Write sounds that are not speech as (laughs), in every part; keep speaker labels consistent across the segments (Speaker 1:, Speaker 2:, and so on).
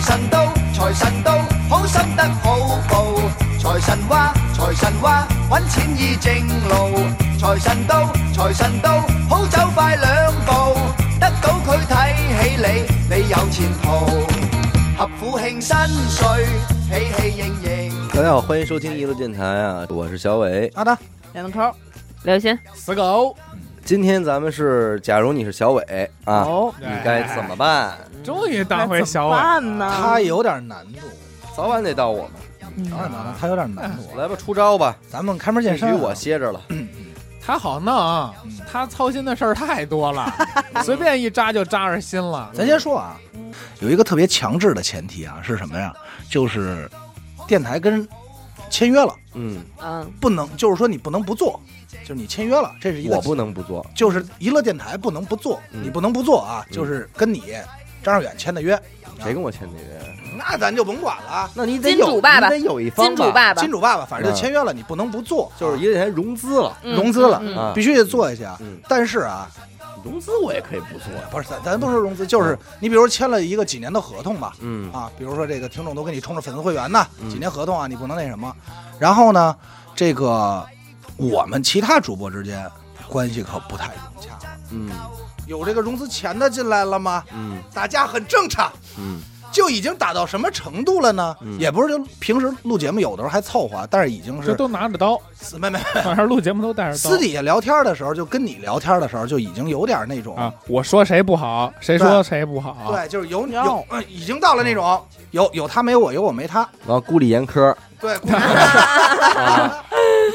Speaker 1: 神到，財神到，好心得好報。財神話，財神話，揾錢易正路。財神到，財神到，好走快兩步。得到佢睇起你，你有前途。合府慶新歲，喜氣盈盈。
Speaker 2: 大家好，欢迎收听一路电台啊，我是小伟。
Speaker 3: 阿达，
Speaker 4: 两个抠，刘鑫，
Speaker 3: 死狗，
Speaker 2: 今天咱们是，假如你是小伟啊，
Speaker 4: 哦
Speaker 2: 你该怎么办？
Speaker 5: 嗯终于当回小伟
Speaker 4: 那怎么办呢？
Speaker 6: 啊
Speaker 3: 他有点难度，
Speaker 2: 早晚得到我们，
Speaker 4: 嗯
Speaker 3: 有点难度，他有点难度。啊
Speaker 2: 来吧，出招吧，
Speaker 3: 咱们开门
Speaker 2: 必
Speaker 3: 见
Speaker 2: 须
Speaker 3: 山啊，
Speaker 2: 我歇着了。
Speaker 4: 嗯
Speaker 5: 他好弄啊，他操心的事儿太多了，随便一扎就扎着心了。
Speaker 3: 咱先说啊，有一个特别强制的前提啊，是什么呀？就是电台跟人签约了，
Speaker 2: 嗯，
Speaker 4: 嗯，
Speaker 3: 不能就是说你不能不做，就是你签约了，这是一个
Speaker 2: 我不能不做，
Speaker 3: 就是娱乐电台不能不做，
Speaker 2: 嗯
Speaker 3: 你不能不做啊，
Speaker 2: 嗯
Speaker 3: 就是跟你张志远签的约，
Speaker 2: 谁跟我签这个？
Speaker 3: 那咱就甭管了。啊
Speaker 2: 那你得
Speaker 4: 金
Speaker 2: 有，
Speaker 4: 主爸爸
Speaker 2: 你得有一方
Speaker 4: 金主爸爸，
Speaker 3: 金主爸爸反正就
Speaker 2: 嗯
Speaker 3: 签约了，你不能不做，
Speaker 2: 就是一个人融资了
Speaker 4: 嗯
Speaker 3: 融资了
Speaker 4: 嗯嗯
Speaker 2: 啊，
Speaker 3: 必须得做下去啊
Speaker 2: 嗯。
Speaker 3: 但是啊，
Speaker 2: 融资我也可以不做。
Speaker 3: 不是咱咱不说融资，就是你比如签了一个几年的合同吧，
Speaker 2: 嗯
Speaker 3: 啊，比如说这个听众都给你充着粉丝会员呢，
Speaker 2: 嗯
Speaker 3: 几年合同啊，你不能那什么。然后呢，这个我们其他主播之间关系可不太融洽了，
Speaker 2: 嗯
Speaker 3: 有这个融资钱的进来了吗？
Speaker 2: 嗯
Speaker 3: 打架很正常，
Speaker 2: 嗯
Speaker 3: 就已经打到什么程度了呢？
Speaker 2: 嗯
Speaker 3: 也不是就平时录节目有的时候还凑合，但是已经
Speaker 5: 这
Speaker 3: 是
Speaker 5: 都拿着刀，
Speaker 3: 私妹妹
Speaker 5: 晚上录节目都带着刀
Speaker 3: 私底下聊天的时候，就跟你聊天的时候就已经有点那种。
Speaker 2: 嗯
Speaker 5: 啊！我说谁不好，谁说谁不
Speaker 2: 啊
Speaker 5: 好。，啊
Speaker 3: 对，就是有
Speaker 4: 要
Speaker 3: 有、嗯已经到了那种
Speaker 2: 嗯
Speaker 3: 有有他没我，有我没他。
Speaker 2: 然后孤立严
Speaker 4: (laughs)
Speaker 2: 苛
Speaker 3: (laughs) 对，
Speaker 2: 啊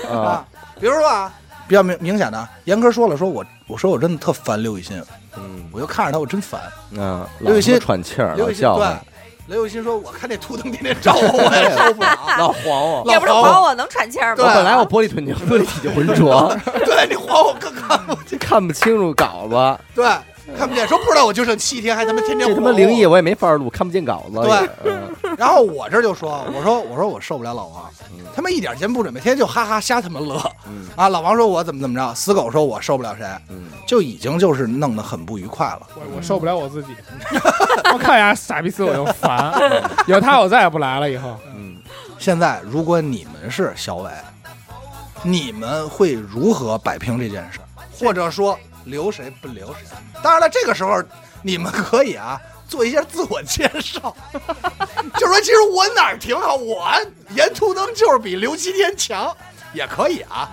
Speaker 2: 啊，
Speaker 3: 啊，比如说啊，比较明明显的，啊严哥说了，说我我说我真的特烦刘雨欣，
Speaker 2: 嗯
Speaker 3: 我就看着他我真烦。
Speaker 2: 啊，老他
Speaker 3: 刘雨
Speaker 2: 妈
Speaker 3: 欣
Speaker 2: 喘气儿，
Speaker 3: 刘
Speaker 2: 老
Speaker 3: 雨欣
Speaker 2: 笑
Speaker 3: 对
Speaker 2: 话，，
Speaker 3: 刘雨欣说，我看这秃灯天天照我，我也受不啊 (laughs) 了。
Speaker 2: 老黄我。
Speaker 3: 老
Speaker 4: 也不是
Speaker 3: 黄
Speaker 4: 管我能喘气儿
Speaker 2: 我
Speaker 3: 对
Speaker 4: 吗？
Speaker 2: 本来我玻璃腿就玻璃体就浑浊，
Speaker 3: 对你还我更看不
Speaker 2: 这看不清楚稿
Speaker 5: (laughs)
Speaker 2: 子，
Speaker 3: 对，看不见，说不知道我就剩七天，还他妈天天
Speaker 2: 这他妈
Speaker 3: 还
Speaker 5: 哦
Speaker 3: 我
Speaker 2: 灵异。我也没法录，看不见稿子。
Speaker 3: 对
Speaker 2: 嗯，
Speaker 3: 然后我这就说，我说我说我受不了老王
Speaker 2: 嗯，
Speaker 3: 他妈一点钱不准备，天天就哈哈瞎他妈乐
Speaker 2: 嗯
Speaker 3: 啊。老王说我怎么怎么着，死狗说我受不了谁，
Speaker 2: 嗯，
Speaker 3: 就已经就是弄得很不愉快了。
Speaker 5: 我我受不了我自己， (laughs) 我看呀傻逼死我就烦，有他我再也不来了。以后
Speaker 2: 嗯，
Speaker 3: 现在，如果你们是小伟，你们会如何摆平这件事儿，或者说留谁不留谁？当然了，这个时候你们可以啊，做一下自我介绍，就说其实我哪儿挺好，我沿途灯就是比刘七天强，也可以啊。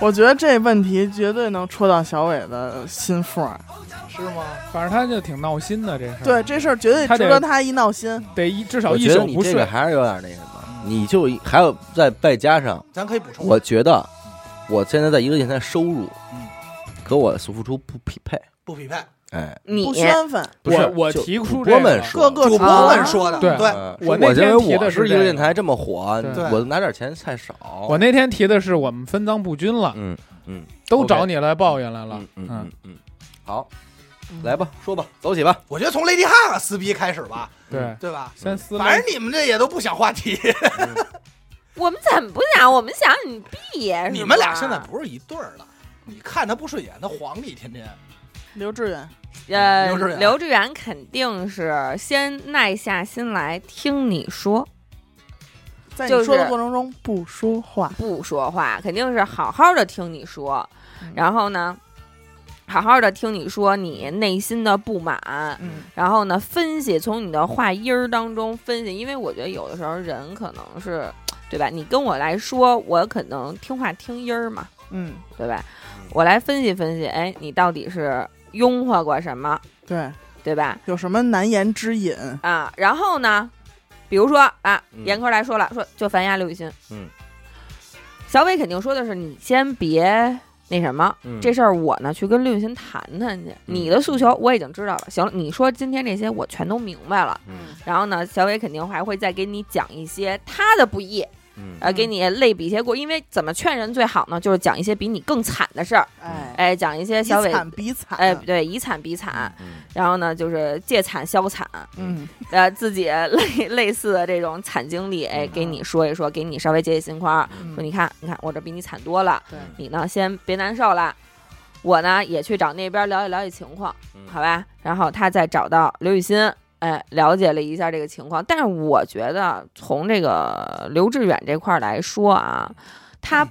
Speaker 6: 我觉得这问题绝对能戳到小伟的心腹儿。
Speaker 3: 是吗？
Speaker 5: 反正他就挺闹心的这事儿。
Speaker 3: 嗯
Speaker 6: 对，，这事儿绝对
Speaker 5: 他得
Speaker 6: 值得他一闹心。
Speaker 5: 得一至少
Speaker 2: 我
Speaker 5: 一
Speaker 2: 觉得
Speaker 5: 宿
Speaker 2: 你
Speaker 5: 不
Speaker 2: 这个
Speaker 5: 睡。
Speaker 2: 还是有点那什么，你就还有再再加上，
Speaker 3: 咱可以补充。
Speaker 2: 我觉得我现在在一个电台收入
Speaker 3: 嗯
Speaker 2: 和我的付出不匹配，
Speaker 3: 不匹配，
Speaker 2: 哎，
Speaker 4: 你
Speaker 6: 不宣愤，
Speaker 2: 不是
Speaker 5: 我我
Speaker 2: 就
Speaker 5: 提出
Speaker 2: 主
Speaker 5: 这
Speaker 2: 播
Speaker 5: 个
Speaker 2: 们
Speaker 6: 各
Speaker 2: 说，
Speaker 6: 个
Speaker 3: 主
Speaker 6: 主
Speaker 3: 播们说的，
Speaker 5: 对
Speaker 3: 对
Speaker 2: 嗯
Speaker 5: 我那
Speaker 2: 我认
Speaker 5: 天提
Speaker 2: 为我
Speaker 5: 的
Speaker 2: 是
Speaker 5: 是
Speaker 2: 一个
Speaker 5: 这
Speaker 2: 电
Speaker 5: 个
Speaker 2: 台这么火，
Speaker 5: 对
Speaker 2: 我拿点钱太少
Speaker 5: 我。那天提的是我们分赃不均了，
Speaker 2: 嗯嗯
Speaker 5: 都
Speaker 2: OK
Speaker 5: 找你来抱怨来了
Speaker 2: 嗯。嗯嗯嗯，好，来吧，说吧，走起吧。
Speaker 3: 我觉得从 Lady Gaga 撕逼开始吧，
Speaker 2: 嗯
Speaker 5: 对，
Speaker 3: 对吧？
Speaker 5: 先撕了
Speaker 3: 反正你们这也都不想话题，
Speaker 4: 我们怎么不想？我们想你闭呀！是
Speaker 3: 你们俩
Speaker 4: 吧
Speaker 3: 现在不是一对儿了，你看他不顺眼，他黄你天天。
Speaker 6: 刘志远，
Speaker 4: 呃
Speaker 3: 刘志远，
Speaker 4: 刘志远肯定是先耐下心来听你说，
Speaker 6: 在
Speaker 4: 就
Speaker 6: 你说的
Speaker 4: 是
Speaker 6: 过程中不说话，
Speaker 4: 不说话，肯定是好好的听你说，
Speaker 6: 嗯
Speaker 4: 然后呢，好好的听你说你内心的不满，
Speaker 6: 嗯，
Speaker 4: 然后呢，分析从你的话音儿当中分析，因为我觉得有的时候人可能是，对吧？你跟我来说，我可能听话听音儿嘛，
Speaker 6: 嗯，
Speaker 4: 对吧？我来分析分析，哎，你到底是拥护过什么，
Speaker 6: 对，
Speaker 4: 对吧？
Speaker 6: 有什么难言之隐？
Speaker 4: 啊，然后呢，比如说啊，
Speaker 2: 嗯
Speaker 4: 严科来说了，说就烦呀刘雨欣，
Speaker 2: 嗯，
Speaker 4: 小伟肯定说的是你先别那什么，
Speaker 2: 嗯
Speaker 4: 这事儿我呢去跟刘雨欣谈谈去，你的诉求我已经知道了，行了，你说今天这些我全都明白了。
Speaker 2: 嗯
Speaker 4: 然后呢，小伟肯定还会再给你讲一些他的不易，
Speaker 2: 嗯
Speaker 4: 呃，给你类比一些过，因为怎么劝人最好呢？就是讲一些比你更惨的事儿，
Speaker 6: 哎，
Speaker 4: 哎，讲一些
Speaker 6: 以
Speaker 4: 小伟，
Speaker 6: 惨比惨，
Speaker 4: 哎，对，以惨比惨，
Speaker 2: 嗯
Speaker 4: 然后呢，就是借惨消惨，
Speaker 6: 嗯，
Speaker 4: 呃，自己类 (laughs) 类似的这种惨经历，哎，给你说一说，给你稍微解解心宽儿，
Speaker 6: 嗯
Speaker 4: 说你看，你看我这比你惨多了，
Speaker 6: 对
Speaker 4: 你呢先别难受了。我呢也去找那边了解了解情况，
Speaker 2: 嗯
Speaker 4: 好吧？然后他再找到刘雨欣，哎，了解了一下这个情况。但是我觉得从这个刘志远这块儿来说啊，他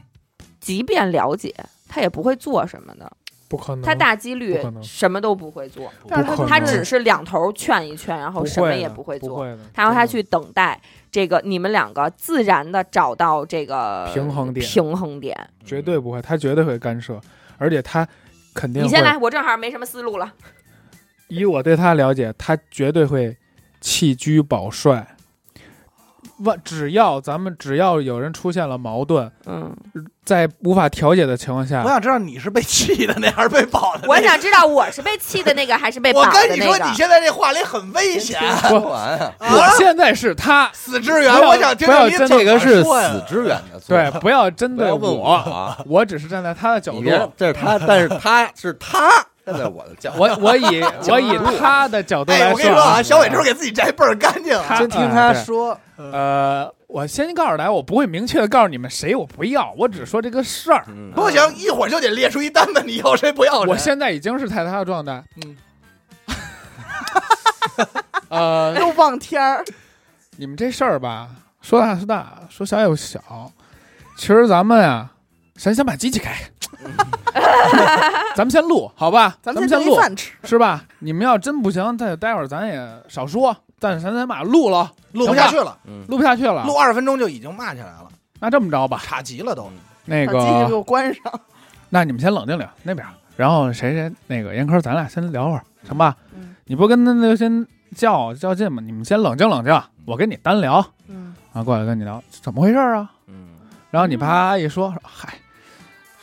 Speaker 4: 即便了解，他也不会做什么的，
Speaker 5: 不可能，
Speaker 4: 他大几率
Speaker 5: 不可能
Speaker 4: 什么都不会做，
Speaker 6: 但是
Speaker 5: 不可
Speaker 6: 他
Speaker 4: 他
Speaker 5: 能
Speaker 4: 只是两头劝一劝，然
Speaker 5: 不
Speaker 4: 后
Speaker 5: 会
Speaker 4: 什么
Speaker 5: 的
Speaker 4: 也不会
Speaker 5: 不
Speaker 4: 做。
Speaker 5: 会的。
Speaker 4: 他让
Speaker 5: 真
Speaker 4: 他
Speaker 5: 的
Speaker 4: 去等待这个你们两个自然的找到这个
Speaker 5: 平衡点
Speaker 4: 平衡点。
Speaker 5: 绝对不会，他绝对会干涉，而且他肯定
Speaker 4: 你
Speaker 5: 会。
Speaker 4: 先来，我正好没什么思路了。
Speaker 5: 以我对他了解，他绝对会弃车保帅。万只要咱们只要有人出现了矛盾，
Speaker 4: 嗯，
Speaker 5: 在无法调解的情况
Speaker 3: 我 (laughs)
Speaker 5: 下，
Speaker 3: 想知道你是被气的那还是被保的那？
Speaker 4: 我想知道我是被气的那个还
Speaker 3: (laughs)
Speaker 4: 是被
Speaker 3: 我
Speaker 4: 绑
Speaker 3: 跟
Speaker 4: 的
Speaker 3: 你
Speaker 4: 那
Speaker 3: 说，你
Speaker 4: 个。
Speaker 3: 现在这话里很危险。
Speaker 5: (laughs)
Speaker 2: 说完啊，
Speaker 5: 我现在是他，
Speaker 3: 死支援，
Speaker 5: 不要
Speaker 3: 我想听
Speaker 5: 不要
Speaker 3: 听你
Speaker 5: 真
Speaker 3: 怎
Speaker 5: 这
Speaker 2: 这
Speaker 3: 么
Speaker 2: 个是
Speaker 3: 说呀
Speaker 2: 死支援的错，
Speaker 5: 对，不要针
Speaker 2: 不
Speaker 5: 对
Speaker 2: 要问我
Speaker 5: 我，
Speaker 2: 啊，
Speaker 5: 我只是站在他的角
Speaker 2: 你
Speaker 5: 度，
Speaker 2: 别，这是
Speaker 5: (laughs)
Speaker 2: 他，但是他是他站在我的角，
Speaker 5: 我我以我以他的角度
Speaker 3: 哎，
Speaker 5: 来
Speaker 3: 我跟你说
Speaker 5: 啊
Speaker 3: 啊，小伟这会儿给自己摘倍儿干净啊。
Speaker 5: 他
Speaker 2: 真听他
Speaker 5: 哎对
Speaker 2: 说，
Speaker 5: 呃，我先告诉大家，我不会明确的告诉你们谁我不要，我只说这个事儿。
Speaker 2: 嗯
Speaker 3: 不行，一会儿就得列出一单子，你要谁不要谁。
Speaker 5: 我现在已经是太他的状态，
Speaker 3: 嗯，
Speaker 5: (laughs) 呃，
Speaker 6: 又望天儿，
Speaker 5: 你们这事儿吧，说大是大，说小有小。其实咱们啊，咱先把机器开，咱们先录，好吧？咱
Speaker 6: 咱们
Speaker 5: 先
Speaker 6: 弄一
Speaker 5: 录，
Speaker 6: 饭吃。
Speaker 5: 是吧？你们要真不行，再待会儿咱也少说，但是咱先把录了，
Speaker 3: 录不下去了，
Speaker 2: 嗯
Speaker 5: 录不下去了。
Speaker 3: 录二十分钟就已经骂起来了，
Speaker 5: 那这么着吧，
Speaker 3: 差极了都。
Speaker 5: 那
Speaker 6: 把机器给
Speaker 5: 个，
Speaker 6: 我关上。
Speaker 5: 那你们先冷静冷那边儿，然后谁谁那个严科，咱俩先聊会儿，成吧？
Speaker 6: 嗯
Speaker 5: 你不跟他那先较较劲吗？你们先冷静冷静，我跟你单聊，
Speaker 6: 嗯，
Speaker 5: 然后过来跟你聊，怎么回事儿啊？
Speaker 2: 嗯，
Speaker 5: 然后你啪一说，嗨，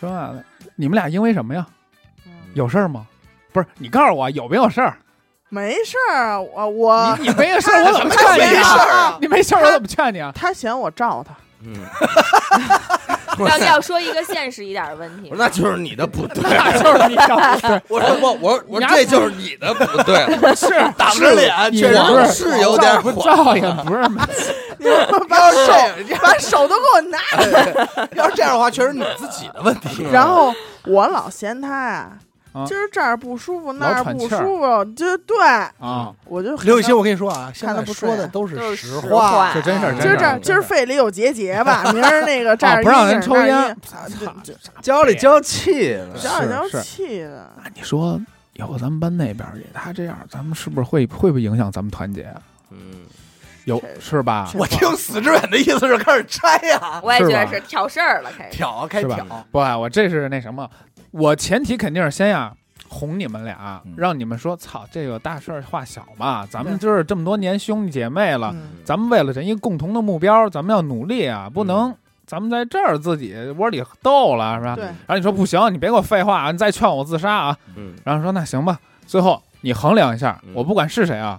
Speaker 5: 说嘛呢？你们俩因为什么呀？有事儿吗？不是，你告诉我有没有事儿？
Speaker 6: 没事儿啊，我我
Speaker 5: 你你没有事儿，我怎么
Speaker 6: 他
Speaker 5: 劝
Speaker 3: 没
Speaker 5: 你
Speaker 3: 事
Speaker 5: 啊？
Speaker 3: 儿啊，
Speaker 5: 你 (laughs) 没事儿，我怎么劝你啊？
Speaker 6: 他嫌我照 (laughs) 他，
Speaker 2: 嗯， (laughs)
Speaker 4: 要要说一个现实一点
Speaker 5: (laughs)
Speaker 4: 的问题
Speaker 2: 我说，那就是你的不对，
Speaker 5: 那 (laughs) 就是你啊要
Speaker 2: 我说我我我
Speaker 5: 你还
Speaker 2: 这就是你的不对，
Speaker 5: 是
Speaker 3: 打不着脸，
Speaker 5: (laughs) 你
Speaker 3: 确实
Speaker 5: 不
Speaker 2: 我
Speaker 5: 是
Speaker 2: 是有点
Speaker 5: 不是
Speaker 2: 火
Speaker 5: 照应，不是没
Speaker 3: 要是这样，
Speaker 6: 把手都给我拿。
Speaker 3: 要是这样的话，确实你自己的问题。
Speaker 6: 然后我老嫌他呀
Speaker 5: 啊，
Speaker 6: 今儿这儿不舒服，那
Speaker 5: 老
Speaker 6: 儿
Speaker 5: 喘
Speaker 6: 不
Speaker 5: 气儿
Speaker 6: 舒服，就对，
Speaker 5: 啊，
Speaker 6: 我就很
Speaker 3: 刘雨欣，我跟你说啊，现
Speaker 6: 看
Speaker 3: 在
Speaker 6: 得不
Speaker 3: 说的
Speaker 6: 顺
Speaker 3: 都
Speaker 4: 就是是
Speaker 3: 实
Speaker 4: 实
Speaker 3: 话，
Speaker 4: 话
Speaker 5: 这真事儿，
Speaker 6: 今儿这儿
Speaker 5: 真事
Speaker 6: 今儿肺里有结节吧， (laughs) 明儿那个这
Speaker 5: 啊
Speaker 6: 儿
Speaker 5: 不让
Speaker 6: 一
Speaker 5: 人
Speaker 6: 那儿
Speaker 5: 抽
Speaker 6: 一
Speaker 5: 烟，
Speaker 6: 啊操，这
Speaker 2: 交里交气呢，
Speaker 6: 这二
Speaker 5: 是
Speaker 6: 条
Speaker 5: 是
Speaker 6: 气的，
Speaker 5: 那你说以后咱们班那边儿也他这样，咱们是不是会会不会影响咱们团结啊？
Speaker 2: 嗯，
Speaker 5: 有
Speaker 6: 这
Speaker 5: 是吧？
Speaker 6: 这
Speaker 3: 我听死志远的意思是开始拆呀，
Speaker 4: 我也觉
Speaker 5: 是
Speaker 4: 得
Speaker 5: 吧
Speaker 4: 是挑事儿了，开始。
Speaker 3: 挑开
Speaker 5: 是吧
Speaker 3: 挑。
Speaker 5: 不，我这是那什么，我前提肯定是先呀哄你们俩
Speaker 2: 嗯，
Speaker 5: 让你们说操，这个大事儿化小嘛，咱
Speaker 6: 对
Speaker 5: 们就是这么多年兄弟姐妹了，
Speaker 6: 嗯
Speaker 5: 咱们为了这一共同的目标，咱们要努力啊，不
Speaker 2: 嗯
Speaker 5: 能咱们在这儿自己窝里斗了，是吧？
Speaker 6: 对，
Speaker 5: 然后你说不行，你别给我废话啊，你再劝我自杀啊，
Speaker 2: 嗯
Speaker 5: 然后说那行吧，最后你衡量一下
Speaker 2: 嗯，
Speaker 5: 我不管是谁啊，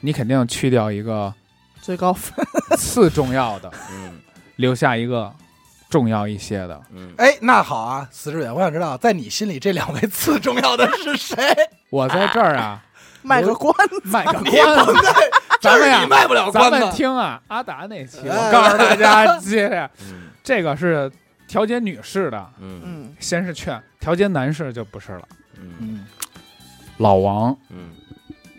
Speaker 5: 你肯定去掉一个
Speaker 6: 最高分，
Speaker 5: 次重要的，
Speaker 2: 嗯
Speaker 5: 留下一个重要一些的。
Speaker 2: 嗯，
Speaker 3: 哎，那好啊，死志远，我想知道在你心里这两位次重要的是谁？
Speaker 5: 我在这儿啊，
Speaker 6: 卖个关子，
Speaker 5: 卖个
Speaker 3: (laughs) 你
Speaker 5: 关
Speaker 3: 不
Speaker 5: 子，
Speaker 3: 对，
Speaker 5: 咱们
Speaker 3: 这是你
Speaker 5: 呀，
Speaker 3: 卖不了
Speaker 5: 咱
Speaker 3: 关
Speaker 5: 们
Speaker 3: 子。
Speaker 5: 听啊，阿达那期，
Speaker 3: 哎
Speaker 5: 我告诉大家，接着
Speaker 2: 嗯
Speaker 5: 这个是调节女士的，
Speaker 2: 嗯
Speaker 6: 嗯，
Speaker 5: 先是劝；调节男士就不是了。
Speaker 2: 嗯
Speaker 3: 嗯，
Speaker 5: 老王
Speaker 2: 嗯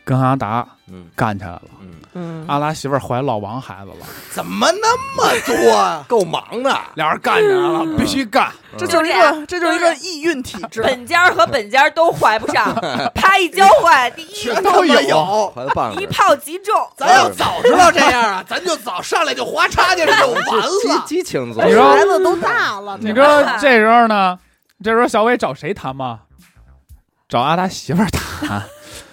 Speaker 5: 跟阿达
Speaker 2: 嗯
Speaker 5: 干起来了，
Speaker 2: 嗯，
Speaker 4: 嗯，
Speaker 5: 阿达媳妇儿怀老王孩子了，
Speaker 3: (laughs) 怎么那么多啊？
Speaker 2: 够忙的，
Speaker 5: 俩人干起来了，
Speaker 3: (laughs)
Speaker 5: 必须干。
Speaker 6: 这就是一
Speaker 4: 就这样
Speaker 6: 个这就是一个易孕体 (laughs) 质，
Speaker 4: 本家儿和本家儿都怀不
Speaker 5: (laughs)
Speaker 4: 上，啪一交换，第一
Speaker 3: 全他妈
Speaker 5: 有
Speaker 3: 有。
Speaker 2: 怀的棒
Speaker 4: 一
Speaker 2: 子，
Speaker 4: 炮即中。
Speaker 3: 咱要早知道这样啊，咱就早上来就划叉去了，就完 (laughs)
Speaker 2: 激
Speaker 3: 了。
Speaker 2: 激情族，
Speaker 5: 你说
Speaker 6: 孩子都大了，
Speaker 5: 你
Speaker 6: 这
Speaker 5: 知道这时候呢？这时候小伟找谁谈吗？找阿达媳妇儿谈，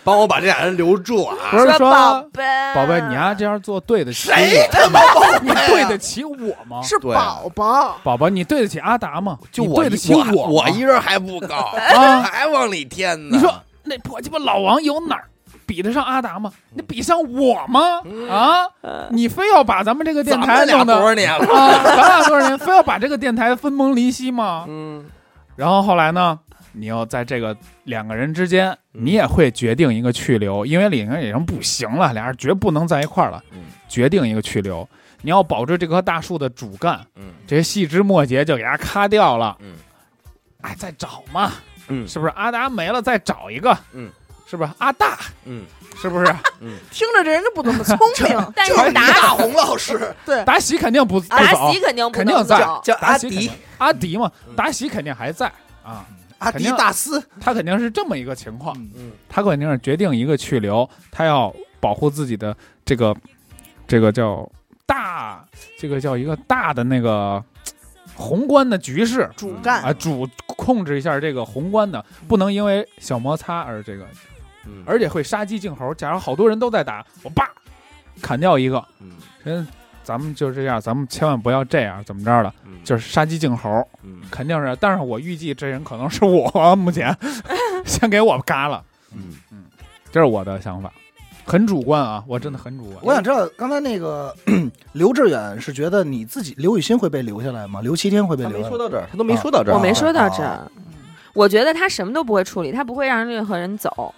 Speaker 2: 帮我把这俩人留住啊！
Speaker 5: 不是
Speaker 4: 说宝
Speaker 5: 说
Speaker 4: 贝，。
Speaker 5: 宝贝，你呀这样做对得起
Speaker 3: 谁
Speaker 5: 我，
Speaker 3: 哎他妈宝
Speaker 5: 你
Speaker 3: 贝啊？
Speaker 5: 对得起我吗？
Speaker 6: 是
Speaker 2: 对
Speaker 6: 宝宝，
Speaker 5: 宝宝，你对得起阿达吗？
Speaker 2: 就
Speaker 5: 你
Speaker 2: 我
Speaker 5: 对
Speaker 2: 一
Speaker 5: 得起
Speaker 2: 我
Speaker 5: 我吗
Speaker 2: 一人还不
Speaker 3: (laughs)
Speaker 2: 够，
Speaker 3: 哎
Speaker 5: 啊！
Speaker 2: 还往里添呢。
Speaker 5: 你说那破鸡巴老王有哪儿比得上阿达吗？那比上我吗？啊！你非要把咱们这个电
Speaker 2: 嗯咱
Speaker 5: 台
Speaker 2: 们俩
Speaker 5: 弄
Speaker 2: 多
Speaker 5: 得啊，
Speaker 2: 少年了？
Speaker 5: 咱俩多少年，非要把这个电台分崩离析吗？
Speaker 2: 嗯
Speaker 5: 然后后来呢，你又在这个两个人之间，
Speaker 2: 嗯
Speaker 5: 你也会决定一个去留，因为李宁已经不行了，俩人绝不能在一块儿了
Speaker 2: 嗯，
Speaker 5: 决定一个去留。你要保住这棵大树的主干，
Speaker 2: 嗯
Speaker 5: 这些细枝末节就给它咔掉了。
Speaker 2: 嗯，
Speaker 5: 哎，再找嘛，
Speaker 2: 嗯
Speaker 5: 是不是？阿达没了再找一个，
Speaker 2: 嗯，
Speaker 5: 是吧？阿大
Speaker 2: 嗯，
Speaker 5: 是不是？
Speaker 6: 听着这人就不怎么聪明 (laughs)
Speaker 4: 但是
Speaker 3: 就是
Speaker 4: 达
Speaker 3: 大红老师，
Speaker 6: 对，
Speaker 5: 达喜肯定不不
Speaker 4: 达
Speaker 5: 走
Speaker 4: 喜，肯定不
Speaker 5: 肯定
Speaker 4: 能
Speaker 5: 在
Speaker 4: 走，
Speaker 2: 叫阿
Speaker 5: 达喜肯
Speaker 2: 迪嗯
Speaker 5: 定，阿迪嘛，达喜肯定还在啊。
Speaker 3: 阿
Speaker 5: 肯
Speaker 3: 迪
Speaker 5: 定
Speaker 3: 大斯，
Speaker 5: 他肯定是这么一个情况，
Speaker 3: 嗯
Speaker 2: 嗯，
Speaker 5: 他肯定是决定一个去留，他要保护自己的这个这个叫大，这个叫一个大的那个嘖宏观的局势
Speaker 6: 主
Speaker 5: 啊，
Speaker 6: 干
Speaker 5: 主控制一下这个宏观的，不能因为小摩擦而这个，
Speaker 2: 嗯
Speaker 5: 而且会杀鸡儆猴。假如好多人都在打，我叭砍掉一个，
Speaker 2: 嗯
Speaker 5: 人咱们就这样，咱们千万不要这样，怎么着了？
Speaker 2: 嗯
Speaker 5: 就是杀鸡儆猴，
Speaker 2: 嗯
Speaker 5: 肯定是，但是我预计这人可能是我，目前 (laughs) 先给我嘎了。
Speaker 2: 嗯
Speaker 5: 这是我的想法，很主观啊，我真的很主观。
Speaker 3: 我想知道刚才那个 (clears throat) 刘志远是觉得你自己刘雨欣会被留下来吗？刘七天会被
Speaker 2: 他
Speaker 3: 留
Speaker 2: 没
Speaker 3: 下来
Speaker 2: 说
Speaker 3: 吗？
Speaker 2: 到这儿，他都没说到这儿，
Speaker 4: 我没说到这儿
Speaker 3: 啊。
Speaker 4: 我觉得他什么都不会处理，他不会让任何人走。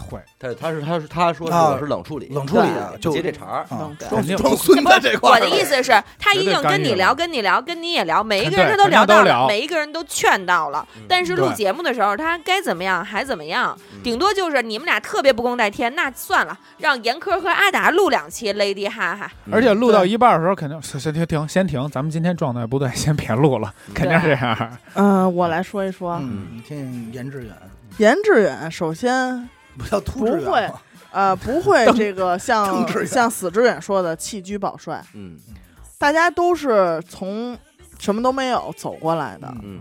Speaker 5: 会，
Speaker 2: 他他是他是他说是
Speaker 3: 啊
Speaker 2: 我是冷处理，
Speaker 3: 冷处理啊，
Speaker 2: 不
Speaker 3: 就
Speaker 2: 接这茬儿，
Speaker 3: 啊，
Speaker 5: 肯定
Speaker 3: 装孙子这块
Speaker 4: 我
Speaker 3: 儿
Speaker 4: 的意思是，他
Speaker 5: 绝
Speaker 4: 一
Speaker 5: 对
Speaker 4: 定跟你
Speaker 5: 干预
Speaker 4: 聊，
Speaker 5: 了
Speaker 4: 跟你聊，跟你也聊，每一个
Speaker 5: 对
Speaker 4: 人他都
Speaker 5: 肯定
Speaker 4: 聊
Speaker 5: 都
Speaker 4: 到了，
Speaker 5: 聊
Speaker 4: 每一个人都劝到了。但是录
Speaker 5: 对
Speaker 4: 节目的时候，他该怎么样还怎么样，
Speaker 2: 嗯
Speaker 4: 顶多就是你们俩特别不共戴天，那算了，让严科和阿达录两期 Lady 哈哈。
Speaker 2: 嗯
Speaker 5: 而且录到一半的时候，肯定是先停停，先停，咱们今天状态不对，先别录了，肯定是这样。
Speaker 6: 嗯，我来说一说
Speaker 3: 嗯，你听听严志远，
Speaker 6: 严志远，首先
Speaker 3: 不叫突志
Speaker 6: 不会
Speaker 3: 远吗？啊
Speaker 6: 呃不会这个
Speaker 3: (laughs) 邓志
Speaker 6: 像
Speaker 3: 远
Speaker 6: 像死志远说的弃车保帅，
Speaker 2: 嗯
Speaker 6: 大家都是从什么都没有走过来的，
Speaker 2: 嗯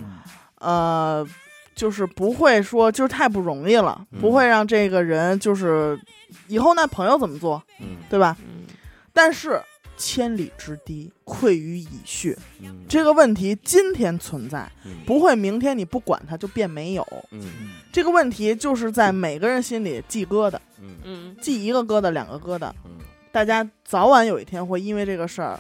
Speaker 6: 呃，就是不会说就是太不容易了，
Speaker 2: 嗯
Speaker 6: 不会让这个人就是以后那朋友怎么做，
Speaker 2: 嗯
Speaker 6: 对吧？
Speaker 4: 嗯，
Speaker 6: 但是千里之堤，溃于蚁穴，
Speaker 2: 嗯
Speaker 6: 这个问题今天存在，
Speaker 2: 嗯
Speaker 6: 不会明天你不管它就变没有。
Speaker 2: 嗯
Speaker 6: 这个问题就是在每个人心里记疙瘩，
Speaker 2: 嗯
Speaker 4: 嗯，
Speaker 6: 记一个疙瘩，两个疙瘩，
Speaker 2: 嗯
Speaker 6: 大家早晚有一天会因为这个事儿，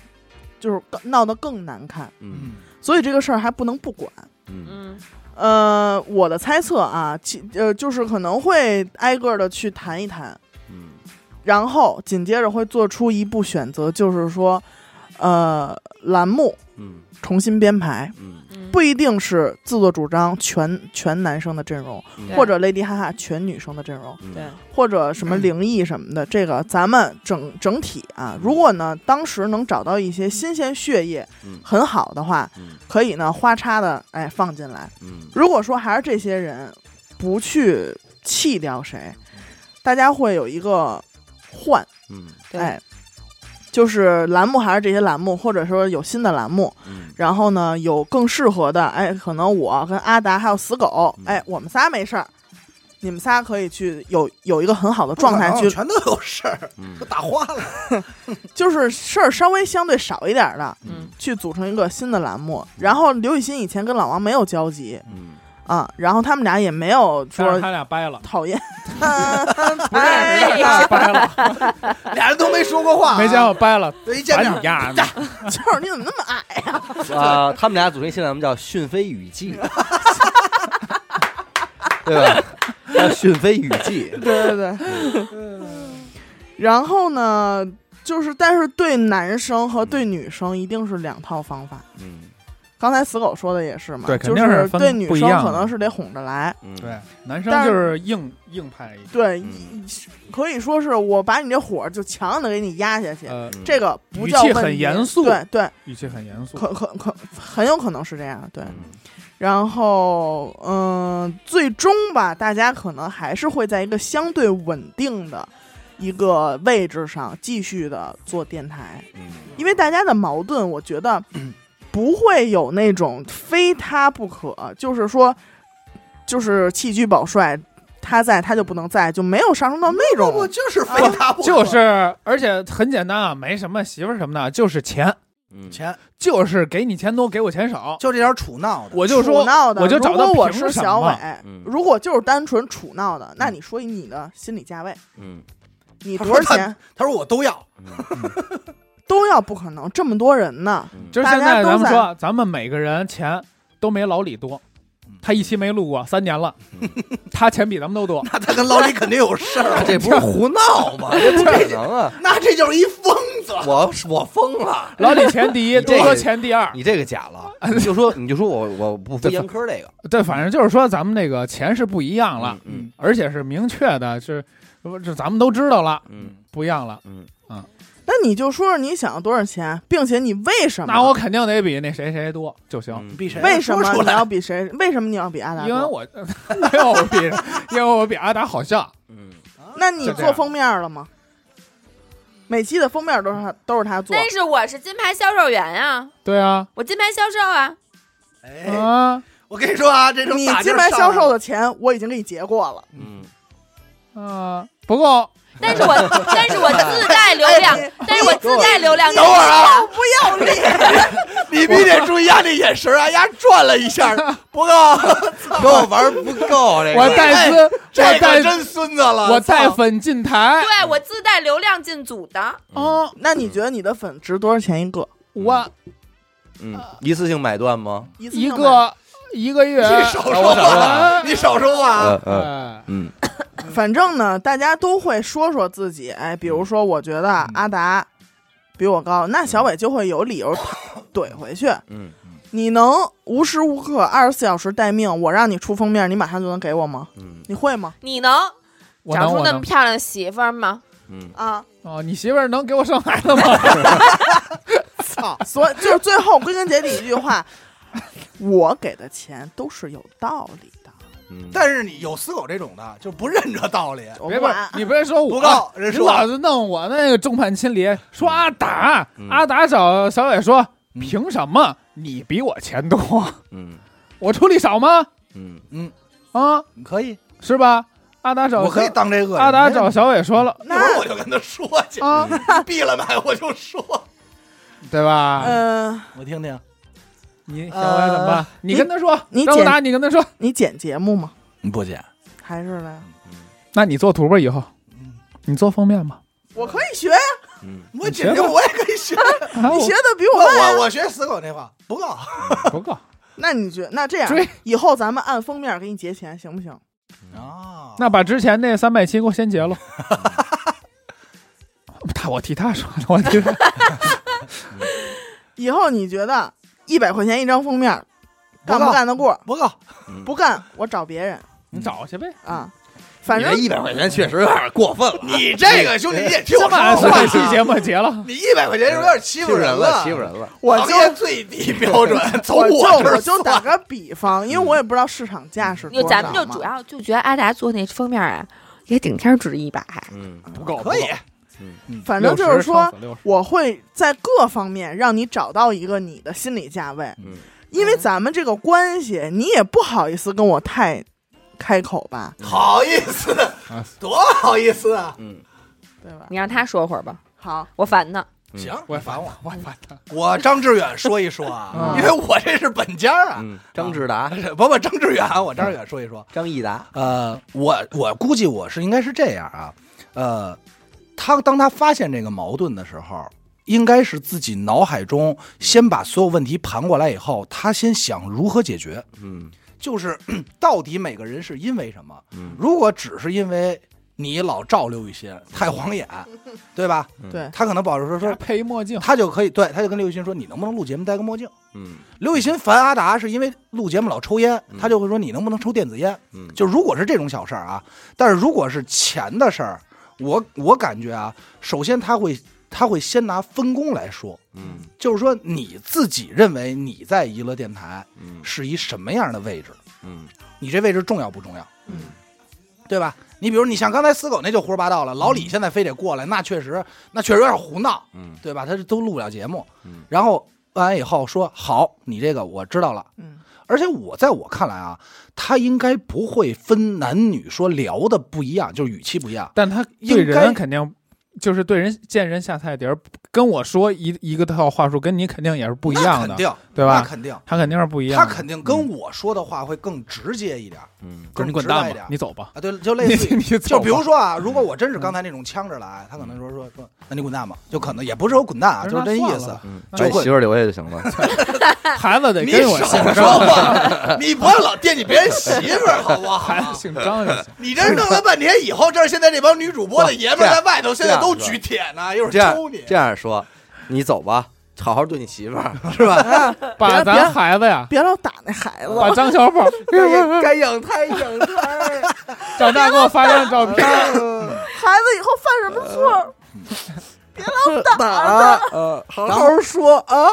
Speaker 6: 就是更闹得更难看。
Speaker 2: 嗯
Speaker 6: 所以这个事儿还不能不管。
Speaker 2: 嗯
Speaker 4: 嗯，
Speaker 6: 呃，我的猜测啊，其呃就是可能会挨个的去谈一谈，
Speaker 2: 嗯
Speaker 6: 然后紧接着会做出一步选择，就是说，呃，栏目
Speaker 2: 嗯
Speaker 6: 重新编排，
Speaker 2: 嗯
Speaker 4: 嗯，
Speaker 6: 不一定是自作主张全全男生的阵容，
Speaker 2: 嗯，
Speaker 6: 或者 Lady 哈哈全女生的阵容，
Speaker 2: 嗯
Speaker 4: 对，
Speaker 6: 或者什么灵异什么的，这个咱们整整体啊，如果呢当时能找到一些新鲜血液
Speaker 2: 嗯
Speaker 6: 很好的话，
Speaker 2: 嗯
Speaker 6: 可以呢花叉的哎放进来。
Speaker 2: 嗯
Speaker 6: 如果说还是这些人不去弃掉谁，大家会有一个换，
Speaker 2: 嗯
Speaker 4: 对
Speaker 6: 哎，就是栏目还是这些栏目，或者说有新的栏目，
Speaker 2: 嗯
Speaker 6: 然后呢有更适合的，哎，可能我跟阿达还有死狗，
Speaker 2: 嗯
Speaker 6: 哎，我们仨没事儿，你们仨可以去有有一个很好的状态
Speaker 3: 不可能
Speaker 6: 去，
Speaker 3: 全都有事儿，
Speaker 2: 嗯
Speaker 3: 都打花了。
Speaker 6: 就是事儿稍微相对少一点儿的。
Speaker 4: 嗯
Speaker 6: 去组成一个新的栏目，然后刘雨欣以前跟老王没有交集
Speaker 2: 嗯
Speaker 6: 啊，然后他们俩也没有
Speaker 5: 但是
Speaker 6: 说
Speaker 5: 他俩掰了，
Speaker 6: 讨厌，
Speaker 5: 嗯
Speaker 6: 哎
Speaker 5: 不认识的他
Speaker 4: 哎
Speaker 5: 俩掰了，
Speaker 3: 俩人都没说过话啊，
Speaker 5: 没见过掰了，
Speaker 3: 对，一见
Speaker 5: 把
Speaker 3: 面
Speaker 5: 你压的。
Speaker 6: 就是你怎么那么矮？
Speaker 2: 啊，他们俩组成一新栏目叫《讯飞雨季》，对吧？叫《讯飞雨季》，
Speaker 6: 对对对。嗯然后呢，就是但是对男生和对女生一定是两套方法。
Speaker 2: 嗯
Speaker 6: 刚才死狗说的也是嘛，
Speaker 5: 对
Speaker 6: 就
Speaker 5: 肯定是
Speaker 6: 是
Speaker 5: 分
Speaker 6: 对女
Speaker 5: 不一
Speaker 6: 生
Speaker 5: 样
Speaker 6: 可
Speaker 5: 的
Speaker 6: 能是得哄着来，
Speaker 2: 嗯，
Speaker 5: 对，男生
Speaker 6: 但是
Speaker 5: 就是硬硬派一点。
Speaker 6: 对，
Speaker 2: 嗯
Speaker 6: 可以说是我把你这火儿就强的给你压下去。
Speaker 5: 呃，
Speaker 6: 这个不
Speaker 5: 语
Speaker 6: 叫
Speaker 5: 气
Speaker 6: 问
Speaker 5: 很
Speaker 6: 题
Speaker 5: 严肃
Speaker 6: 对对，
Speaker 5: 语气很严肃。
Speaker 6: 可可可很有可能是这样，对。
Speaker 2: 嗯
Speaker 6: 然后，嗯、最终吧，大家可能还是会在一个相对稳定的一个位置上继续的做电台，
Speaker 2: 嗯
Speaker 6: 因为大家的矛盾，我觉
Speaker 5: (clears throat)
Speaker 6: 得不会有那种非他不可，就是说，就是弃车保帅，他在他就不能在，就没有上升到那
Speaker 3: 不不
Speaker 6: 种。
Speaker 3: 就是非他不可
Speaker 5: 就是，而且很简单啊，没什么媳妇儿什么的，就是钱，
Speaker 2: 嗯
Speaker 3: 钱，
Speaker 5: 就是给你钱多，给我钱少。
Speaker 3: 就这点儿杵闹的。
Speaker 5: 我就
Speaker 6: 杵
Speaker 5: 说，
Speaker 6: 闹的，
Speaker 5: 我就找到
Speaker 6: 如果我
Speaker 5: 凭
Speaker 6: 是
Speaker 5: 什
Speaker 6: 小
Speaker 5: 么
Speaker 6: 伟，
Speaker 2: 嗯
Speaker 6: 如果就是单纯杵闹的，
Speaker 5: 嗯
Speaker 6: 那你说你的心理价位，
Speaker 2: 嗯
Speaker 6: 你
Speaker 3: 他
Speaker 6: 多
Speaker 3: 说
Speaker 5: (laughs)
Speaker 6: 少
Speaker 3: 他
Speaker 6: 钱？
Speaker 3: 他说我都要，
Speaker 6: 都要不可能，这么多人呢，
Speaker 2: 嗯，
Speaker 5: 就是
Speaker 6: 大
Speaker 5: 现
Speaker 6: 家
Speaker 5: 在
Speaker 6: 都
Speaker 5: 咱们
Speaker 6: 在
Speaker 5: 说，咱们每个人钱都没老李多
Speaker 3: 嗯，
Speaker 5: 他一期没录过，三年了，
Speaker 2: 嗯
Speaker 5: 他钱比咱们都多。
Speaker 3: 那他跟老李肯定有事儿，啊
Speaker 2: 这不是胡闹吗？这不可能啊！
Speaker 3: 那这就是一疯子。
Speaker 2: 我我疯了，
Speaker 5: 老李钱第一，
Speaker 2: 你这
Speaker 5: 多
Speaker 2: 个
Speaker 5: 多钱第二。
Speaker 2: 你这个假了， (laughs) 你就说你就说我我不服
Speaker 5: 对
Speaker 2: 严苛这个
Speaker 5: 对，反正就是说咱们这个钱是不一样了，
Speaker 2: 嗯
Speaker 5: 而且是明确的，是这咱们都知道了，
Speaker 2: 嗯
Speaker 5: 不一样了。
Speaker 2: 嗯
Speaker 6: 那你就说说你想多少钱，并且你为什么？
Speaker 5: 那我肯定得比那谁谁多就行。
Speaker 2: 嗯，
Speaker 3: 比谁
Speaker 6: 为什么
Speaker 3: 说出
Speaker 6: 你
Speaker 3: 来
Speaker 6: 要比谁？为什么你要比阿达多？
Speaker 5: 因为我 (laughs) 没有比，因为我比阿达好笑。
Speaker 2: 嗯，
Speaker 6: 那你
Speaker 5: 就这
Speaker 6: 做
Speaker 5: 样
Speaker 6: 封面了吗？每期的封面都是他，都是他做。
Speaker 4: 但是我是金牌销售员呀、
Speaker 5: 对啊，
Speaker 4: 我金牌销售啊，
Speaker 3: 哎，
Speaker 5: 啊
Speaker 3: 我跟你说啊，这种
Speaker 6: 你
Speaker 3: 打劲
Speaker 6: 金
Speaker 3: 儿
Speaker 6: 牌
Speaker 3: 上
Speaker 6: 销售
Speaker 3: 来
Speaker 6: 的钱我已经给你结过了，
Speaker 2: 嗯，
Speaker 5: 啊，不够。
Speaker 4: 但是我但是我自带流量，但是我自带流量。
Speaker 3: 等会儿啊，
Speaker 6: 不要脸！
Speaker 3: 你必须得注意啊，这眼神啊，丫转了一下，不够，哎
Speaker 2: 跟我玩不够哎这
Speaker 5: 我
Speaker 2: 个，
Speaker 5: 带资，
Speaker 3: 这
Speaker 5: 我
Speaker 3: 个
Speaker 5: 带
Speaker 3: 真孙子了，
Speaker 5: 我带
Speaker 3: 操
Speaker 5: 粉进台。
Speaker 4: 对我自带流量进组的，
Speaker 5: 哦，
Speaker 6: 那你觉得你的粉值多少钱一个？
Speaker 5: 五万
Speaker 2: 嗯，一次性买断吗？
Speaker 3: (laughs)
Speaker 6: 一次
Speaker 5: 一
Speaker 6: 性买
Speaker 5: 个一个月。
Speaker 3: 你少说话，
Speaker 5: 啊 (laughs)
Speaker 3: 你少说话，
Speaker 2: 嗯嗯
Speaker 5: 哎
Speaker 2: 嗯
Speaker 6: 反正呢，大家都会说说自己，哎，比
Speaker 5: 嗯
Speaker 6: 如说，我觉得阿达比我高，那小伟就会有理
Speaker 5: (coughs)
Speaker 6: 由怼回去。
Speaker 2: 嗯，
Speaker 6: 你能无时无刻二十四小时待命，我让你出封面，你马上就能给我吗？
Speaker 2: 嗯
Speaker 6: 你会吗？
Speaker 4: 你能
Speaker 5: 我
Speaker 4: 长
Speaker 5: 能
Speaker 4: 出
Speaker 5: 我
Speaker 4: 那么
Speaker 5: 能
Speaker 4: 漂亮的媳妇儿吗？
Speaker 2: 嗯
Speaker 6: 啊，
Speaker 5: 哦，你媳妇儿能给我生孩子吗？
Speaker 3: (laughs)
Speaker 6: 操！ (laughs) 所以就是最后归根结底一句话，我给的钱都是有道理的，
Speaker 2: 嗯，
Speaker 3: 但是你有死狗这种的，就不认这道理，
Speaker 6: 我
Speaker 5: 别
Speaker 6: 不
Speaker 5: 别
Speaker 6: 管，。
Speaker 5: 你别说
Speaker 3: 啊
Speaker 5: 我，
Speaker 3: 不够人
Speaker 5: 你
Speaker 3: 说
Speaker 5: 老是弄我那个众叛亲离，说阿达，
Speaker 2: 嗯
Speaker 5: 阿达找小伟说，
Speaker 3: 嗯
Speaker 5: 凭什么你比我钱多？
Speaker 2: 嗯
Speaker 5: 我出力少吗？
Speaker 2: 嗯
Speaker 5: 啊，
Speaker 3: 你可以，
Speaker 5: 是吧？阿达找
Speaker 3: 我可以
Speaker 5: 小
Speaker 3: 当这恶人。啊
Speaker 5: 阿达找小伟说了
Speaker 3: 那会儿我就跟他说去，
Speaker 5: 啊，
Speaker 3: 闭了麦我就说，
Speaker 5: 对吧？
Speaker 3: 呃
Speaker 6: 嗯、
Speaker 3: 我听听。
Speaker 5: 你小伟怎么
Speaker 3: 呃
Speaker 5: 办？你跟他说，
Speaker 6: 你
Speaker 5: 让我打，你跟他说，
Speaker 6: 你剪节目吗？
Speaker 2: 嗯
Speaker 3: 不 (laughs) 剪，
Speaker 6: 还是来？
Speaker 5: 那你做图吧，以后
Speaker 3: 嗯
Speaker 5: 你做封面吧。
Speaker 6: 我可以学呀，
Speaker 2: 嗯
Speaker 3: 我
Speaker 5: 学
Speaker 3: 剪
Speaker 5: 吧
Speaker 3: 定哎我也可以学。
Speaker 5: 啊，
Speaker 6: 你学的比我慢、
Speaker 3: 我我学死狗那话不够，
Speaker 5: 我不够，
Speaker 6: 那你觉那这样
Speaker 5: 追，
Speaker 6: 以后咱们按封面给你结钱，行不行？
Speaker 3: 啊
Speaker 5: 那把之前那三百七给我先结了。他，我替他说的，我替他。
Speaker 6: 以后你觉得一百块钱一张封面，干不
Speaker 3: 不
Speaker 6: 干得过？
Speaker 3: 不够，
Speaker 2: 嗯，
Speaker 6: 不干，我找别人
Speaker 5: 你找去呗。
Speaker 6: 啊。反正
Speaker 2: 一百块钱确实有点过分了，
Speaker 3: 你这个兄弟你也听
Speaker 5: 这
Speaker 3: 我说
Speaker 5: 把
Speaker 3: 话啊
Speaker 5: 三，期节目结了，
Speaker 3: 你一百块钱是不是有点欺负人
Speaker 2: 了，欺负人了，
Speaker 6: 我
Speaker 3: 行
Speaker 6: 就
Speaker 3: 业最低标准，从
Speaker 6: 我就
Speaker 3: 我这
Speaker 6: 我
Speaker 3: 儿
Speaker 6: 就打
Speaker 3: 算
Speaker 6: 个比方，因为我也不知道市场价是多
Speaker 4: 就
Speaker 6: 少嘛。
Speaker 4: 咱们就主要就觉得阿达做那封面啊，也顶天儿值一百。
Speaker 2: 嗯
Speaker 5: 不够，
Speaker 3: 可以，
Speaker 6: 反正就是说，
Speaker 5: 60，
Speaker 6: 我会在各方面让你找到一个你的心理价位，
Speaker 2: 嗯
Speaker 6: 因为咱们这个关系，你也不好意思跟我太开口吧，
Speaker 3: 好意思
Speaker 5: 啊，
Speaker 3: 多好意思啊！
Speaker 2: 嗯
Speaker 6: 对吧？
Speaker 4: 你让他说会儿吧，
Speaker 6: 好，
Speaker 4: 我烦他。
Speaker 2: 嗯
Speaker 3: 行，
Speaker 5: 我烦我，我烦他。
Speaker 3: (laughs) 我张志远说一说啊，
Speaker 5: 嗯
Speaker 3: 因为我这是本家啊，
Speaker 2: 嗯，张志达、
Speaker 3: 不不，张志远啊，我张志远说一说。
Speaker 2: 张益达，
Speaker 3: 呃，我我估计我是应该是这样啊，呃，他当他发现这个矛盾的时候，应该是自己脑海中先把所有问题盘过来以后，他先想如何解决，
Speaker 2: 嗯
Speaker 3: 就是 (clears throat) 到底每个人是因为什么？
Speaker 2: 嗯
Speaker 3: 如果只是因为你老照刘雨欣太
Speaker 2: (laughs)
Speaker 3: 晃眼，对吧？
Speaker 2: 哎
Speaker 6: 对，
Speaker 3: 他可能保持说
Speaker 5: 说
Speaker 3: 说，
Speaker 5: 配一墨镜，
Speaker 3: 他就可以对，他就跟刘雨欣说，你能不能录节目戴个墨镜？
Speaker 2: 嗯
Speaker 3: 刘雨欣烦阿达是因为录节目老抽烟，
Speaker 2: 嗯
Speaker 3: 他就会说你能不能抽电子烟？
Speaker 2: 嗯，
Speaker 3: 就如果是这种小事儿啊，但是如果是钱的事儿，我我感觉啊，首先他会他会先拿分工来说，
Speaker 2: 嗯
Speaker 3: 就是说你自己认为你在娱乐电台
Speaker 2: 嗯
Speaker 3: 是一什么样的位置，
Speaker 2: 嗯
Speaker 3: 你这位置重要不重要？
Speaker 6: 嗯，
Speaker 3: 对吧？你比如你像刚才死狗那就胡说八道了，老李现在非得过来，那确实那确实有点胡闹，
Speaker 2: 嗯
Speaker 3: 对吧？他都录不了节目，
Speaker 2: 嗯
Speaker 3: 然后完以后说好，你这个我知道了。
Speaker 6: 嗯，
Speaker 3: 而且我在我看来啊，他应该不会分男女说聊的不一样，就是语气不一样。
Speaker 5: 但他
Speaker 3: 应该
Speaker 5: 对人肯定就是对人见人下菜碟儿，跟我说一一个套话术，跟你肯定也是不一样
Speaker 3: 那肯
Speaker 5: 的，
Speaker 3: 定
Speaker 5: 对
Speaker 3: 那
Speaker 5: 吧？
Speaker 3: 肯定，
Speaker 5: 他肯定是不一样
Speaker 3: 他
Speaker 5: 的，
Speaker 3: 肯定跟我说的话会更直接一点儿
Speaker 2: 嗯，
Speaker 5: 就是你滚
Speaker 3: 更直白
Speaker 5: 蛋
Speaker 3: 一点
Speaker 5: 吧，你走吧，
Speaker 3: 啊，对，就
Speaker 5: 你
Speaker 3: 类似于 (laughs)
Speaker 5: 你走吧
Speaker 3: 就比如，说啊，如果我真是刚才那种呛着来，他可能说说说，那你滚蛋吧，就可能也嗯不是说滚蛋啊，
Speaker 5: 那
Speaker 3: 就是这意
Speaker 5: 算
Speaker 3: 思
Speaker 5: 了。
Speaker 2: 嗯，
Speaker 5: 那
Speaker 2: 把你
Speaker 3: 会
Speaker 2: 媳妇儿留下就行 (laughs) 了。
Speaker 5: 孩子得
Speaker 3: 你
Speaker 5: 跟我姓
Speaker 3: 少说
Speaker 5: 张，
Speaker 3: 话， (laughs) 你不要老惦记别人媳妇儿，好不
Speaker 5: 孩
Speaker 3: 好 (laughs)
Speaker 5: 子？姓张就行。
Speaker 3: 你这弄了半天，以后这儿现在这帮女主播的爷们儿在外头，现在都举铁呢，一会儿
Speaker 2: 这样
Speaker 3: 抽你。
Speaker 2: 这样说，你走吧，好好对你媳妇儿，是吧？ (laughs)
Speaker 5: 把
Speaker 6: 别别
Speaker 5: 咱孩子呀，
Speaker 6: 别老打那孩子，
Speaker 5: 把张小宝
Speaker 2: 该养胎养胎。
Speaker 5: 长大给我发张照片儿，
Speaker 6: (laughs) 孩子以后犯什么错儿，
Speaker 3: 打，呃，
Speaker 6: 好
Speaker 3: 然后
Speaker 6: 好说啊。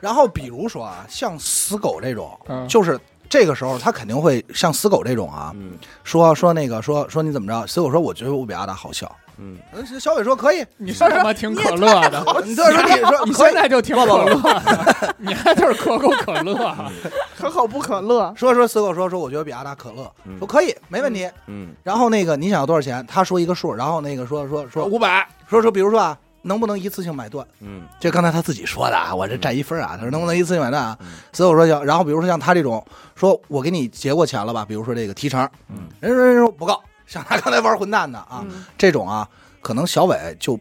Speaker 3: 然后比如说啊，像死狗这种，
Speaker 5: 嗯
Speaker 3: 就是这个时候他肯定会像死狗这种啊，
Speaker 2: 嗯
Speaker 3: 说说那个说说你怎么着？死狗说我觉得我比阿达好笑。
Speaker 2: 嗯，
Speaker 3: 呃小伟说可以，
Speaker 5: 你是他妈挺可乐的，
Speaker 3: 你这说你说
Speaker 5: (laughs) 你
Speaker 3: 可以
Speaker 5: 现在就挺可乐的， (laughs) 你还就是可口可乐，啊
Speaker 6: 可口不可乐，
Speaker 3: 说说死狗说说我觉得比阿达可乐，
Speaker 2: 嗯
Speaker 3: 说可以没问题。
Speaker 2: 嗯
Speaker 3: 然后那个你想要多少钱？他说一个数，然后那个说 (laughs) 说说
Speaker 5: 五百，
Speaker 3: 说说，比如说啊，能不能一次性买断？
Speaker 2: 嗯
Speaker 3: 这刚才他自己说的啊，我这占一分啊。他说能不能一次性买断啊
Speaker 2: 嗯？
Speaker 3: 所以我说行。然后比如说像他这种，说我给你结过钱了吧？比如说这个提成，
Speaker 2: 嗯
Speaker 3: 人说人说不够，像他刚才玩混蛋的啊，
Speaker 6: 嗯
Speaker 3: 这种啊，可能小伟就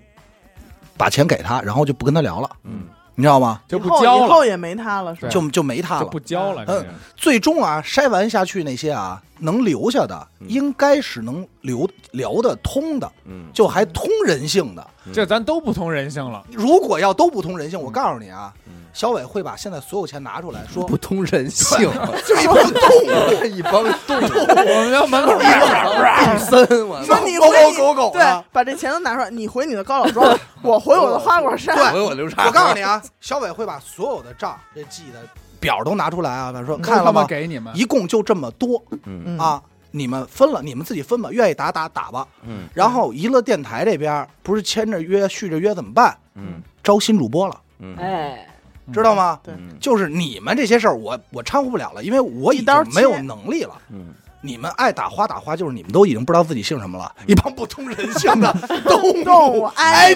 Speaker 3: 把钱给他，然后就不跟他聊了，
Speaker 2: 嗯
Speaker 3: 你知道吗？
Speaker 5: 就不
Speaker 6: 以后
Speaker 5: 交
Speaker 6: 以后
Speaker 5: 了，
Speaker 6: 也没他了，
Speaker 2: 啊
Speaker 6: 是吧？
Speaker 5: 对
Speaker 3: 就就没他
Speaker 5: 就
Speaker 3: 了
Speaker 5: 不。交了，
Speaker 3: 嗯
Speaker 5: 这个
Speaker 3: 最终啊，筛完下去那些啊，能留下的，
Speaker 2: 嗯
Speaker 3: 应该是能留聊得通的，
Speaker 2: 嗯，
Speaker 3: 就还通人性的。
Speaker 5: 这咱都不通人性了。
Speaker 3: 如果要都不通人性，我告诉你啊
Speaker 2: 嗯，
Speaker 3: 小伟会把现在所有钱拿出来说，
Speaker 2: 不通人 (laughs) 性，
Speaker 3: 就是一帮动物，
Speaker 2: 一帮动物，
Speaker 5: 我们家门口
Speaker 2: 一森，我
Speaker 6: 说你
Speaker 3: 猫
Speaker 6: 回
Speaker 3: 猫
Speaker 6: 你
Speaker 3: 狗狗
Speaker 6: 对
Speaker 3: 的，
Speaker 6: 把这钱都拿出来，你回你的高老庄，我回我的花果山。
Speaker 2: 我我流
Speaker 3: 我告诉你啊，小伟会把所有的账这记的表都拿出来啊，他说看
Speaker 5: 看
Speaker 3: 了
Speaker 5: 他
Speaker 3: 吗
Speaker 5: 妈？给你们，
Speaker 3: 一共就这么多
Speaker 2: 嗯
Speaker 6: 嗯，
Speaker 3: 啊，你们分了，你们自己分吧，愿意打打打吧。
Speaker 2: 嗯
Speaker 3: 然后娱乐电台这边不是签着约续着约怎么办？
Speaker 2: 嗯
Speaker 3: 招新主播了，
Speaker 2: 嗯，
Speaker 4: 哎，
Speaker 3: 知道吗？
Speaker 6: 对
Speaker 2: 嗯
Speaker 3: 就是你们这些事儿，我我掺和不了了，因为我已
Speaker 6: 一刀
Speaker 3: 经
Speaker 6: 切
Speaker 3: 没有能力了。
Speaker 2: 嗯，
Speaker 3: 你们爱打花打花，就是你们都已经不知道自己姓什么了，一帮不通人性的 (laughs) 动物
Speaker 6: 动物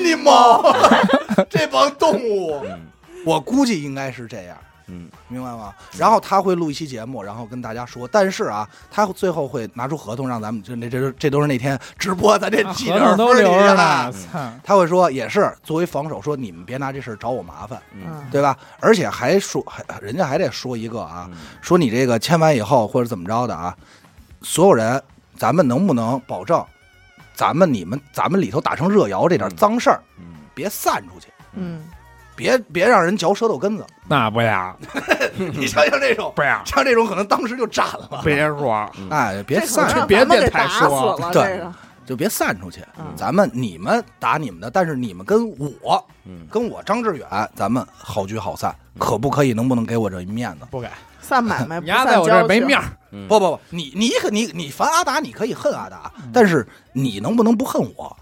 Speaker 3: animal，这 (laughs) 帮动物，
Speaker 2: 嗯
Speaker 3: 我估计应该是这样，
Speaker 2: 嗯
Speaker 3: 明白吗？然后他会录一期节目，然后跟大家说，但是啊，他最后会拿出合同让咱们就那这这都是那天直播咱这
Speaker 5: 啊
Speaker 3: 记
Speaker 5: 合
Speaker 3: 着
Speaker 5: 同都留
Speaker 3: 分
Speaker 5: 着
Speaker 3: 儿
Speaker 5: 呢，
Speaker 3: 呢
Speaker 5: 操
Speaker 3: 他会说也是作为防守，说你们别拿这事儿找我麻烦，
Speaker 2: 嗯
Speaker 3: 对吧？而且还说还人家还得说一个啊，
Speaker 2: 嗯
Speaker 3: 说你这个签完以后或者怎么着的啊，所有人，咱们能不能保证，咱们你们咱们里头打成热窑这点
Speaker 2: 嗯
Speaker 3: 脏事儿
Speaker 2: 嗯，
Speaker 3: 别散出去，
Speaker 6: 嗯，
Speaker 3: 别别让人嚼舌头根子。
Speaker 5: 那不要
Speaker 3: (laughs) 你想想这种，
Speaker 5: 不
Speaker 3: (laughs)
Speaker 5: 要，
Speaker 3: 像这种可能当时就斩了。
Speaker 5: 别说，
Speaker 2: 嗯
Speaker 3: 哎，别
Speaker 6: 这可
Speaker 3: 散
Speaker 6: 让
Speaker 3: 出，
Speaker 5: 别
Speaker 6: 咱们
Speaker 5: 别
Speaker 6: 给打
Speaker 5: 太
Speaker 6: 死
Speaker 5: 说
Speaker 6: 了，
Speaker 3: 对
Speaker 6: 这个
Speaker 3: 就别散出去。
Speaker 6: 嗯
Speaker 3: 咱们你们打你们的，但是你们跟我
Speaker 2: 嗯
Speaker 3: 跟我张志远，咱们好聚好散，
Speaker 6: 嗯
Speaker 3: 可不可以？能不能给我这一面子？
Speaker 5: 不给，
Speaker 6: 散买卖，
Speaker 5: 你
Speaker 6: 不
Speaker 5: 丫
Speaker 6: 散
Speaker 5: 在我这
Speaker 6: 交
Speaker 5: 儿没
Speaker 6: 情
Speaker 5: 面儿，
Speaker 2: 嗯
Speaker 3: 不不不，你你可你你烦阿达，你可以恨阿达，
Speaker 6: 嗯
Speaker 3: 但是你能不能不恨我，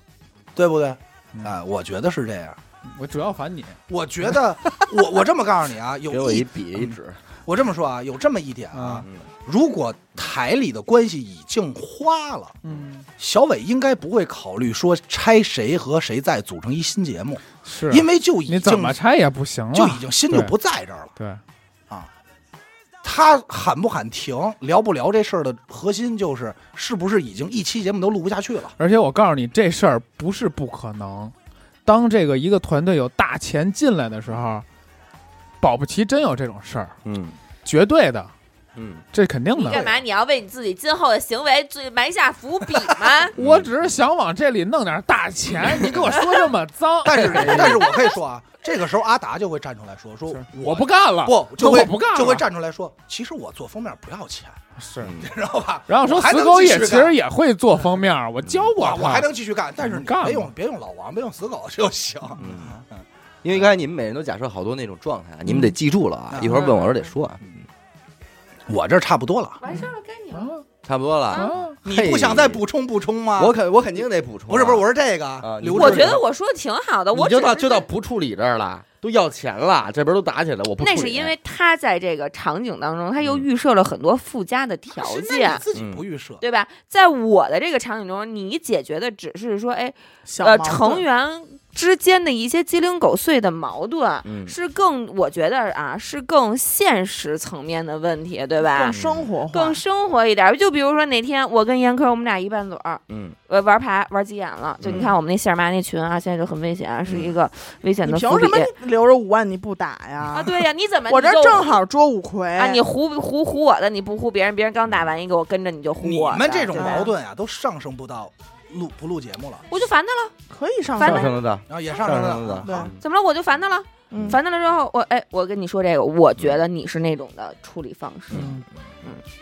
Speaker 3: 对不对？哎、
Speaker 5: 嗯
Speaker 3: 我觉得是这样。
Speaker 5: 我主要烦你，
Speaker 3: 我觉得 (laughs) 我我这么告诉你啊，有
Speaker 2: 给我一
Speaker 3: 一
Speaker 2: 笔一纸，
Speaker 3: 我这么说啊，有这么一点啊，
Speaker 2: 嗯
Speaker 3: 如果台里的关系已经花了，
Speaker 5: 嗯，
Speaker 3: 小伟应该不会考虑说拆谁和谁在组成一新节目，
Speaker 5: 是啊
Speaker 3: 因为就已
Speaker 5: 你怎么
Speaker 3: 经
Speaker 5: 拆也不行了，
Speaker 3: 就已经心就
Speaker 5: 对
Speaker 3: 不在这儿了。
Speaker 5: 对，
Speaker 3: 他喊不喊停，聊不聊这事儿的核心就是是不是已经一期节目都录不下去了。
Speaker 5: 而且我告诉你，这事儿不是不可能。当这个一个团队有大钱进来的时候，保不齐真有这种事儿，
Speaker 2: 嗯
Speaker 5: 绝对的，
Speaker 2: 嗯
Speaker 5: 这肯定
Speaker 4: 你
Speaker 5: 的。？
Speaker 4: 干嘛？你要为你自己今后的行为最埋下伏笔吗
Speaker 3: 嗯
Speaker 5: 嗯我只是想往这里弄点大钱，你给我说这么脏，
Speaker 3: (laughs) 但
Speaker 5: (laughs)
Speaker 3: 是，但是我可以说啊，这个时候阿达就会站出来说，说
Speaker 5: 是
Speaker 3: 我
Speaker 5: 我不干了，
Speaker 3: 不就
Speaker 5: 我
Speaker 3: 会
Speaker 5: 不干了
Speaker 3: 就会站出来说，其实我做封面不要钱，
Speaker 5: 是。
Speaker 2: 嗯
Speaker 3: 知道吧？
Speaker 5: 然后说
Speaker 3: 我还
Speaker 5: 死
Speaker 3: 能
Speaker 5: 狗
Speaker 3: 继
Speaker 5: 也
Speaker 3: 续
Speaker 5: 其
Speaker 3: 干嗯
Speaker 5: 实也会做封面儿，我教
Speaker 3: 我
Speaker 5: 过他，
Speaker 3: 我还能继续干，但是
Speaker 5: 你
Speaker 3: 你
Speaker 5: 干吧
Speaker 3: 别用别用老王，别用死狗就行。
Speaker 2: 嗯，因为刚才你们每人都假设好多那种状态啊，你们得记住了啊，
Speaker 3: 嗯
Speaker 2: 一会儿问我时候得说啊，
Speaker 3: 我这差不多了，
Speaker 4: (laughs) 完事儿了，该你
Speaker 5: 啊。
Speaker 2: 差不多了。
Speaker 5: 啊，
Speaker 3: 你不想再补充补充吗？
Speaker 2: 我肯我肯定得补充啊。
Speaker 3: 不是不是，我是这个
Speaker 2: 啊
Speaker 3: 刘
Speaker 2: 不
Speaker 3: 志
Speaker 2: 是
Speaker 4: 我觉得我说的挺好的，我
Speaker 2: 你就
Speaker 4: 只
Speaker 2: 到
Speaker 4: 是
Speaker 2: 就到不处理这儿了，都要钱了，这边都打起来了，我不处理。
Speaker 4: 那是因为他在这个场景当中，他又预设了很多附加的条
Speaker 3: 是那
Speaker 4: 件
Speaker 3: 你，自己
Speaker 2: 嗯
Speaker 3: 不预设，
Speaker 4: 对吧？在我的这个场景中，你解决的只是说，哎，
Speaker 6: 小
Speaker 4: 呃，
Speaker 6: 矛盾
Speaker 4: 成员之间的一些鸡零狗碎的矛盾，
Speaker 2: 嗯
Speaker 4: 是更我觉得啊，是更现实层面的问题，对吧
Speaker 6: 更？生活化，
Speaker 4: 更生活一点，就比如说哪天我跟严科我们俩一拌嘴儿，
Speaker 2: 嗯，
Speaker 4: 呃，玩牌玩急眼了，就
Speaker 3: 嗯
Speaker 4: 你看我们那线儿妈那群啊，现在就很危险啊，是一个危险
Speaker 6: 你
Speaker 4: 的
Speaker 6: 凭
Speaker 4: 伏笔
Speaker 6: 什么留着五万你不打呀？
Speaker 4: 啊，对呀，你怎么
Speaker 6: 我这
Speaker 4: 你就
Speaker 6: 正好捉五魁
Speaker 4: 啊，你糊糊糊我的，你不糊别人，别人刚打完一个，我跟着你就糊
Speaker 3: 你
Speaker 4: 我的。
Speaker 3: 们这种
Speaker 4: 对吧
Speaker 3: 矛，盾啊，都上升不到录不录节目了，
Speaker 4: 我就烦他了，
Speaker 6: 可以上
Speaker 4: 反
Speaker 2: 上
Speaker 4: 正
Speaker 6: 分，
Speaker 2: 升了的，
Speaker 3: 然后也上升
Speaker 2: 上升
Speaker 3: 了
Speaker 2: 了
Speaker 6: 对，
Speaker 4: 怎么了？我就烦他了，
Speaker 6: 嗯
Speaker 4: 烦他了之后，我哎，我跟你说这个，我觉得你是那种的处理方式，
Speaker 5: 嗯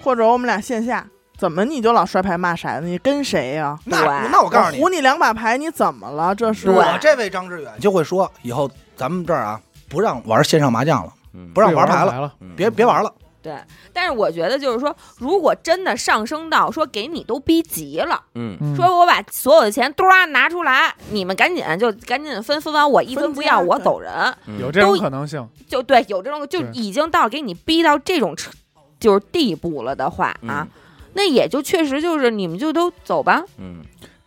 Speaker 6: 或者我们俩线下怎么你就老摔牌骂骰子？你跟谁呀？
Speaker 3: 那
Speaker 4: 对
Speaker 3: 那我告诉你
Speaker 6: 糊，你两把牌，你怎么了？这是
Speaker 4: 对
Speaker 3: 我这位张志远就会说，以后咱们这儿啊，不让玩线上麻将了，
Speaker 2: 嗯
Speaker 3: 不让玩牌
Speaker 5: 牌
Speaker 3: 了，
Speaker 5: 了，
Speaker 3: 别别玩了。
Speaker 4: 对。但是我觉得就是说，如果真的上升到说给你都逼急了，
Speaker 2: 嗯
Speaker 5: 嗯
Speaker 4: 说我把所有的钱嘟啦拿出来，你们赶紧就赶紧分分完，我一分
Speaker 6: 分
Speaker 4: 不
Speaker 6: 家
Speaker 4: 要，我
Speaker 6: 对
Speaker 4: 走人。
Speaker 2: 嗯
Speaker 5: 有这种可能性，
Speaker 4: 就对，有这种就
Speaker 5: 对
Speaker 4: 已经到给你逼到这种程就是地步了的话啊，那也就确实就是你们就都走吧。
Speaker 2: 嗯，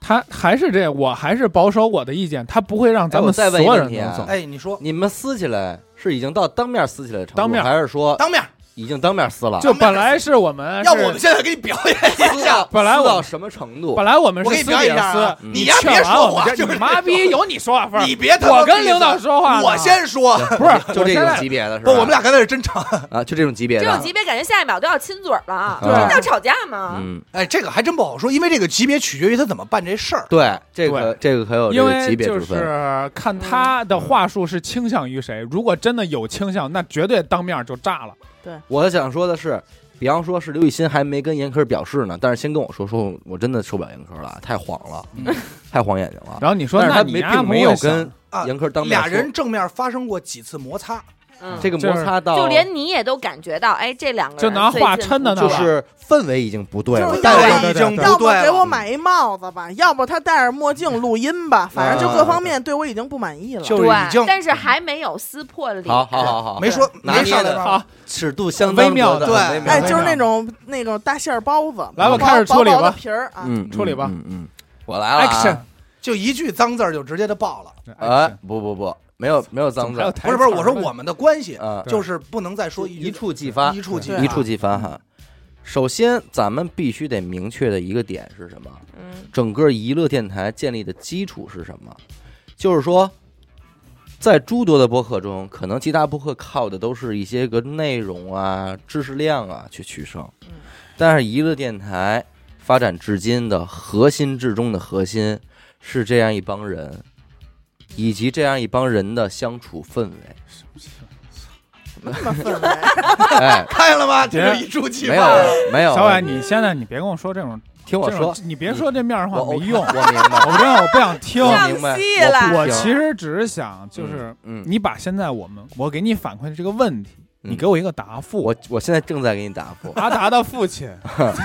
Speaker 5: 他还是这样，我还是保守我的意见，他不会让咱
Speaker 2: 哎我
Speaker 5: 们所
Speaker 2: 再问一
Speaker 5: 有
Speaker 2: 个
Speaker 5: 人
Speaker 2: 问题啊
Speaker 5: 都走。
Speaker 3: 哎，你说
Speaker 2: 你们撕起来是已经到当面撕起来的程度，
Speaker 5: 当面
Speaker 2: 还是说
Speaker 3: 当面，
Speaker 2: 已经当面撕了？
Speaker 3: 啊
Speaker 5: 就本来是我们
Speaker 3: 要
Speaker 5: 是
Speaker 3: 不我们现在给你表演一
Speaker 2: 撕到
Speaker 3: 下，
Speaker 5: 本来
Speaker 2: 撕
Speaker 5: 我
Speaker 2: 到什么程度
Speaker 5: 本？来我们
Speaker 3: 我
Speaker 5: 是
Speaker 3: 给你
Speaker 5: 私
Speaker 3: 表演一
Speaker 5: 底
Speaker 3: 下
Speaker 5: 下
Speaker 3: 啊
Speaker 5: 撕，
Speaker 2: 嗯
Speaker 3: 你呀别
Speaker 5: 劝完
Speaker 3: 说
Speaker 5: 我们
Speaker 3: 就
Speaker 5: 这
Speaker 3: 是
Speaker 5: 你妈
Speaker 3: (laughs)
Speaker 5: 逼有你说话份儿，
Speaker 3: 你别他妈
Speaker 5: 我跟
Speaker 3: 闭嘴
Speaker 5: 领导说话呢
Speaker 3: 我先说，
Speaker 5: 不是
Speaker 2: 就
Speaker 5: 我
Speaker 2: 这
Speaker 5: 现
Speaker 2: 种
Speaker 5: 在
Speaker 2: 级别的是
Speaker 3: 不，
Speaker 2: 吧？
Speaker 3: 我们俩刚才是真吵。
Speaker 2: 啊，就这种级别
Speaker 4: 这
Speaker 2: 的，
Speaker 4: 种级别感觉下一秒都要亲嘴儿了，啊
Speaker 2: 对
Speaker 4: 这叫吵架吗？
Speaker 2: 嗯，
Speaker 3: 哎，这个还真不好说，因为这个级别取决于他怎么办这事儿。
Speaker 2: 对，这个这个可有这
Speaker 5: 因
Speaker 2: 个
Speaker 5: 为
Speaker 2: 级别
Speaker 5: 就
Speaker 2: 之分。嗯
Speaker 5: 是看他的话术是倾向于谁，如果真的有倾向，那绝对当面就炸了。
Speaker 2: 我想说的是，比方说是刘雨欣还没跟严科表示呢，但是先跟我说说，我真的受不了严科了，太晃了，太晃眼睛了。
Speaker 5: 然后你嗯 (laughs) 说，
Speaker 2: 但是他
Speaker 5: 那你
Speaker 2: 没
Speaker 5: 丫
Speaker 2: 并没
Speaker 5: 不
Speaker 2: 有
Speaker 5: 会想
Speaker 2: 跟
Speaker 3: 啊
Speaker 2: 严科当面
Speaker 3: 俩
Speaker 2: 说
Speaker 3: 人正面发生过几次摩擦，
Speaker 4: 嗯，
Speaker 2: 这个摩擦到
Speaker 4: 就连你也都感觉到，哎，这两个人
Speaker 5: 就拿话抻的呢
Speaker 2: 就。是氛围已经不对了
Speaker 6: 就是，
Speaker 2: 但
Speaker 6: 要
Speaker 2: 是
Speaker 6: 不
Speaker 3: 已经
Speaker 6: 要
Speaker 3: 不
Speaker 6: 不
Speaker 3: 对
Speaker 6: 给我
Speaker 3: 了。
Speaker 6: 买一帽子吧，要不他戴着墨镜录音吧，反正就各方面对我已经不满意了。
Speaker 3: 就
Speaker 4: 对嗯
Speaker 3: 是已经，
Speaker 4: 但是还没有撕破脸。
Speaker 2: 好好好好，
Speaker 3: 没说
Speaker 2: 拿
Speaker 3: 没
Speaker 2: 捏
Speaker 3: 上来
Speaker 2: 的
Speaker 3: 吧
Speaker 5: 好？
Speaker 2: 尺度相
Speaker 5: 微
Speaker 2: 当
Speaker 5: 妙
Speaker 2: 的，
Speaker 3: 的
Speaker 2: 很微妙
Speaker 6: 哎，
Speaker 5: 没
Speaker 6: 就
Speaker 5: 有
Speaker 6: 是那种那种大馅儿包子，
Speaker 5: 来
Speaker 6: 薄
Speaker 5: 吧开始处理吧
Speaker 6: 薄薄的皮儿啊，
Speaker 2: 嗯，
Speaker 5: 处理吧
Speaker 2: 嗯嗯，嗯我来了啊
Speaker 5: Action，
Speaker 3: 就一句脏字儿就直接就爆了。
Speaker 2: 哎，不不不，没有没有脏字
Speaker 5: 还有
Speaker 2: 儿，
Speaker 5: 台
Speaker 3: 不是不是，
Speaker 5: 词儿
Speaker 3: 我说我们的关系
Speaker 2: 啊，
Speaker 5: 对
Speaker 3: 就是不能再说一
Speaker 2: 一
Speaker 3: 句
Speaker 2: 触即发，
Speaker 3: 一触即
Speaker 6: 对
Speaker 3: 发
Speaker 2: 一触即发哈。首先，咱们必须得明确的一个点是什么？
Speaker 4: 嗯，
Speaker 2: 整个娱乐电台建立的基础是什么？就是说，在诸多的播客中，可能其他播客靠的都是一些个内容啊、知识量啊去取胜，但是娱乐电台发展至今的核心至中的核心是这样一帮人，以及这样一帮人的相处氛
Speaker 5: (laughs)
Speaker 2: 围。
Speaker 6: 这么氛
Speaker 2: (laughs)
Speaker 6: 围
Speaker 2: 哎，
Speaker 3: 看见了
Speaker 5: (laughs)
Speaker 3: 吗？就是
Speaker 5: 别
Speaker 3: 一触即
Speaker 2: 没
Speaker 3: 发。
Speaker 2: 有没有，
Speaker 5: 小伟，你现在你别跟我说这种，
Speaker 2: 听我
Speaker 5: 这种
Speaker 2: 说，嗯
Speaker 5: 你别说这面儿话
Speaker 2: 我
Speaker 5: 没用。
Speaker 2: (laughs) 我明
Speaker 5: (laughs)
Speaker 2: 白，
Speaker 5: 我真的我不想听。
Speaker 2: 我明白，
Speaker 4: 上戏了
Speaker 5: 我
Speaker 2: 不
Speaker 5: 其
Speaker 2: 行
Speaker 5: 实只是想，就是
Speaker 2: 嗯，
Speaker 5: 你把现在我们我给你反馈的这个问题，
Speaker 2: 嗯
Speaker 5: 你给我一个答复。
Speaker 2: 我我现在正在给你答
Speaker 5: (laughs)
Speaker 2: 复。
Speaker 5: 阿达的父亲，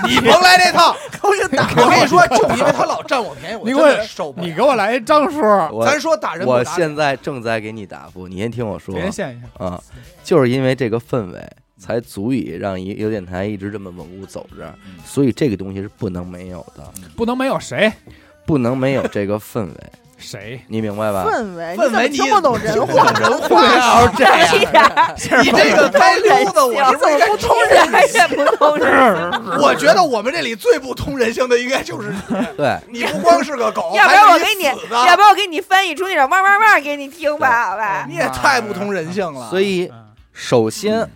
Speaker 3: 你甭来这套！
Speaker 6: 都是打
Speaker 3: 我跟你说，就因为他老占我便宜，我
Speaker 5: 你
Speaker 3: 真
Speaker 5: 给我
Speaker 3: 的受不
Speaker 5: 你
Speaker 3: 了。
Speaker 5: 给我来一张叔，
Speaker 2: 我
Speaker 3: 咱说打人不
Speaker 2: 我
Speaker 3: 打脸，
Speaker 2: 现在正在给你答复，你先听我说
Speaker 5: 别现一下。
Speaker 2: 啊，就是因为这个氛围，才足以让一个电台一直这么稳固走着，所以这个东西是不能没有的，
Speaker 5: 不能没有谁
Speaker 2: 不能没有这个氛围，
Speaker 5: 谁，
Speaker 2: 你明白吧？
Speaker 6: 氛围，
Speaker 3: 氛围
Speaker 6: 你怎么听不懂人话，
Speaker 3: 人话
Speaker 2: 这样，
Speaker 3: 你这个该溜子，我是不是
Speaker 4: 怎么
Speaker 3: 该
Speaker 4: 不通人也不通人？
Speaker 3: 我觉得我们这里最不通人性的应该就是
Speaker 2: 对，
Speaker 3: 你，不光是个狗，
Speaker 4: (laughs) 要不然我
Speaker 3: 还
Speaker 4: 给
Speaker 3: 是
Speaker 4: 你，
Speaker 3: 一死
Speaker 4: 要
Speaker 3: 的，
Speaker 4: 不然我给你翻译出那种汪汪汪给你听吧，好吧
Speaker 3: 你？也太不通人性了。
Speaker 2: 所以
Speaker 5: 嗯
Speaker 2: 首先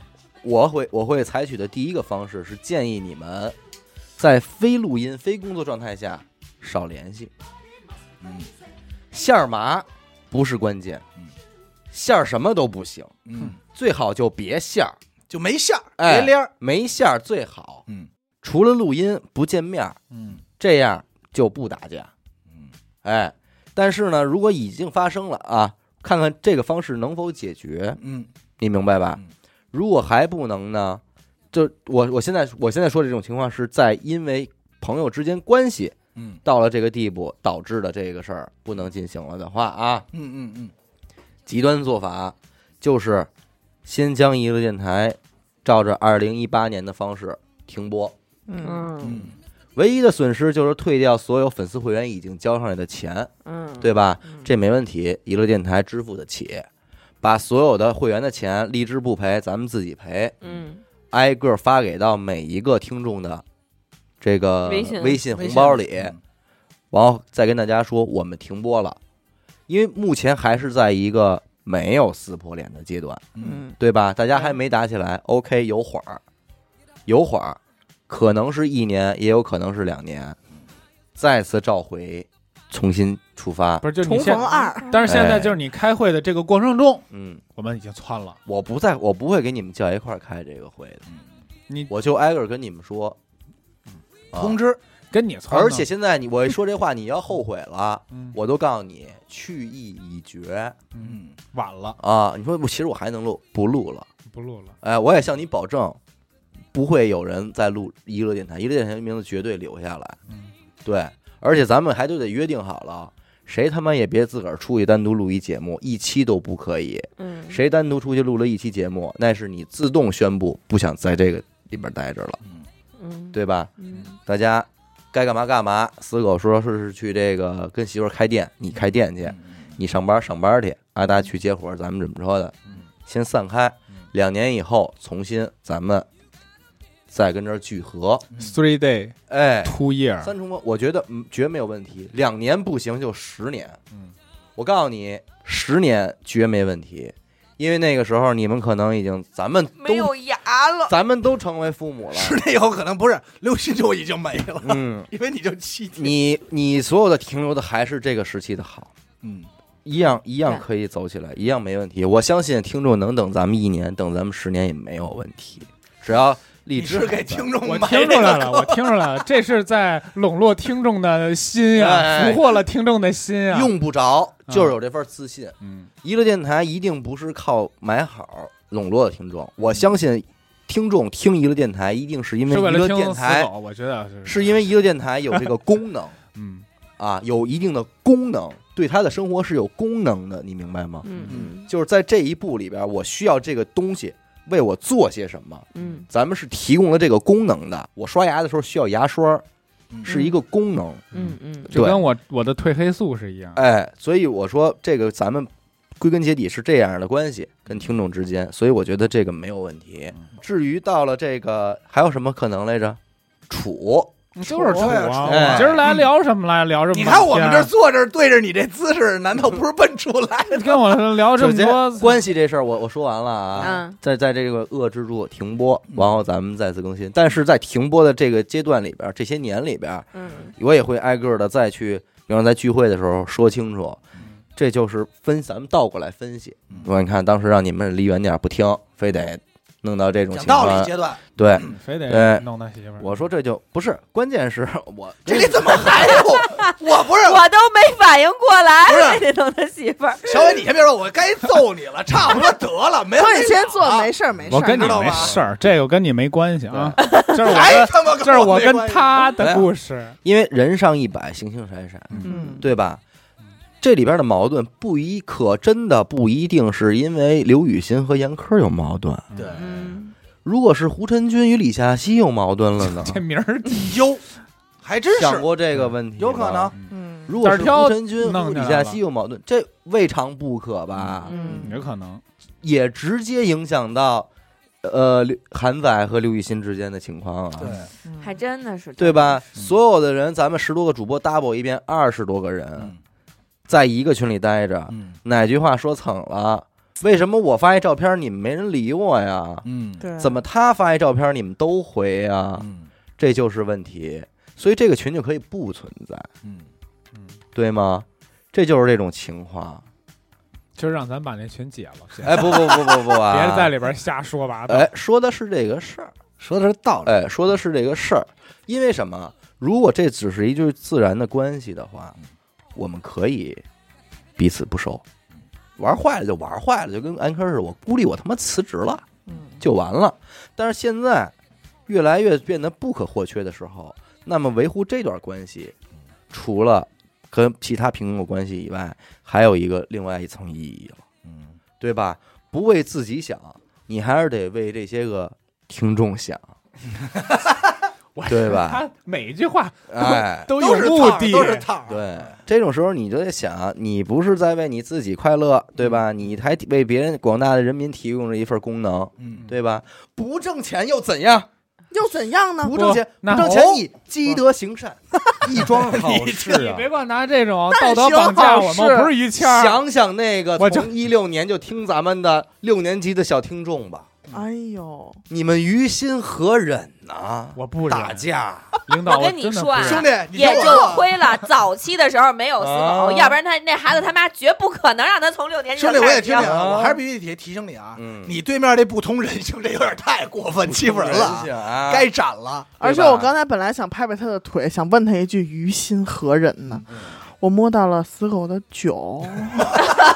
Speaker 2: 我会我会采取的第一个方式是建议你们在非录音、非工作状态下少联系。
Speaker 3: 嗯
Speaker 2: 线儿麻不是关键
Speaker 3: 嗯，
Speaker 2: 线儿什么都不行，
Speaker 3: 嗯，
Speaker 2: 最好就别线儿，
Speaker 3: 就没馅儿，
Speaker 2: 哎
Speaker 3: 别帘儿。
Speaker 2: 没线儿最好。
Speaker 3: 嗯
Speaker 2: 除了录音不见面儿，
Speaker 3: 嗯
Speaker 2: 这样就不打架。
Speaker 3: 嗯，
Speaker 2: 哎，但是呢，如果已经发生了啊，看看这个方式能否解决，
Speaker 3: 嗯
Speaker 2: 你明白吧
Speaker 3: 嗯？
Speaker 2: 如果还不能呢，就我我现在我现在说这种情况是在因为朋友之间关系
Speaker 3: 嗯
Speaker 2: 到了这个地步导致的这个事儿不能进行了的话啊，
Speaker 3: 嗯嗯嗯，
Speaker 2: 极端做法就是先将娱乐电台照着二零一八年的方式停播，
Speaker 6: 嗯
Speaker 4: 嗯
Speaker 2: 唯一的损失就是退掉所有粉丝会员已经交上来的钱，
Speaker 4: 嗯，
Speaker 2: 对吧？
Speaker 4: 嗯，
Speaker 2: 这没问题，娱乐电台支付得起，把所有的会员的钱荔枝不赔，咱们自己赔，
Speaker 4: 嗯
Speaker 2: 挨个发给到每一个听众的这个
Speaker 4: 微信
Speaker 2: 微信红包里，
Speaker 3: 嗯
Speaker 2: 然后再跟大家说我们停播了，因为目前还是在一个没有撕破脸的阶段，
Speaker 3: 嗯，
Speaker 2: 对吧？大家
Speaker 4: 对
Speaker 2: 还没打起来，OK，有缓儿，有缓儿，可能是一年，也有可能是两年，再次召回，重新出发。
Speaker 5: 不是就你
Speaker 6: 重
Speaker 5: 现
Speaker 6: 逢，二，
Speaker 5: (laughs) 但是现
Speaker 2: 哎
Speaker 5: 在就是你开会的这个过程中，
Speaker 2: 嗯，
Speaker 5: 我们已经窜了。
Speaker 2: 我不在，我不会给你们叫一块儿开这个会的，
Speaker 5: 你
Speaker 2: 我就挨个儿跟你们说，啊
Speaker 3: 通知
Speaker 5: 跟你窜呢，
Speaker 2: 而且现在你我一说这话，你要后悔了，
Speaker 5: 嗯
Speaker 2: 我都告诉你，去意已决
Speaker 3: 嗯
Speaker 5: 晚了，
Speaker 2: 啊！你说我其实我还能录，不录了？
Speaker 5: 不录了。
Speaker 2: 哎，我也向你保证，不会有人再录娱乐电台，娱乐电台的名字绝对留下来。
Speaker 5: 嗯
Speaker 2: 对，而且咱们还都得约定好了，谁他妈也别自个儿出去单独录一节目，一期都不可以。
Speaker 4: 嗯，
Speaker 2: 谁单独出去录了一期节目，那是你自动宣布不想在这个里边待着了，
Speaker 3: 嗯
Speaker 4: 嗯，
Speaker 2: 对吧？
Speaker 4: 嗯，
Speaker 2: 大家该干嘛干嘛。死狗说是是去这个跟媳妇儿开店，你开店去，
Speaker 3: 嗯
Speaker 2: 你上班上班去，阿达去接活，咱们怎么说的？
Speaker 3: 嗯
Speaker 2: 先散开，两年以后重新咱们再跟这儿聚合。
Speaker 5: 嗯
Speaker 3: 嗯
Speaker 5: Three day
Speaker 2: 哎，
Speaker 5: two year，
Speaker 2: 三重关，我觉得嗯绝没有问题。两年不行就十年，
Speaker 5: 嗯，
Speaker 2: 我告诉你，十年绝没问题，因为那个时候你们可能已经咱们
Speaker 4: 没
Speaker 2: 都
Speaker 4: 有牙了，
Speaker 2: 咱们都成为父母了，
Speaker 3: 十年以后可能不是刘鑫就已经没了，
Speaker 2: 嗯，
Speaker 3: 因为你就七天，
Speaker 2: 你你所有的停留的还是这个时期的好，
Speaker 3: 嗯
Speaker 2: 一样一样
Speaker 4: 对
Speaker 2: 可以走起来，一样没问题。我相信听众能等咱们一年，等咱们十年也没有问题，只要荔
Speaker 3: 你
Speaker 2: 枝还
Speaker 3: 是给
Speaker 2: 在
Speaker 3: 听众
Speaker 5: 我
Speaker 3: 买
Speaker 5: 听出
Speaker 3: 这
Speaker 5: 来
Speaker 3: 个
Speaker 5: 了，我听出来了，这是在笼络听众的心
Speaker 2: 哎
Speaker 5: 呀，
Speaker 2: 哎
Speaker 5: 俘获了听众的心啊。
Speaker 2: 用不着，就是有这份自信。
Speaker 5: 嗯，
Speaker 2: 娱乐电台一定不是靠买好笼络的听众，我相信听众听娱乐电台一定是因为
Speaker 5: 是为
Speaker 2: 娱
Speaker 5: 了
Speaker 2: 乐
Speaker 5: 听
Speaker 2: 电
Speaker 5: 死
Speaker 2: 台，
Speaker 5: 狗，我觉得是
Speaker 2: 是因为娱乐电台有这个功能 (laughs)
Speaker 5: 嗯，
Speaker 2: 啊，有一定的功能，对他的生活是有功能的，你明白吗？
Speaker 4: 嗯
Speaker 2: 就是在这一步里边，我需要这个东西为我做些什么。
Speaker 4: 嗯
Speaker 2: 咱们是提供了这个功能的，我刷牙的时候需要牙刷，
Speaker 3: 嗯
Speaker 2: 是一个功能。
Speaker 4: 嗯嗯
Speaker 5: 就
Speaker 2: 对
Speaker 5: 跟我我的褪黑素是一样。
Speaker 2: 哎，所以我说这个咱们归根结底是这样的关系，跟听众之间，所以我觉得这个没有问题。
Speaker 3: 嗯
Speaker 2: 至于到了这个还有什么可能来着？处，
Speaker 5: 就是土啊！
Speaker 2: 哎
Speaker 5: 我今儿来聊什么来？聊这么
Speaker 3: 你
Speaker 5: 半天？
Speaker 3: 看我们这坐这对着你这姿势，难道不是奔出来？
Speaker 5: 跟我聊这
Speaker 2: 首
Speaker 5: 么
Speaker 2: 先
Speaker 5: 多
Speaker 2: 关系这事儿，我我说完了啊。
Speaker 4: 嗯
Speaker 2: 在在这个遏制住停播，
Speaker 3: 嗯
Speaker 2: 然后咱们再次更新。但是在停播的这个阶段里边，这些年里边，
Speaker 4: 嗯，
Speaker 2: 我也会挨个的再去，比方在聚会的时候说清楚，
Speaker 3: 嗯
Speaker 2: 这就是分，咱们倒过来分析。我你看，当时让你们离远点儿不听，非得弄到这种
Speaker 3: 讲
Speaker 2: 情
Speaker 3: 道理嗯
Speaker 2: 况，
Speaker 3: 阶段，
Speaker 2: 对。
Speaker 5: 非
Speaker 2: 哎
Speaker 5: 得弄他媳妇儿。
Speaker 2: 我说这就不是，关键是 (laughs) 我
Speaker 3: 这里怎么还有？我不是
Speaker 4: 我都没反应过
Speaker 3: 不
Speaker 4: 来，
Speaker 3: 是
Speaker 4: 这弄他媳妇儿，
Speaker 3: 小伟，你先别说，我该揍你了，差不多得了，没
Speaker 6: 所
Speaker 3: 完
Speaker 6: 以
Speaker 3: 没
Speaker 6: 先
Speaker 3: 了
Speaker 6: 做，没事儿没事儿，
Speaker 5: 我跟你
Speaker 3: 知道
Speaker 5: 没
Speaker 3: 吗
Speaker 5: 事儿，这个跟你没关系啊。这是我
Speaker 3: 还
Speaker 5: 跟
Speaker 3: 他妈
Speaker 5: 这是我
Speaker 3: 哎没
Speaker 5: 跟
Speaker 3: 关系
Speaker 5: 他的故事。
Speaker 2: 因为人上一百，形形色色，
Speaker 6: 嗯
Speaker 2: 对吧？这里边的矛盾不一可真的不一定是因为刘雨欣和严苛有矛盾，
Speaker 3: 对
Speaker 4: 嗯
Speaker 2: 如果是胡晨君与李夏曦有矛盾了呢？
Speaker 5: 这名儿
Speaker 3: 哟，还 (laughs) 真
Speaker 2: 想
Speaker 3: 是
Speaker 2: 过这个问题？
Speaker 3: 有可能。。
Speaker 6: 嗯
Speaker 2: 如果是胡晨君
Speaker 5: 胆儿挑
Speaker 2: 和李夏曦有矛盾，这未尝不可吧？
Speaker 4: 嗯
Speaker 5: 有可能。
Speaker 2: 也直接影响到，呃，刘韩仔和刘雨欣之间的情况啊。
Speaker 3: 对，嗯
Speaker 4: 嗯还真的是
Speaker 2: 对吧？？所有的人，咱们十多个主播 double 一遍，二十多个人
Speaker 3: 嗯
Speaker 2: 在一个群里待着，
Speaker 3: 嗯
Speaker 2: 哪句话说蹭了？为什么我发一照片你们没人理我呀？
Speaker 3: 嗯
Speaker 6: 对，
Speaker 2: 怎么他发一照片你们都回呀？
Speaker 3: 嗯
Speaker 2: 这就是问题，所以这个群就可以不存在，
Speaker 3: 嗯
Speaker 5: 嗯，
Speaker 2: 对吗？这就是这种情况。
Speaker 5: 就是让咱把那群解了，先
Speaker 2: 哎，不不不不不啊！
Speaker 5: 别在里边瞎说八道。
Speaker 2: 哎，说的是这个事儿，
Speaker 3: 说的是道理，
Speaker 2: 哎，说的是这个事儿，因为什么？如果这只是一句自然的关系的话，我们可以彼此不收，玩坏了
Speaker 3: 嗯
Speaker 2: 就玩坏了，就跟安科似的，我孤立我他妈辞职了，就完了。但是现在越来越变得不可或缺的时候，那么维护这段关系，除了跟其他平等的关系以外，还有一个另外一层意义了，
Speaker 3: 嗯，
Speaker 2: 对吧？不为自己想，你还是得为这些个听众想
Speaker 5: 我，
Speaker 2: 对吧？
Speaker 5: 他每一句话
Speaker 2: 哎，
Speaker 5: 都
Speaker 3: 都
Speaker 5: 有
Speaker 3: 是
Speaker 5: 目
Speaker 3: 套儿
Speaker 5: 的，
Speaker 3: 都是套儿。
Speaker 2: 对，这种时候你就得想，你不是在为你自己快乐，对吧？你还为别人广大的人民提供了一份功能，
Speaker 3: 嗯，
Speaker 2: 对吧？不挣钱又怎样？
Speaker 6: 又怎样呢？
Speaker 2: 不挣钱，不
Speaker 5: 那
Speaker 2: 挣钱你积德行 (laughs) 善，一桩好事
Speaker 5: 你
Speaker 2: 啊。
Speaker 6: (laughs)
Speaker 5: 别光拿这种道
Speaker 6: 但
Speaker 5: 德
Speaker 6: 行
Speaker 5: 绑架
Speaker 6: 好
Speaker 5: 我
Speaker 6: 事
Speaker 5: 们，我不是于谦儿。
Speaker 2: 想想那个
Speaker 5: 我就
Speaker 2: 从一六年就听咱们的六年级的小听众吧，
Speaker 6: 哎呦，
Speaker 2: 你们于心何忍呐？
Speaker 5: 我不忍
Speaker 2: 打架，
Speaker 5: 领导，
Speaker 4: 我跟你
Speaker 5: 真的
Speaker 4: 说
Speaker 5: 不
Speaker 4: 啊
Speaker 5: 忍
Speaker 3: 兄弟，你
Speaker 4: 也
Speaker 3: 听我啊
Speaker 4: 就
Speaker 3: 说
Speaker 4: 亏了。早期的时候没有死狗，
Speaker 2: 啊
Speaker 4: 要不然他那孩子他妈绝不可能让他从六年级
Speaker 3: 兄
Speaker 4: 就
Speaker 3: 弟，我
Speaker 4: 开
Speaker 3: 也
Speaker 4: 始
Speaker 3: 听你
Speaker 4: 教。
Speaker 3: 啊，我还是必须得提醒你啊，
Speaker 2: 嗯
Speaker 3: 你对面这不通人性，这有点太过分，欺负人了啊，
Speaker 2: 啊
Speaker 3: 该斩了。
Speaker 6: 而且我刚才本来想拍拍他的腿，想问他一句于心何忍呢？
Speaker 2: 嗯
Speaker 6: 我摸到了死狗的
Speaker 2: (laughs)
Speaker 6: 酒，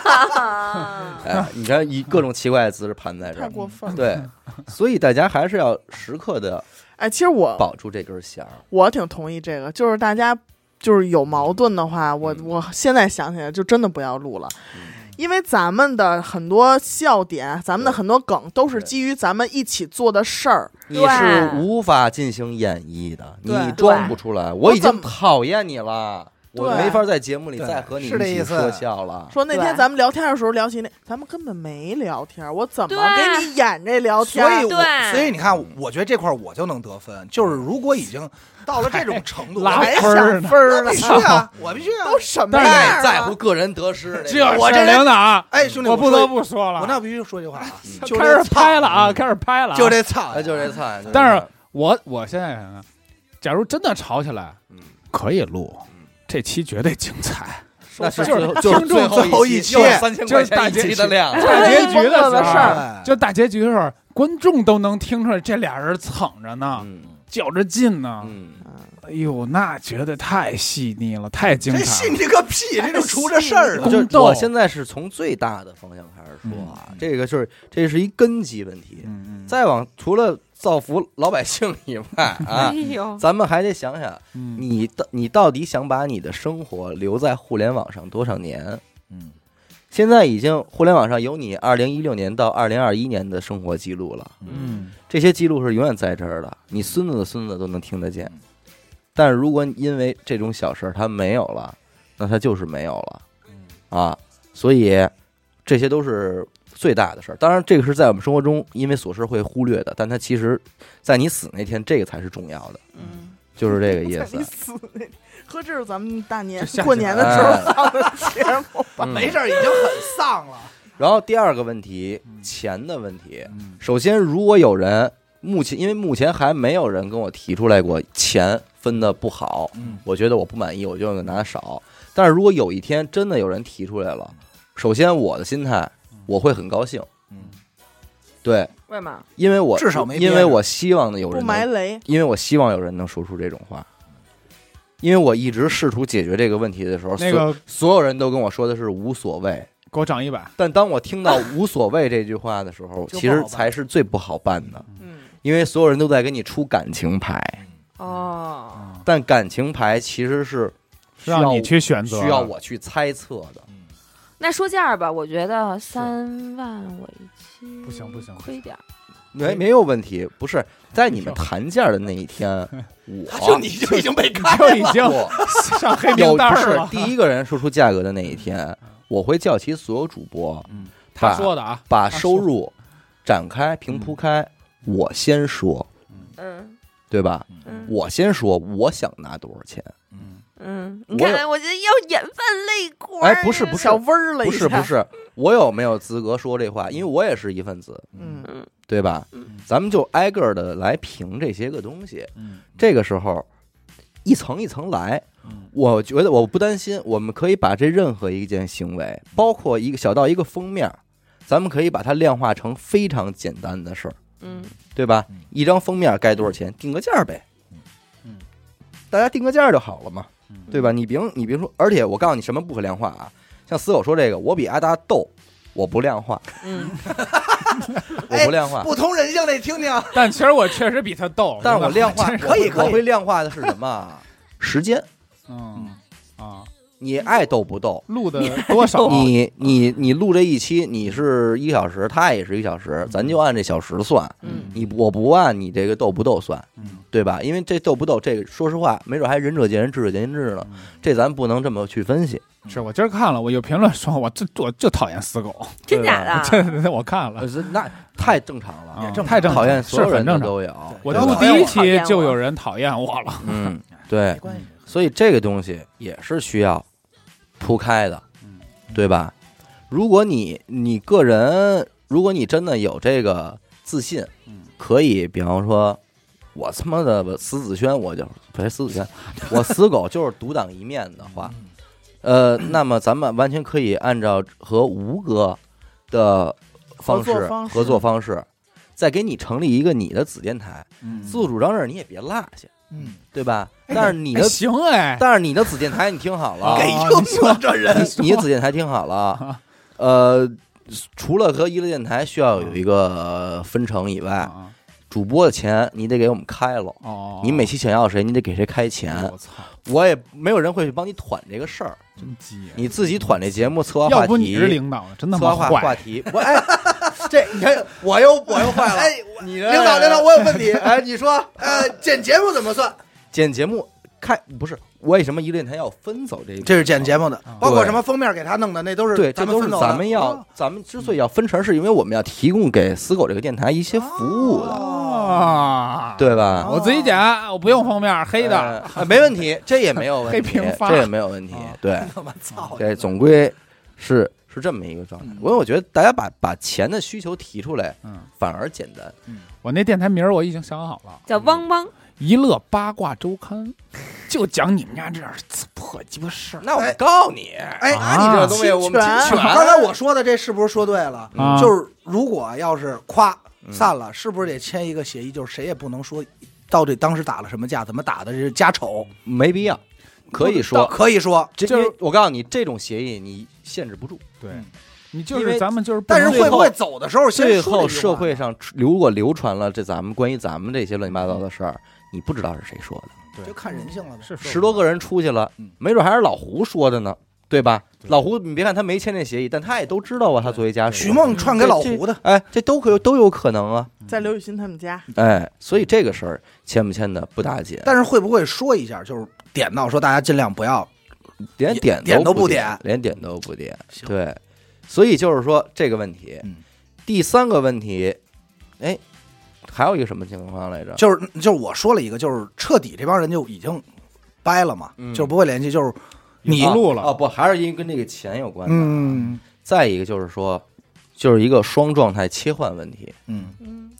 Speaker 4: 啊
Speaker 2: 哎，你看以各种奇怪的姿势盘在这
Speaker 6: 太
Speaker 2: 儿，
Speaker 6: 过分了。
Speaker 2: 对，所以大家还是要时刻的
Speaker 6: 哎，其实我
Speaker 2: 保住这根弦儿。
Speaker 6: 我挺同意这个，就是大家就是有矛盾的话，我
Speaker 2: 嗯
Speaker 6: 我现在想起来就真的不要录了
Speaker 2: 嗯。
Speaker 6: 因为咱们的很多笑点，咱们的
Speaker 2: 对
Speaker 6: 很多梗都是
Speaker 2: 对
Speaker 6: 基于咱们一起做的事儿。
Speaker 2: 你是无法进行演绎的，你
Speaker 6: 对
Speaker 2: 装不出来。我已
Speaker 6: 我怎
Speaker 2: 经
Speaker 6: 么
Speaker 2: 讨厌你了，我
Speaker 6: 对
Speaker 2: 没法在节目里
Speaker 3: 对
Speaker 2: 再和你一
Speaker 3: 是这
Speaker 2: 起
Speaker 3: 意思
Speaker 2: 说笑了。
Speaker 6: 说那天
Speaker 4: 对
Speaker 6: 咱们聊天的时候聊起那，咱们根本没聊天，我怎么
Speaker 4: 对
Speaker 6: 给你演这聊
Speaker 3: 所
Speaker 6: 天？
Speaker 3: 以我，
Speaker 4: 对
Speaker 3: 所以你看，我觉得这块儿我就能得分，就是如果已经到了这种程度，
Speaker 5: 拉
Speaker 3: 我还
Speaker 5: 分儿呢
Speaker 6: 分儿
Speaker 3: 那必须啊，我必须啊。
Speaker 6: 都什么
Speaker 5: 但
Speaker 6: 样
Speaker 5: 是
Speaker 2: 太
Speaker 6: 啊？
Speaker 2: 在乎个人得失，
Speaker 5: 这事
Speaker 3: 我这
Speaker 5: 儿
Speaker 3: 人
Speaker 5: 领导，
Speaker 3: 哎，兄弟，
Speaker 5: 我
Speaker 3: 我
Speaker 5: 不
Speaker 3: 说
Speaker 5: 得
Speaker 3: 一，
Speaker 5: 不说了，
Speaker 3: 我那必须说句话啊，就
Speaker 5: 开始
Speaker 3: 这
Speaker 5: 拍了啊，
Speaker 2: 嗯
Speaker 5: 开始拍了啊，
Speaker 3: 操，就这操，
Speaker 2: 哎，就这菜。就这
Speaker 5: 但是
Speaker 2: 菜
Speaker 5: 我我现在想想，假如真的吵起来，
Speaker 2: 嗯
Speaker 5: 可以录
Speaker 2: 嗯，
Speaker 5: 这期绝对精彩。
Speaker 2: 那是
Speaker 5: 就是
Speaker 2: 最就是
Speaker 5: 听众
Speaker 2: 最后一
Speaker 3: 最后一期
Speaker 2: 三千
Speaker 5: 就
Speaker 2: 块
Speaker 5: 是
Speaker 2: 钱
Speaker 5: 大
Speaker 2: 一
Speaker 5: 结
Speaker 2: 集
Speaker 5: 局
Speaker 2: 的量，
Speaker 5: 大结局的时候
Speaker 6: 这事儿
Speaker 3: 哎
Speaker 5: 就大结局的时候，观众都能听出来这俩人蹭着呢，
Speaker 2: 嗯
Speaker 5: 较着劲呢。
Speaker 2: 嗯，
Speaker 5: 哎呦，那觉得太细腻了，太精
Speaker 3: 这
Speaker 5: 彩
Speaker 3: 信
Speaker 5: 了。
Speaker 3: 你个屁，这就出这事儿
Speaker 5: 宫
Speaker 3: 了。
Speaker 2: 就
Speaker 5: 斗
Speaker 2: 我现在是从最大的方向开始说啊，
Speaker 5: 嗯
Speaker 2: 这个就是这是一根基问题。
Speaker 5: 嗯嗯，
Speaker 2: 再往除了造福老百姓以外
Speaker 4: (laughs) 哎
Speaker 2: 啊，
Speaker 4: 呦，
Speaker 2: 咱们还得想想
Speaker 5: 嗯
Speaker 2: 你到你到底想把你的生活留在互联网上多少年？
Speaker 3: 嗯，
Speaker 2: 现在已经互联网上有你二零一六年到二零二一年的生活记录了，
Speaker 5: 嗯
Speaker 2: 这些记录是永远在这儿的，你孙子的孙子都能听得见。但是如果因为这种小事儿它没有了，那它就是没有了啊。所以这些都是最大的事儿。当然，这个是在我们生活中因为琐事会忽略的，但它其实，在你死那天，这个才是重要的，
Speaker 6: 嗯，
Speaker 2: 就是这
Speaker 6: (laughs)
Speaker 2: 个意
Speaker 6: 我操
Speaker 2: 思
Speaker 6: 你。死那！合这是咱们大年
Speaker 5: 这下去
Speaker 6: 过年的时
Speaker 2: 哎
Speaker 6: 候放的节目，
Speaker 2: 嗯
Speaker 3: 没事儿，已经很丧了。
Speaker 2: 然后第二个问题，
Speaker 5: 嗯
Speaker 2: 钱的问题。
Speaker 5: 嗯
Speaker 2: 首先，如果有人目前，因为目前还没有人跟我提出来过钱分的不好，
Speaker 3: 嗯
Speaker 2: 我觉得我不满意，我就拿的少。但是如果有一天真的有人提出来了，首先我的心态我会很高兴，
Speaker 3: 嗯，
Speaker 2: 对，
Speaker 4: 为嘛？
Speaker 2: 因为我
Speaker 3: 至少没憋着
Speaker 2: 因为我希望有
Speaker 6: 不
Speaker 2: 人
Speaker 6: 埋
Speaker 2: 能，
Speaker 6: 雷。
Speaker 2: 因为我希望有人能说出这种话。因为我一直试图解决这个问题的时候，
Speaker 5: 那
Speaker 2: 所
Speaker 5: 个
Speaker 2: 所有人都跟我说的是无所谓，
Speaker 5: 给我涨一百，
Speaker 2: 但当我听到“无所谓”这句话的时候，
Speaker 3: 就不好办
Speaker 2: 其实才是最不好办的，
Speaker 6: 嗯，
Speaker 2: 因为所有人都在给你出感情牌，
Speaker 4: 哦，
Speaker 2: 但感情牌其实是啊需要
Speaker 5: 让你去选择，
Speaker 2: 需要我去猜测的。
Speaker 4: 那说价吧，我觉得三万我一期
Speaker 5: 不行不行不行
Speaker 4: 亏点儿。
Speaker 2: 没没有问题，不是在你们谈价的那一
Speaker 5: (laughs)
Speaker 2: 天，
Speaker 3: 他就
Speaker 2: 我
Speaker 3: 你就已经被开
Speaker 5: 就
Speaker 2: (laughs)
Speaker 5: 已
Speaker 3: 了，
Speaker 5: 经
Speaker 2: 我
Speaker 5: 上黑
Speaker 2: 有
Speaker 5: 名单
Speaker 2: 不
Speaker 5: 儿
Speaker 2: 是
Speaker 5: 了。
Speaker 2: 第一个人说出价格的那一天，我会叫齐所有主播，
Speaker 5: 嗯
Speaker 2: 把
Speaker 5: 他说的啊，
Speaker 2: 把
Speaker 5: 他
Speaker 2: 收
Speaker 5: 说
Speaker 2: 入展开平铺开，我先说，
Speaker 4: 嗯
Speaker 2: 对吧？
Speaker 4: 嗯
Speaker 2: 我先说我想拿多少钱，
Speaker 5: 嗯
Speaker 4: 嗯，你
Speaker 2: 我有
Speaker 4: 看，我觉得要眼泛泪光。啊
Speaker 2: 哎不是不是
Speaker 6: 小温儿了一
Speaker 2: 不
Speaker 6: 下，
Speaker 2: 是不是，我有没有资格说这话？因为我也是一份子，
Speaker 6: 嗯，
Speaker 2: 对吧？咱们就挨个的来评这些个东西。
Speaker 5: 嗯
Speaker 2: 这个时候一层一层来
Speaker 5: 嗯。
Speaker 2: 我觉得我不担心，我们可以把这任何一件行为，包括一个小到一个封面，咱们可以把它量化成非常简单的事儿，
Speaker 4: 嗯
Speaker 2: 对吧
Speaker 3: 嗯？
Speaker 2: 一张封面该多少钱？定个价儿呗
Speaker 3: 嗯
Speaker 5: 嗯，
Speaker 2: 大家定个价儿就好了嘛
Speaker 5: 嗯，
Speaker 2: 对吧？你别你别说，而且我告诉你什么不可量化啊，像死狗说这个，我比阿达逗，我不量化，
Speaker 4: 嗯，
Speaker 2: 我不量化，
Speaker 3: 不同人性得听啊听。
Speaker 5: 但其实我确实比他逗，
Speaker 2: (laughs) 但是我量
Speaker 5: (laughs)
Speaker 2: 化
Speaker 5: 真是
Speaker 3: 可以可
Speaker 2: 我
Speaker 3: 以
Speaker 2: 会量化的是什么啊？时间，
Speaker 5: 嗯啊，
Speaker 2: 你爱逗不逗？
Speaker 5: 录的多
Speaker 4: 哦
Speaker 5: 少？啊
Speaker 2: 你你你录这一期，你是一小时，他也是一小时，咱就按这小时算。
Speaker 4: 嗯
Speaker 2: 你我不按你这个逗不逗算，
Speaker 5: 嗯
Speaker 2: 对吧？因为这逗不逗，这个说实话，没准还仁者见仁，智者见智
Speaker 5: 嗯
Speaker 2: 呢。这咱不能这么去分析。
Speaker 5: (laughs) 是我今儿看了，我有评论说我这我就讨厌死狗，
Speaker 4: (laughs)
Speaker 5: (laughs)
Speaker 4: 真假的？
Speaker 5: 这我看了
Speaker 2: 可，是呃那太正常了，
Speaker 5: 啊
Speaker 3: 正常
Speaker 5: 嗯太正常
Speaker 2: 讨厌所有
Speaker 5: 是很
Speaker 2: 人
Speaker 5: 正
Speaker 2: 的
Speaker 5: 常。
Speaker 2: 都有。
Speaker 5: 我
Speaker 2: 对
Speaker 5: 录
Speaker 2: 吧
Speaker 5: 第一
Speaker 4: 讨厌
Speaker 5: 期
Speaker 4: 我
Speaker 5: 就有人讨厌我了，
Speaker 2: 嗯，对
Speaker 3: 没，关系，
Speaker 2: 所以这个东西也是需要铺开的
Speaker 5: 嗯，
Speaker 2: 对吧？如果你你个人，如果你真的有这个自信
Speaker 5: 嗯，
Speaker 2: 可以，比方说，我他妈的死子轩，我就不是死子
Speaker 5: (laughs)
Speaker 2: 轩，我死狗就是独当一面的话，
Speaker 5: 嗯
Speaker 2: 呃，那么咱们完全可以按照和吴哥的方
Speaker 6: 合
Speaker 2: 式
Speaker 6: 作方式
Speaker 2: 合作方式，再给你成立一个你的子电台，
Speaker 5: 嗯
Speaker 2: 自主张这儿你也别落下，
Speaker 3: 嗯，
Speaker 2: 对吧？但是你
Speaker 5: 哎
Speaker 2: 的
Speaker 5: 行哎，
Speaker 2: 但是你的子电台你听好了，
Speaker 5: (laughs) 啊
Speaker 3: 给硬了哎这人，
Speaker 2: 你你的子电台听好了
Speaker 5: (laughs)
Speaker 2: 啊，呃，除了和娱乐电台需要有一个呃分成以外，
Speaker 5: 啊
Speaker 2: 主播的钱你得给我们开了。
Speaker 5: 哦，
Speaker 2: 你每期想要谁，你得给谁开
Speaker 5: 哎
Speaker 2: 钱
Speaker 5: 我，操，
Speaker 2: 我也没有人会帮你团这个事儿，
Speaker 5: 真鸡，啊
Speaker 2: 你自己团这节目策划话
Speaker 5: 要不你
Speaker 2: 题，
Speaker 5: 是领导呢，真他
Speaker 2: 策
Speaker 5: 妈
Speaker 2: 划话
Speaker 5: 坏，
Speaker 2: 题，我哎，这你看我又我又坏了，
Speaker 3: 哎，
Speaker 2: 你
Speaker 3: 领导领导，我有问题，哎，你说，呃，剪节目怎么算？
Speaker 2: 剪节目开不是为什么娱乐电台要分走这个？
Speaker 3: 这是剪节目的
Speaker 5: 啊，
Speaker 3: 包括
Speaker 2: 对
Speaker 3: 什么封面给他弄的，那都是
Speaker 2: 对，这
Speaker 3: 咱们
Speaker 2: 都是
Speaker 3: 分走
Speaker 2: 咱们
Speaker 3: 的
Speaker 2: 要，咱们之所以要分成，是因为我们要提供给死狗这个电台一些服务的，
Speaker 3: 哦，
Speaker 5: 啊，，
Speaker 2: 对吧？
Speaker 5: 我自己剪，我不用封面黑的，
Speaker 2: 呃没问题，这也没有问题，
Speaker 5: 黑屏发
Speaker 2: 这也没有问题
Speaker 5: 啊。
Speaker 2: 对，
Speaker 3: (laughs) 我操，
Speaker 2: 对，总归是是这么一个状态。我我觉得大家把把钱的需求提出来，
Speaker 5: 嗯，
Speaker 2: 反而简单。
Speaker 5: 我那电台名儿我已经想好了，
Speaker 4: 叫汪汪，
Speaker 5: 娱乐八卦周刊，就讲你们家这点儿破鸡巴事儿。
Speaker 2: 那我告诉你，
Speaker 3: 哎，
Speaker 5: 哎啊
Speaker 3: 那你这
Speaker 2: 这东西我们
Speaker 6: 侵
Speaker 2: 侵
Speaker 6: 权
Speaker 2: 权
Speaker 3: 啊刚才我说的这是不是说对了？
Speaker 5: 啊
Speaker 3: 就是如果要是夸
Speaker 2: 嗯
Speaker 3: 散了，是不是得签一个协议，就是谁也不能说到底当时打了什么架，怎么打的，这是家丑，
Speaker 2: 没必要，可以说。
Speaker 3: 可以说。
Speaker 2: 这
Speaker 5: 就是
Speaker 2: 我告诉你，这种协议你限制不住。
Speaker 5: 对
Speaker 3: 嗯，
Speaker 5: 你就
Speaker 2: 因为
Speaker 5: 是咱们就是不
Speaker 3: 但是
Speaker 5: 能
Speaker 3: 会
Speaker 5: 最
Speaker 3: 不
Speaker 5: 后，
Speaker 3: 会走的时候先
Speaker 2: 最
Speaker 3: 说这
Speaker 2: 后
Speaker 3: 句话
Speaker 2: 社会上如果流传了这咱们关于咱们这些乱七八糟的事儿，你不知道是谁说的。
Speaker 5: 对
Speaker 3: 就看人性了呗？
Speaker 5: 是
Speaker 2: 十多个人出去了
Speaker 3: 嗯，
Speaker 2: 没准还是老胡说的呢，对吧？老胡，你别看他没签这协议，但他也都知道啊。他作为家属，
Speaker 3: 许梦串给老胡的，
Speaker 2: 这，哎，这都可有都有可能啊，
Speaker 6: 在刘雨欣他们家，
Speaker 2: 哎，所以这个事儿签不签的不大紧，
Speaker 3: 但是会不会说一下，就是点到说大家尽量不要
Speaker 2: 连点
Speaker 3: 点
Speaker 2: 都
Speaker 3: 都
Speaker 2: 不
Speaker 3: 不
Speaker 2: 点
Speaker 3: 点，
Speaker 2: 连点都不点，
Speaker 3: 行
Speaker 2: 对，所以就是说这个问题
Speaker 3: 嗯，
Speaker 2: 第三个问题，哎，还有一个什么情况来着？
Speaker 3: 就是就是我说了一个，就是彻底这帮人就已经掰了嘛，
Speaker 2: 嗯
Speaker 3: 就是不会联系，就是你
Speaker 5: 迷路
Speaker 2: 啊，
Speaker 5: 了，
Speaker 2: 不，还是因为跟这个钱有关的。
Speaker 3: 嗯
Speaker 2: 再一个就是说，就是一个双状态切换问题。
Speaker 3: 嗯
Speaker 4: 嗯，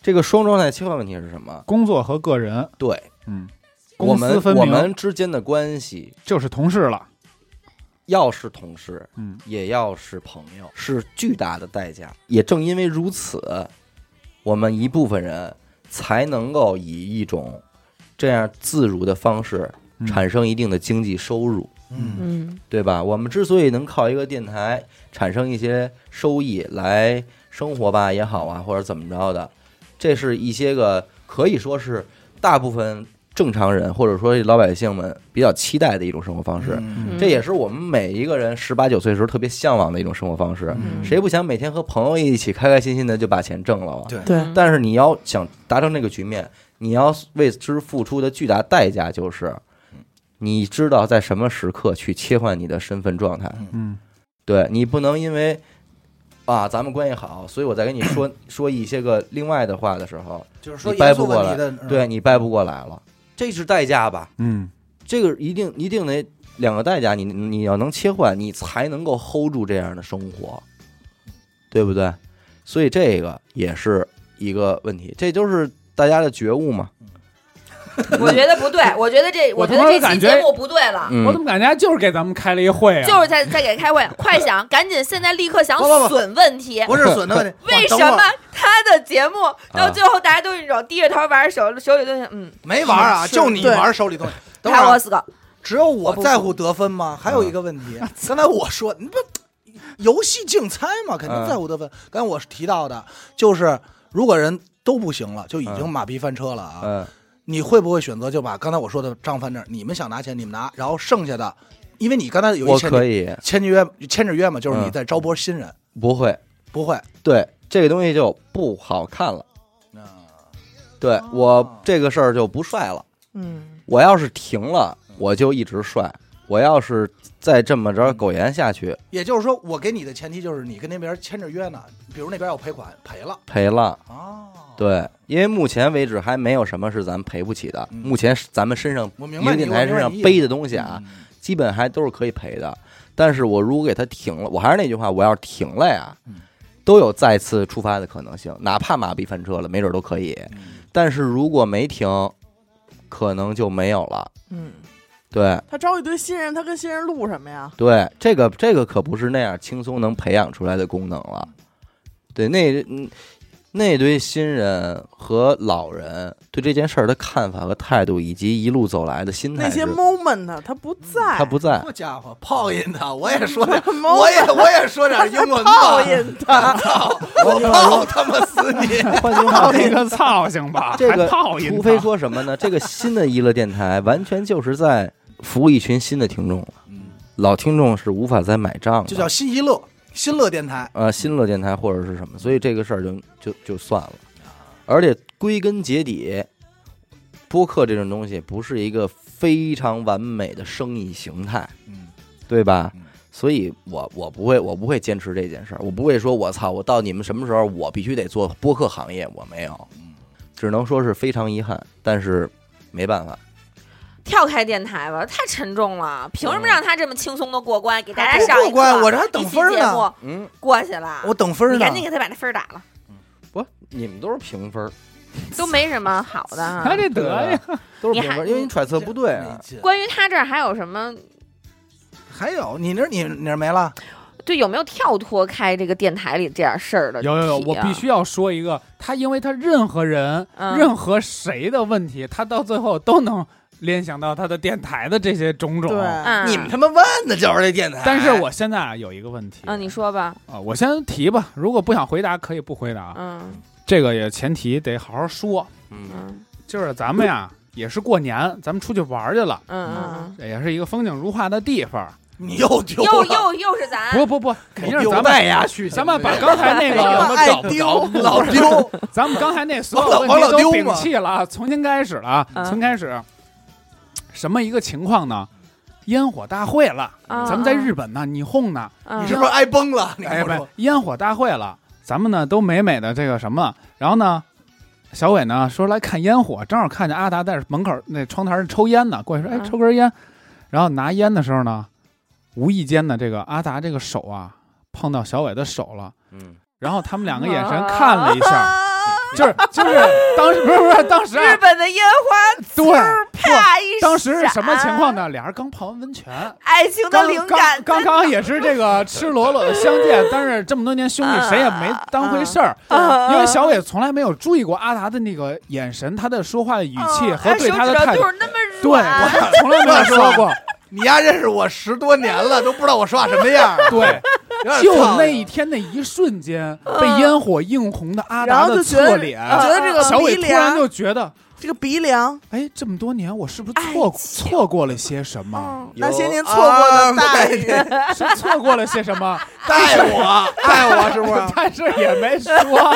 Speaker 2: 这个双状态切换问题是什么？
Speaker 5: 工作和个人，
Speaker 2: 对
Speaker 5: 嗯，
Speaker 2: 我
Speaker 5: 公私
Speaker 2: 们
Speaker 5: 分
Speaker 2: 我
Speaker 5: 明
Speaker 2: 们之间的关系，
Speaker 5: 就是同事了，
Speaker 2: 要是同事，
Speaker 5: 嗯，
Speaker 2: 也要是朋友，是巨大的代价。也正因为如此，我们一部分人才能够以一种这样自如的方式
Speaker 5: 嗯
Speaker 2: 产生一定的经济收入，
Speaker 3: 嗯，
Speaker 4: 嗯，
Speaker 2: 对吧？我们之所以能靠一个电台产生一些收益来生活吧也好啊，或者怎么着的，这是一些个可以说是大部分正常人或者说老百姓们比较期待的一种生活方式。
Speaker 3: 嗯
Speaker 2: 这也是我们每一个人十八九岁时候特别向往的一种生活方式。
Speaker 4: 嗯
Speaker 2: 谁不想每天和朋友一起开开心心的就把钱挣了啊？
Speaker 3: 对
Speaker 6: 对
Speaker 4: 嗯
Speaker 2: 但是你要想达成这个局面，你要为之付出的巨大代价就是，你知道在什么时刻去切换你的身份状态。
Speaker 5: 嗯，
Speaker 2: 对你不能因为啊咱们关系好，所以我在跟你
Speaker 3: (coughs)
Speaker 2: 说说一些个另外的话的时候，
Speaker 3: 就是说
Speaker 2: 你掰不过
Speaker 3: 严
Speaker 2: 来
Speaker 3: 肃问题的，
Speaker 2: 对你掰不过来了，这是代价吧？
Speaker 5: 嗯，
Speaker 2: 这个一定一定得两个代价，你你要能切换，你才能够 hold 住这样的生活，对不对？所以这个也是一个问题，这就是大家的觉悟嘛。
Speaker 4: 我觉得不对，我觉得这，
Speaker 5: 我
Speaker 4: 我
Speaker 5: 他
Speaker 4: 觉
Speaker 5: 妈
Speaker 4: 得这期
Speaker 5: 感觉
Speaker 4: 节目不对了。
Speaker 5: 我怎
Speaker 2: 嗯，
Speaker 5: 么感觉就是给咱们开了一会啊？
Speaker 4: 就是在在给开会，快想，赶紧，现在立刻想
Speaker 3: 不不不
Speaker 4: 损问题。
Speaker 3: (laughs) 不是损的问题，
Speaker 4: 为什
Speaker 3: 等会儿
Speaker 4: 么他的节目到最后大家都是那种低着头玩手手里东西，嗯，
Speaker 3: 没玩啊？
Speaker 6: 是
Speaker 3: 就你
Speaker 6: 对
Speaker 3: 玩手里东西。等会
Speaker 4: 开
Speaker 3: 儿
Speaker 4: 我
Speaker 3: 啊
Speaker 4: 死个，
Speaker 3: 只有我在乎得分吗？还有一个问题，刚才我说你不游戏竞猜嘛，肯定在乎得分。刚才我提到的，就是如果人都不行了，就已经
Speaker 2: 嗯
Speaker 3: 马屁翻车了啊，
Speaker 2: 嗯
Speaker 3: 你会不会选择就把刚才我说的账翻这儿？你们想拿钱，你们拿，然后剩下的，因为你刚才有一
Speaker 2: 我
Speaker 3: 签
Speaker 2: 可以
Speaker 3: 签约签着约嘛，就是你
Speaker 2: 嗯
Speaker 3: 在招拨新人，
Speaker 2: 不会，
Speaker 3: 不会，
Speaker 2: 对这个东西就不好看了。
Speaker 3: 嗯、
Speaker 2: 对我这个事儿就不帅了。
Speaker 6: 嗯，
Speaker 2: 我要是停了，我就一直帅；我要是再这么着苟延下去，
Speaker 3: 也就是说，我给你的前提就是你跟那边签着约呢，比如那边要赔款，赔了
Speaker 2: 赔了。
Speaker 3: 啊。，
Speaker 2: 对，因为目前为止还没有什么是咱们赔不起的。
Speaker 3: 嗯
Speaker 2: 目前是咱们身上
Speaker 3: 我明
Speaker 2: 一
Speaker 3: 白
Speaker 2: 个
Speaker 3: 你
Speaker 2: 电台
Speaker 3: 我明
Speaker 2: 身
Speaker 3: 白
Speaker 2: 上
Speaker 3: 你意思
Speaker 2: 背的东西啊，
Speaker 3: 嗯
Speaker 2: 基本还都是可以赔的。但是我如果给他停了，我还是那句话，我要是停了呀
Speaker 3: 嗯，
Speaker 2: 都有再次出发的可能性，哪怕马屁翻车了，没准都可以。
Speaker 3: 嗯
Speaker 2: 但是如果没停，可能就没有了。
Speaker 6: 嗯，
Speaker 2: 对
Speaker 6: 他招一堆新人，他跟新人录什么呀？
Speaker 2: 对，这个这个可不是那样轻松能培养出来的功能了。对，那嗯那堆新人和老人对这件事儿的看法和态度，以及一路走来的心态
Speaker 6: 那
Speaker 2: 是，
Speaker 6: 些 moment 他不在，
Speaker 5: 嗯
Speaker 2: 他不在
Speaker 3: 好。家伙，泡音的，啊我也说点，
Speaker 6: moment
Speaker 3: 我也我也说点英文
Speaker 6: 报
Speaker 3: 吧，
Speaker 6: 应他，
Speaker 3: (laughs) 我泡他妈死 (laughs) 你！
Speaker 2: 换句话
Speaker 5: 操
Speaker 2: 说
Speaker 5: 你，个操行吧，
Speaker 2: 这
Speaker 5: 啊还
Speaker 2: 个
Speaker 5: 泡音
Speaker 2: 除
Speaker 5: 呢
Speaker 2: 非说什么呢？这个新的娱乐电台完全就是在服务一群新的听众了，
Speaker 5: 嗯
Speaker 2: 老听众是无法再买账的。
Speaker 3: 就叫新一乐，新乐电台。
Speaker 2: 呃新乐电台或者是什么，所以这个事儿就就就算了。而且归根结底，播客这种东西不是一个非常完美的生意形态，
Speaker 3: 嗯
Speaker 2: 对吧
Speaker 3: 嗯？
Speaker 2: 所以我我不会我不会坚持这件事儿，我不会说我操，我到你们什么时候我必须得做播客行业，我没有，只能说是非常遗憾，但是没办法，
Speaker 4: 跳开电台吧，太沉重了。凭什么让他这么轻松的过关？给大
Speaker 3: 嗯还
Speaker 4: 家
Speaker 3: 不
Speaker 4: 上
Speaker 3: 过
Speaker 4: 一
Speaker 3: 关
Speaker 4: 课
Speaker 3: 我这还等
Speaker 4: 一期
Speaker 3: 分儿
Speaker 4: 节
Speaker 3: 呢
Speaker 4: 目
Speaker 2: 嗯，
Speaker 4: 过去了，
Speaker 3: 我等分儿
Speaker 4: 你
Speaker 3: 呢
Speaker 4: 赶，紧给他把那分儿打了，
Speaker 2: 不，你们都是评分儿，
Speaker 4: 都没什么好的
Speaker 3: (laughs)
Speaker 4: 啊
Speaker 5: 他这德呀，
Speaker 2: 都是
Speaker 4: 你
Speaker 2: 评分
Speaker 4: 还
Speaker 2: 儿，因为你揣测不对啊，
Speaker 3: 没劲
Speaker 4: 关于他这儿还有什么？
Speaker 3: 还有你那儿你你那儿没了，
Speaker 4: 对，有没有跳脱开这个电台里这点事儿的、啊
Speaker 5: 有有有，我必。须要说一个，他因为他任何人、
Speaker 4: 嗯
Speaker 5: 任何谁的问题，他到最后都能联想到他的电台的这些种种。
Speaker 6: 对，
Speaker 4: 嗯，
Speaker 3: 你们他妈问的就是这电台。
Speaker 5: 但是我现在啊有一个问题
Speaker 4: 嗯，你说吧，
Speaker 5: 啊，我先提吧，如果不想回答可以不回答，啊
Speaker 4: 嗯
Speaker 5: 这个也前提得好好说。
Speaker 2: 嗯
Speaker 4: 嗯
Speaker 5: 就是咱们呀也是过年，咱们出去玩去了
Speaker 4: 嗯，嗯，
Speaker 5: 也是一个风景如画的地方。
Speaker 3: 你又丢
Speaker 4: 嗯又又又是咱，
Speaker 5: 不不不，肯定是咱
Speaker 3: 又
Speaker 5: 们
Speaker 3: 带牙去，
Speaker 5: 咱们把刚才
Speaker 3: (laughs)
Speaker 5: 那
Speaker 6: 这
Speaker 5: 个
Speaker 6: 么爱丢，
Speaker 3: 老丢，
Speaker 5: 咱们刚才那所
Speaker 3: 王老
Speaker 5: 有
Speaker 3: 王
Speaker 5: 问题
Speaker 3: 老
Speaker 5: 都
Speaker 3: 丢
Speaker 5: 摒
Speaker 3: 嘛
Speaker 5: 弃了啊，重新开始了啊，
Speaker 4: 嗯
Speaker 5: 重新开始。什么一个情况呢？烟火大会了，
Speaker 4: 嗯
Speaker 5: 咱们在日本呢，你哄呢，
Speaker 4: 嗯
Speaker 3: 你是不是挨崩了？你
Speaker 5: 哎
Speaker 3: 跟我
Speaker 5: 不
Speaker 3: 说，，
Speaker 5: 烟火大会了，咱们呢都美美的这个什么，然后呢，小伟呢说来看烟火，正好看见阿达在门口那窗台上抽烟呢，过去说哎
Speaker 4: 嗯
Speaker 5: 抽根烟，然后拿烟的时候呢，无意间呢这个阿达这个手啊碰到小伟的手了，
Speaker 2: 嗯，
Speaker 5: 然后他们两个眼神看了一下。
Speaker 4: 啊
Speaker 5: (laughs) 就是就是当时不是不是当时啊
Speaker 4: 日本的烟花
Speaker 5: 对，
Speaker 4: 啪一闪，
Speaker 5: 当时是什么情况？呢？俩人刚泡完温泉，
Speaker 4: 爱情的
Speaker 5: 刚
Speaker 4: 灵
Speaker 5: 刚
Speaker 4: 感
Speaker 5: 刚刚也是这个赤裸裸的相见，但是这么多年兄弟谁也没当回事儿，
Speaker 4: 啊
Speaker 5: 因
Speaker 6: 呃
Speaker 5: 为小伟从来没有注意过阿达的那个眼神，他的说话的语
Speaker 4: 哦
Speaker 5: 气
Speaker 6: 哦
Speaker 5: 和
Speaker 6: 哎
Speaker 5: 对他的态度
Speaker 4: 就，是那么
Speaker 5: 对，
Speaker 4: 软，
Speaker 5: 我从来没有说
Speaker 6: (laughs)
Speaker 5: 过，
Speaker 3: 你丫认识我十多年了，都不知道我说话什么样儿。
Speaker 5: 对，
Speaker 3: 有点
Speaker 5: 就
Speaker 3: 操
Speaker 5: 那一天那一瞬间被烟火映红的阿
Speaker 6: 嗯然
Speaker 5: 达
Speaker 6: 后就
Speaker 5: 的
Speaker 6: 觉得呃
Speaker 5: 侧脸，
Speaker 6: 觉得这
Speaker 5: 小
Speaker 6: 个
Speaker 5: 伟
Speaker 6: 鼻
Speaker 5: 突然
Speaker 6: 梁，
Speaker 5: 就觉得，
Speaker 6: 这个鼻梁，
Speaker 5: 哎，这么多年我是不是
Speaker 4: 爱
Speaker 5: 错
Speaker 4: 情
Speaker 5: 错过了些什么？
Speaker 6: 那些年错过的大雨，
Speaker 5: 是错过了些什么？
Speaker 3: (laughs) 带我，带我，是不
Speaker 6: 啊
Speaker 3: 是？
Speaker 5: (laughs) 但是也没
Speaker 6: (laughs)
Speaker 5: 说。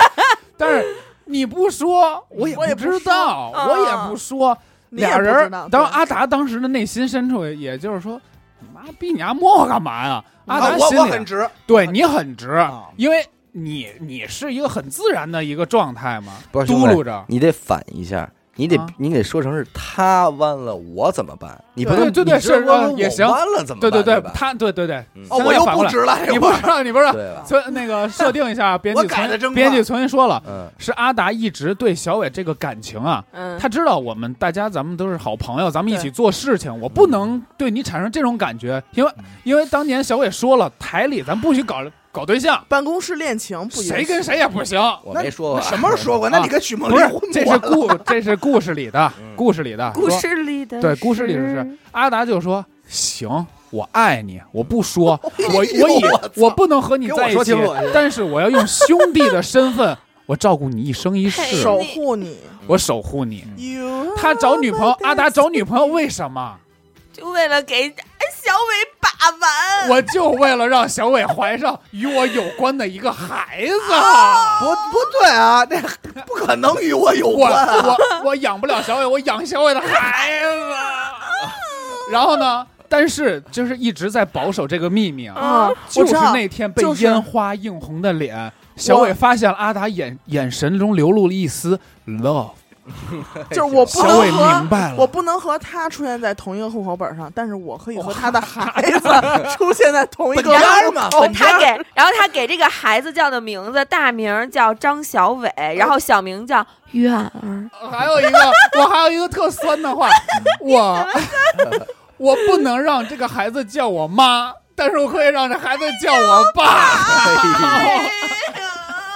Speaker 5: 但是你不说，我也
Speaker 6: 我也
Speaker 5: 不
Speaker 6: 不嗯
Speaker 5: 知道，
Speaker 4: 说
Speaker 5: 我也不说。
Speaker 6: 你也
Speaker 5: 俩
Speaker 6: 不知
Speaker 5: 人
Speaker 6: 道，
Speaker 5: 当
Speaker 6: 对
Speaker 5: 阿达当时的内心深处，也就是说，你妈逼你丫摸我干嘛呀？阿
Speaker 3: 啊
Speaker 5: 达
Speaker 3: 我我
Speaker 5: 心
Speaker 3: 很
Speaker 5: 里
Speaker 3: 直，
Speaker 5: 对你很直
Speaker 3: 啊，
Speaker 5: 因为你你是一个很自然的一个状态嘛，
Speaker 2: 不啊是兄弟
Speaker 5: 嘟噜着。
Speaker 2: 你得反一下，你得、
Speaker 5: 啊
Speaker 2: 你得说成是他弯了，我怎么办？你不
Speaker 5: 对
Speaker 2: 能
Speaker 5: 对对
Speaker 2: 啊你这
Speaker 5: 是
Speaker 2: 弯了
Speaker 5: 也
Speaker 2: 我
Speaker 5: 行
Speaker 2: 弯了怎么办？
Speaker 5: 对对
Speaker 2: 对
Speaker 5: 对
Speaker 2: 吧，，
Speaker 5: 他对对对，
Speaker 2: 嗯
Speaker 3: 哦，
Speaker 5: 现
Speaker 3: 我
Speaker 5: 在
Speaker 3: 又
Speaker 5: 反过
Speaker 3: 不
Speaker 5: 来
Speaker 3: 直了，这
Speaker 5: 你不
Speaker 3: 会儿
Speaker 5: 知道你不知道，
Speaker 2: 对吧？
Speaker 5: 所以那个设定一下，编
Speaker 3: 我
Speaker 5: 剧
Speaker 3: 改得真快
Speaker 5: 重新编剧重新说了，
Speaker 2: 嗯，
Speaker 5: 是阿达一直对小伟这个感情啊，
Speaker 4: 嗯，
Speaker 5: 他知道我们大家咱们都是好朋友，咱们一起做事情，我不能对你产生这种感觉，因为因为当年小伟说了，台里咱不许搞搞对象，
Speaker 6: 办公室恋情不允许
Speaker 5: 谁跟谁也不行。啊
Speaker 2: 我
Speaker 3: 那
Speaker 2: 没说
Speaker 3: 那
Speaker 2: 过
Speaker 3: 什么时候说
Speaker 2: (laughs)
Speaker 3: 过？那你跟许梦
Speaker 5: 不
Speaker 3: 离
Speaker 5: 是
Speaker 3: 婚，
Speaker 5: 这是
Speaker 3: 完了
Speaker 5: 故这是故事里的
Speaker 2: 嗯
Speaker 5: 故事里的
Speaker 4: 故
Speaker 5: 说
Speaker 4: 事里的
Speaker 5: 对故事里是阿达就说行，我爱你，我不说，我
Speaker 3: 哎呦
Speaker 5: 我以
Speaker 3: 我操
Speaker 5: 我不能和你
Speaker 3: 给我
Speaker 5: 在一
Speaker 3: 说
Speaker 5: 起
Speaker 3: 清楚哎，
Speaker 5: 但是我要用兄弟的身份，我照顾你一生一世，
Speaker 6: 守护你。
Speaker 5: 我守护你。
Speaker 6: You
Speaker 5: 他找女朋
Speaker 6: 哦
Speaker 5: 友，阿达找女朋友为什么？
Speaker 4: 就为了给哎小伟把
Speaker 6: 嗯
Speaker 4: 玩。
Speaker 5: 我就为了让小伟怀上与我有关的一个孩子。
Speaker 6: 哦
Speaker 3: 不不对啊， (laughs) 这不可能与我有
Speaker 5: 我
Speaker 3: 关。
Speaker 6: 啊
Speaker 5: 我我养不了小伟，我养小伟的孩子。
Speaker 6: 哦
Speaker 5: 然后呢？但是就是一直在保守这个秘密啊，
Speaker 6: 啊，
Speaker 5: 就
Speaker 6: 我
Speaker 5: 是
Speaker 6: 知道
Speaker 5: 那天被
Speaker 6: 就是
Speaker 5: 烟花映红的脸，小伟发现了阿达眼眼神中流露了一丝 love，
Speaker 6: 就是我不
Speaker 5: 小伟
Speaker 6: 能
Speaker 5: 明
Speaker 6: 和
Speaker 5: 白
Speaker 6: 我
Speaker 5: 了，
Speaker 6: 不能和他出现在同一个户口本上，但是我可以和他
Speaker 5: (laughs)
Speaker 6: 的孩子出现在同一个
Speaker 3: 本家儿嘛
Speaker 6: 户口本
Speaker 4: (laughs) 他给，然后他给这个孩子叫的名字，大名叫张小伟，然后小名叫苑儿。
Speaker 5: 还有一个我还有一个特酸的话，我我不能让这个孩子叫我妈，但是我可以让这孩子叫我爸。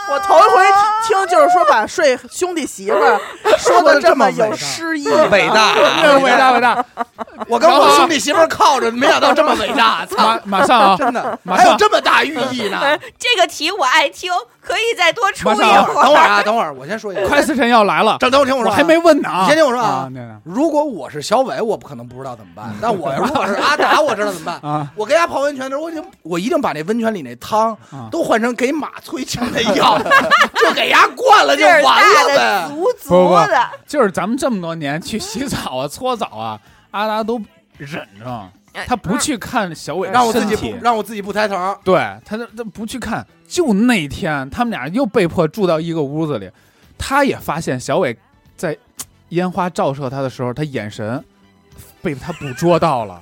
Speaker 6: 我头一回听就是说把睡兄弟媳妇儿说的这么有诗意，
Speaker 2: 伟大，
Speaker 5: (laughs) 这伟大伟大，
Speaker 3: 啊我跟我兄弟媳妇儿靠着，没想到这么伟 (laughs) 大，操
Speaker 5: 马！马上啊，
Speaker 3: 真的，
Speaker 5: 马
Speaker 3: 还有
Speaker 5: 上
Speaker 3: 这么大寓意呢。
Speaker 4: 这个题我爱听，可以再多出一
Speaker 5: 马
Speaker 3: (laughs) 等
Speaker 5: 上啊
Speaker 4: 会
Speaker 3: 会儿
Speaker 4: 儿。 (laughs)
Speaker 3: 啊，等会儿，我先说一下。
Speaker 5: 快思辰要来了，
Speaker 3: 这等我听我
Speaker 5: 我
Speaker 3: 说啊，
Speaker 5: 还没问呢啊，
Speaker 3: 你先听我说啊
Speaker 5: 啊，那
Speaker 3: (laughs)
Speaker 5: 个
Speaker 3: 如果我是小伟，我可能不知道怎么 (laughs) 办。但我如果是阿达，我知道怎么办。
Speaker 5: 啊
Speaker 3: 我给他泡温泉的时候，我已经我一定把那温泉里那汤
Speaker 5: 啊
Speaker 3: 都换成给马催情的药，就给牙灌了就
Speaker 4: 劲儿
Speaker 3: 完
Speaker 4: 大
Speaker 3: 了
Speaker 4: 的，
Speaker 3: 呗。
Speaker 4: 足足的，
Speaker 5: 就是咱们这么多年去洗澡啊、搓澡啊，阿达都忍着，他
Speaker 4: 嗯
Speaker 5: 不去看小伟
Speaker 3: 让我
Speaker 5: 的
Speaker 3: 自
Speaker 5: 身
Speaker 3: 己
Speaker 5: 体
Speaker 3: 不。让我自己不抬头， (laughs)
Speaker 5: 对他，他不去看，就那天他们俩又被迫住到一个屋子里，他也发现小伟在嘖烟花照射他的时候，他眼神被他捕捉到
Speaker 3: (laughs)
Speaker 5: 了，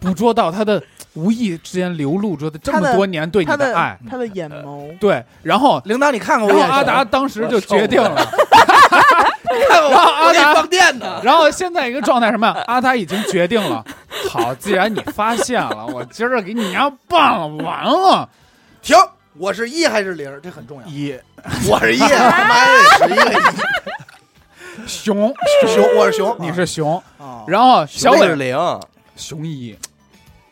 Speaker 5: 捕捉到他的嘖无意之间流露出的这
Speaker 6: 他
Speaker 5: 么
Speaker 6: 的
Speaker 5: 多年对你
Speaker 6: 他的
Speaker 5: 爱，嗯
Speaker 6: 他的眼眸，
Speaker 5: 对，然后
Speaker 3: 铃铛你看看我
Speaker 5: 然
Speaker 3: 眼
Speaker 5: 后
Speaker 3: 神，
Speaker 5: 阿达当时就决定了。
Speaker 3: 看我，
Speaker 5: 然后阿达
Speaker 3: 我给你放电呢。
Speaker 5: 然后现在一个状态什么呀？阿达已经决定了，好，既然你发现了，我今儿给你娘办了，完了，
Speaker 3: 停，我是一还是零？这很重要。
Speaker 5: 一
Speaker 3: (laughs) 我是一，他妈的是一个一
Speaker 5: 熊，
Speaker 3: 熊，我是熊，
Speaker 5: 你是熊，
Speaker 3: 啊，
Speaker 5: 然后 (laughs) 小
Speaker 2: 那是
Speaker 5: 伟
Speaker 2: 零，
Speaker 5: 熊一，